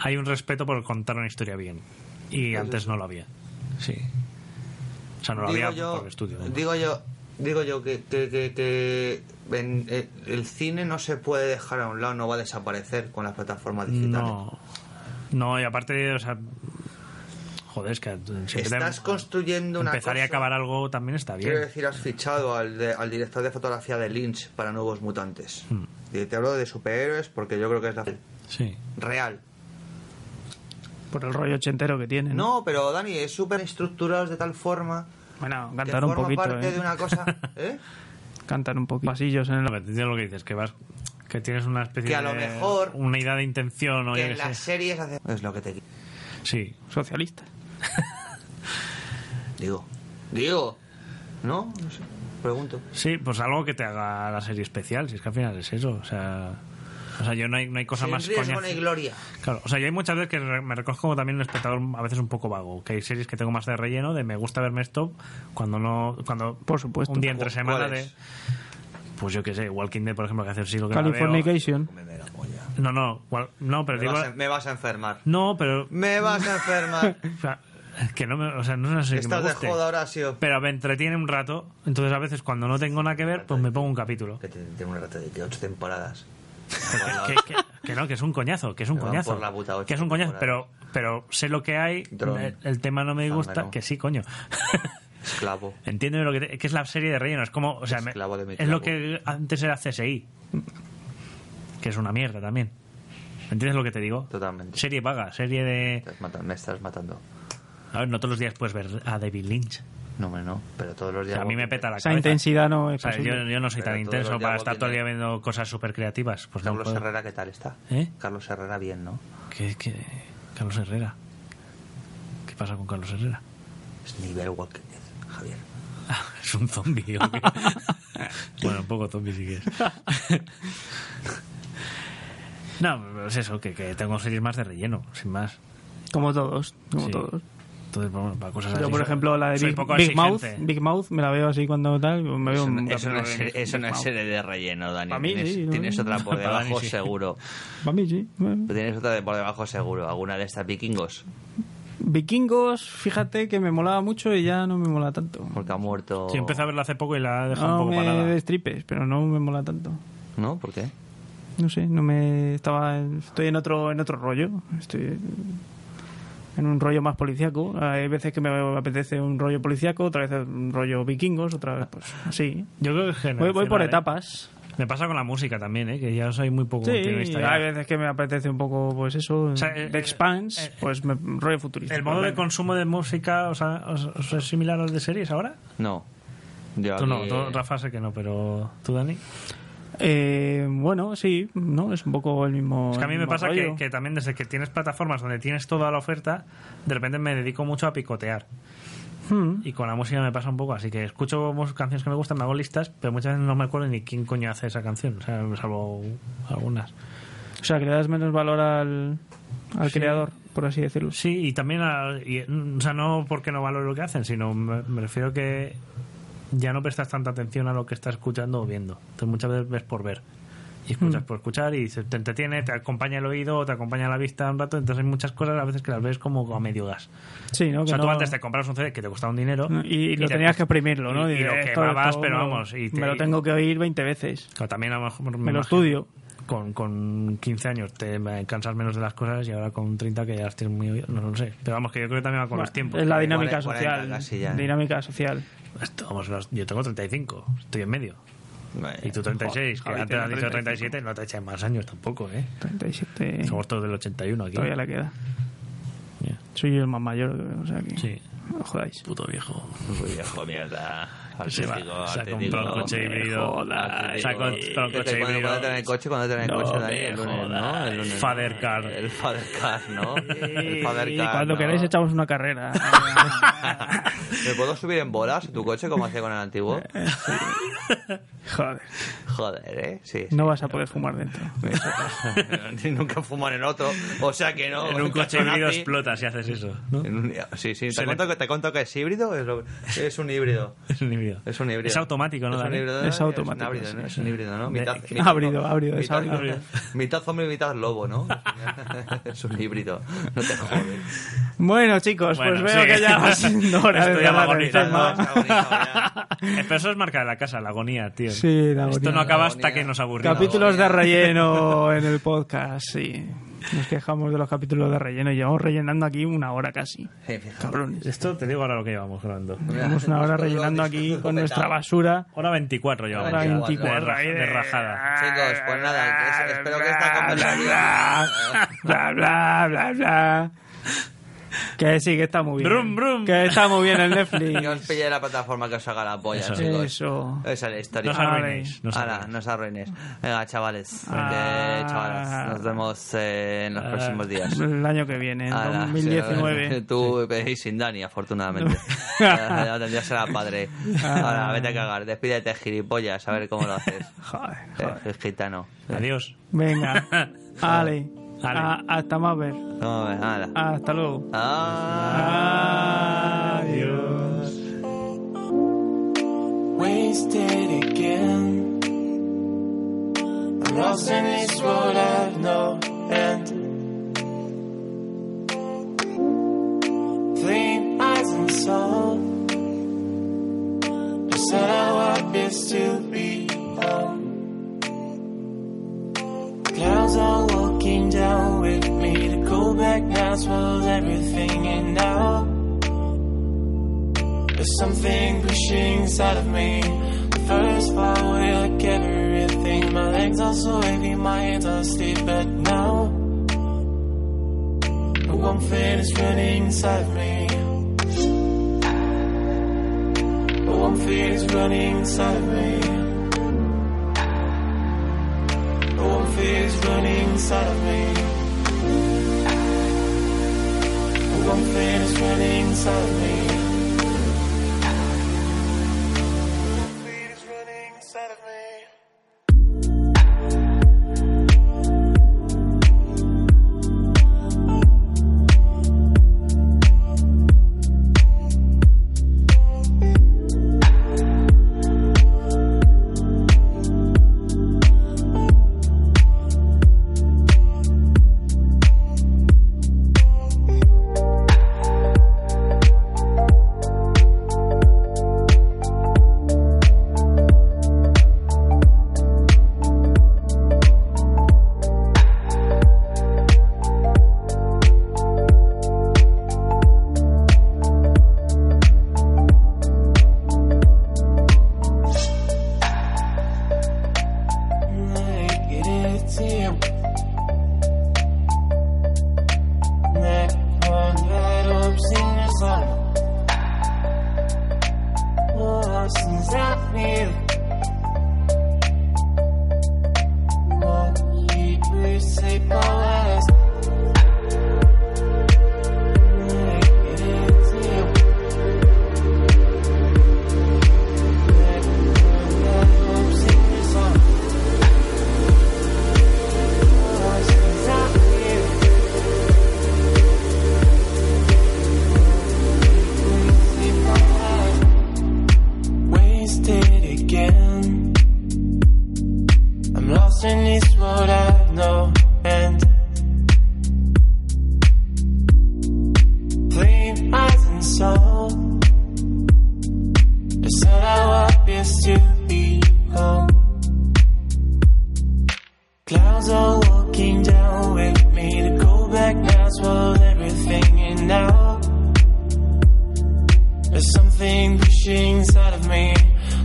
Hay un respeto por contar una historia bien. Y Pues antes no lo había. Sí. O sea, no lo había por el estudio. vamos. Digo yo, digo yo que, que- que- que en- eh, el cine no se puede dejar a un lado, no va a desaparecer con las plataformas digitales. no. No, y aparte, o sea. Joder, es que. siempre te- em- Estás construyendo una Empezar y cosa- acabar algo también está bien. Quiero decir, has fichado al, de- al director de fotografía de Lynch para Nuevos Mutantes. Hmm. Y te hablo de superhéroes porque yo creo que es la Sí. real. Por el rollo ochentero que tiene. ¿no? No, pero Dani, es súper estructurado de tal forma Bueno, que cantar un forma poquito, parte ¿eh? de una cosa... ¿eh? Cantar un poquito. Pasillos en Lo el... que entiendo lo que dices, que vas. Que tienes una especie Que a lo de- mejor- Una idea de intención o que yo qué en las sé. series hace... Es lo que te Sí. Socialista. digo. Digo. ¿No? No sé. Pregunto. Sí, pues algo que te haga la serie especial, si es que al final es eso. O sea, o sea yo no hay, no hay cosa Sin más riesgo coñazo. ni gloria. Claro, o sea, yo hay muchas veces que re- me recojo como también un espectador a veces un poco vago, que hay series que tengo más de relleno, de me gusta verme esto, cuando no, cuando Por supuesto. un día entre ¿Cu- semana cuál de, es? pues yo qué sé, Walking Dead por ejemplo que hace el siglo que no la veo. Californication. Me, me la polla. No, no, wal- no, pero Me digo, vas, a, me vas a enfermar. no, pero Me vas a enfermar. o sea, que no, me, o sea, no es una serie que me Estás de guste, joda, Horacio. pero me entretiene un rato, entonces a veces cuando no tengo nada que ver, pues me pongo un capítulo. Que te- tengo una rata de que ocho temporadas. que, que- que no, que es un coñazo, que es un Me van coñazo. por la puta ocho que es un coñazo, pero, temporadas. pero sé lo que hay, Dron. el, el tema no me Zángano. gusta, que sí, coño. Esclavo. Entiéndeme lo que, te- que es la serie de relleno, es como, o sea, me- Esclavo de mi es lo clavo. que antes era CSI, que es una mierda también. ¿Entiendes lo que te digo? Totalmente. Serie vaga, serie de... Estás matan- me estás matando. A ver, no todos los días puedes ver a David Lynch. No, hombre, no. Pero todos los O días. sea, a mí me peta la Esa cabeza. intensidad no O es sea, yo, posible. yo no soy Pero tan todos los intenso para días estar todo el día Walking viendo cosas súper creativas. Pues no Carlos puedo. Herrera, ¿qué tal está? ¿Eh? Carlos Herrera, bien, ¿no? ¿Qué, qué? Carlos Herrera. ¿Qué pasa con Carlos Herrera? Es nivel Walking Dead, Javier. Ah, es un zombi. hombre. bueno, un poco zombi sí que es. no, pero es eso, que, que tengo series más de relleno, sin más. Como todos, como Sí. todos. Entonces, bueno, para cosas así. Yo, por soy- ejemplo, la de soy Big, poco Big Mouth, exigente. Big Mouth, me la veo así cuando tal, me veo Eso un no- eso no capítulo es de eso no Big es Mouth. serie de relleno, Dani. Pa' mí tienes, sí, ¿no? tienes otra por Pa' Dani debajo sí. seguro. Para mí sí. bueno. Tienes otra de por debajo seguro. ¿Alguna de estas vikingos? Vikingos, fíjate que me molaba mucho y ya no me mola tanto. Porque ha muerto. Sí, empecé a verla hace poco y la he dejado No un poco me parada. destripes, pero no me mola tanto. ¿No? ¿Por qué? No sé, no me estaba estoy en otro en otro rollo, estoy en un rollo más policiaco. Hay veces que me apetece un rollo policiaco, otra vez un rollo vikingos, otra vez pues así. Yo creo que es Voy, voy por generacional, ¿eh? etapas. Me pasa con la música también, ¿eh? que ya soy muy poco Sí, continuista. ya. hay veces que me apetece un poco, pues eso, sea, The eh, Expanse, eh, pues me, rollo futurista. ¿El modo pues de venga. consumo de música o sea, os, os es similar al de series ahora? No. Yo Tú no, aquí- tú, Rafa sé que no, pero tú, Dani. Eh, bueno, sí, ¿no? Es un poco el mismo. Es que a mí el me mismo pasa que, rollo. que también desde que tienes plataformas donde tienes toda la oferta, de repente me dedico mucho a picotear. Hmm. Y con la música me pasa un poco, así que escucho mus- canciones que me gustan, me hago listas, pero muchas veces no me acuerdo ni quién coño hace esa canción, o sea, salvo algunas. O sea, que le das menos valor al, al Sí. creador, por así decirlo. Sí, y también, a- y, mm, o sea, no porque no valoro lo que hacen, sino me, me refiero que ya no prestas tanta atención a lo que estás escuchando o viendo. Entonces muchas veces ves por ver. Y escuchas por escuchar y se- te entretiene, te acompaña el oído, te acompaña la vista un rato. Entonces hay muchas cosas a veces que las ves como a medio gas. Sí, ¿no? O Que sea, tú no- antes te compras un CD que te costaba un dinero Y, y lo te- tenías que exprimirlo, ¿no? y- y Dices, lo "Esto- quemabas, esto pero me lo- vamos, y te- me lo tengo que oír 20 veces. Claro, también a lo mejor me Me lo imagino, estudio. Con, con 15 años te cansas menos de las cosas y ahora con 30 que ya las tienes muy... No, lo sé. Pero vamos, que yo creo que también va con los Bueno, tiempos. Es la Cuare- dinámica cuarenta social. casi ya, ¿eh? Dinámica social. Esto, vamos, los- yo tengo 35, estoy en medio. Vale. Y tú 36, que Eh, Joder, antes has tengo dicho 35. 37, no te echan más años tampoco, ¿eh? 37. Somos todos del 81 aquí. Todavía le queda. Ya. Soy yo el más mayor, creo, o sea que. Sí, No jodáis. Ah, puto viejo. Muy pues, viejo, mierda. Se va, Artístico, se ha artístico. comprado un coche me híbrido. jodáis. Se ha comprado un ¿Qué coche te- ¿Cuándo híbrido. cuándo te dan el coche? ¿Cuándo te dan el No coche, me Dani? El lunes, ¿no? El lunes. Father car. El Father Car, ¿no? El Father Y Car, cuando ¿no? queráis echamos una carrera. ¿Me puedo subir en bolas en tu coche como hacía con el antiguo? Joder, Joder, ¿eh? Sí. sí. no vas a poder fumar dentro. Ni nunca fumar en otro. O sea que no. En un coche Nazi. híbrido explotas si haces eso, ¿no? En un- Sí, sí. Se Te le- cuento, que, te cuento que es híbrido. Es, lo- es un híbrido. Es un híbrido. Es un híbrido. Es automático, ¿no, Es un Dani? híbrido. Es un automático, híbrido, sí, ¿no? Es un híbrido, ¿no? Mitad, De- mitad- Ábrido, ábrido, es mitad, ábrido. mitad zombie, mitad lobo, ¿no? es un híbrido. No te jodes. Bueno, chicos, Bueno, pues veo sí. que ya va siendo hora de Estoy hablar del agonizando. tema. Está agonizado ya. Eh, Pero eso es marca de la casa, la agonía, tío. Sí, la Esto agonía. no acaba La hasta agonía. que nos aburrimos. Capítulos de agonía. relleno en el podcast, sí. Nos quejamos de los capítulos de relleno. Llevamos rellenando aquí una hora casi. Sí, fíjate. Cabrones. Esto te digo ahora lo que llevamos grabando. Llevamos una hora Nosotros rellenando lo aquí disfrutamos con nuestra petado. basura. Hora 24 llevamos. Hora ya, 24 de, ahí ra- de rajada. Chicos, pues nada, que es- espero que esta conversación- Bla, bla, bla, bla, bla. Que sí, que está muy bien. Brum, brum. Que está muy bien el Que os Netflix. pille la plataforma que os haga la polla, Eso. chicos. Eso. Esa es la historia. No os arruinéis. No os Ahora, arruinéis. no os arruines. Venga, chavales. Ah. Eh, chavalas, nos vemos eh, en los Ah. próximos días. El año que viene, en Ala, 2019. sí, Ah, tú eh, y sin Dani, afortunadamente. ya ya tendrías será padre. Ahora, vete a cagar. Despídete, gilipollas, a ver cómo lo haces. Joder, Eh, joder. es gitano. Adiós. Venga. Ale. Ale. A- hasta más ver. No, ala. Hasta luego. Ah. Adiós. wasted again. I'm lost in this world at no end. Flame eyes and soul. I said I what is to be home. Clouds are walking down with me. The go back now swallows everything and now. There's something pushing inside of me. First far away like everything. My legs are so heavy, my hands are asleep. But now, the one thing is running inside of me. The one thing is running inside of me. The one thing is running inside of me. The one thing is running inside of me. feet is running inside of me. Thank lessons that I need. More deep, we sleep my last. Wasted again. I'm lost in this world at no end. Flame eyes and soul. I said how obvious to be home. Clouds are walking down with me to go back now, swallow everything in now. There's something pushing inside of me.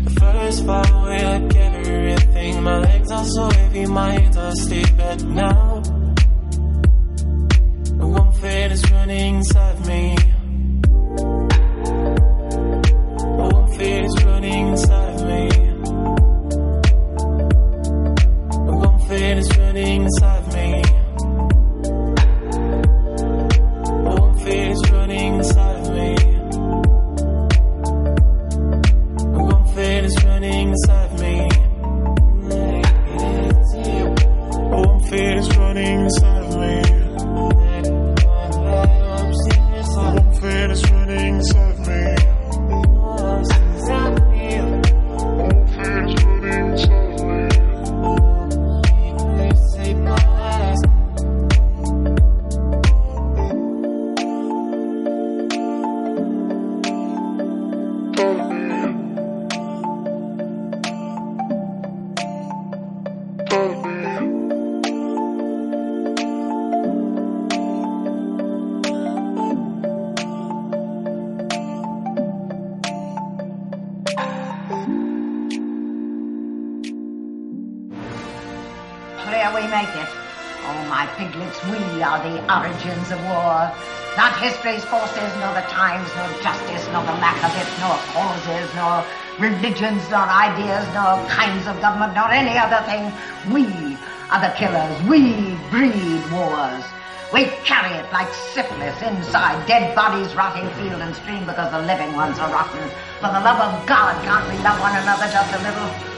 The first part away like everything. My legs are so heavy, my hands are asleep at now. The one fit is running inside of me. The one fit is running inside of me. The one fit is running inside of me. The one fit is running inside of me. The one fit is running inside of me. The one fit is running inside of me. The one fit is running inside of me. Where we make it. Oh, my piglets, we are the origins of war. Not history's forces, nor the times, nor justice, nor the lack of it, nor causes, nor religions, nor ideas, nor kinds of government, nor any other thing. We are the killers. We breed wars. We carry it like syphilis inside, dead bodies rotting field and stream because the living ones are rotten. For the love of God, can't we love one another just a little?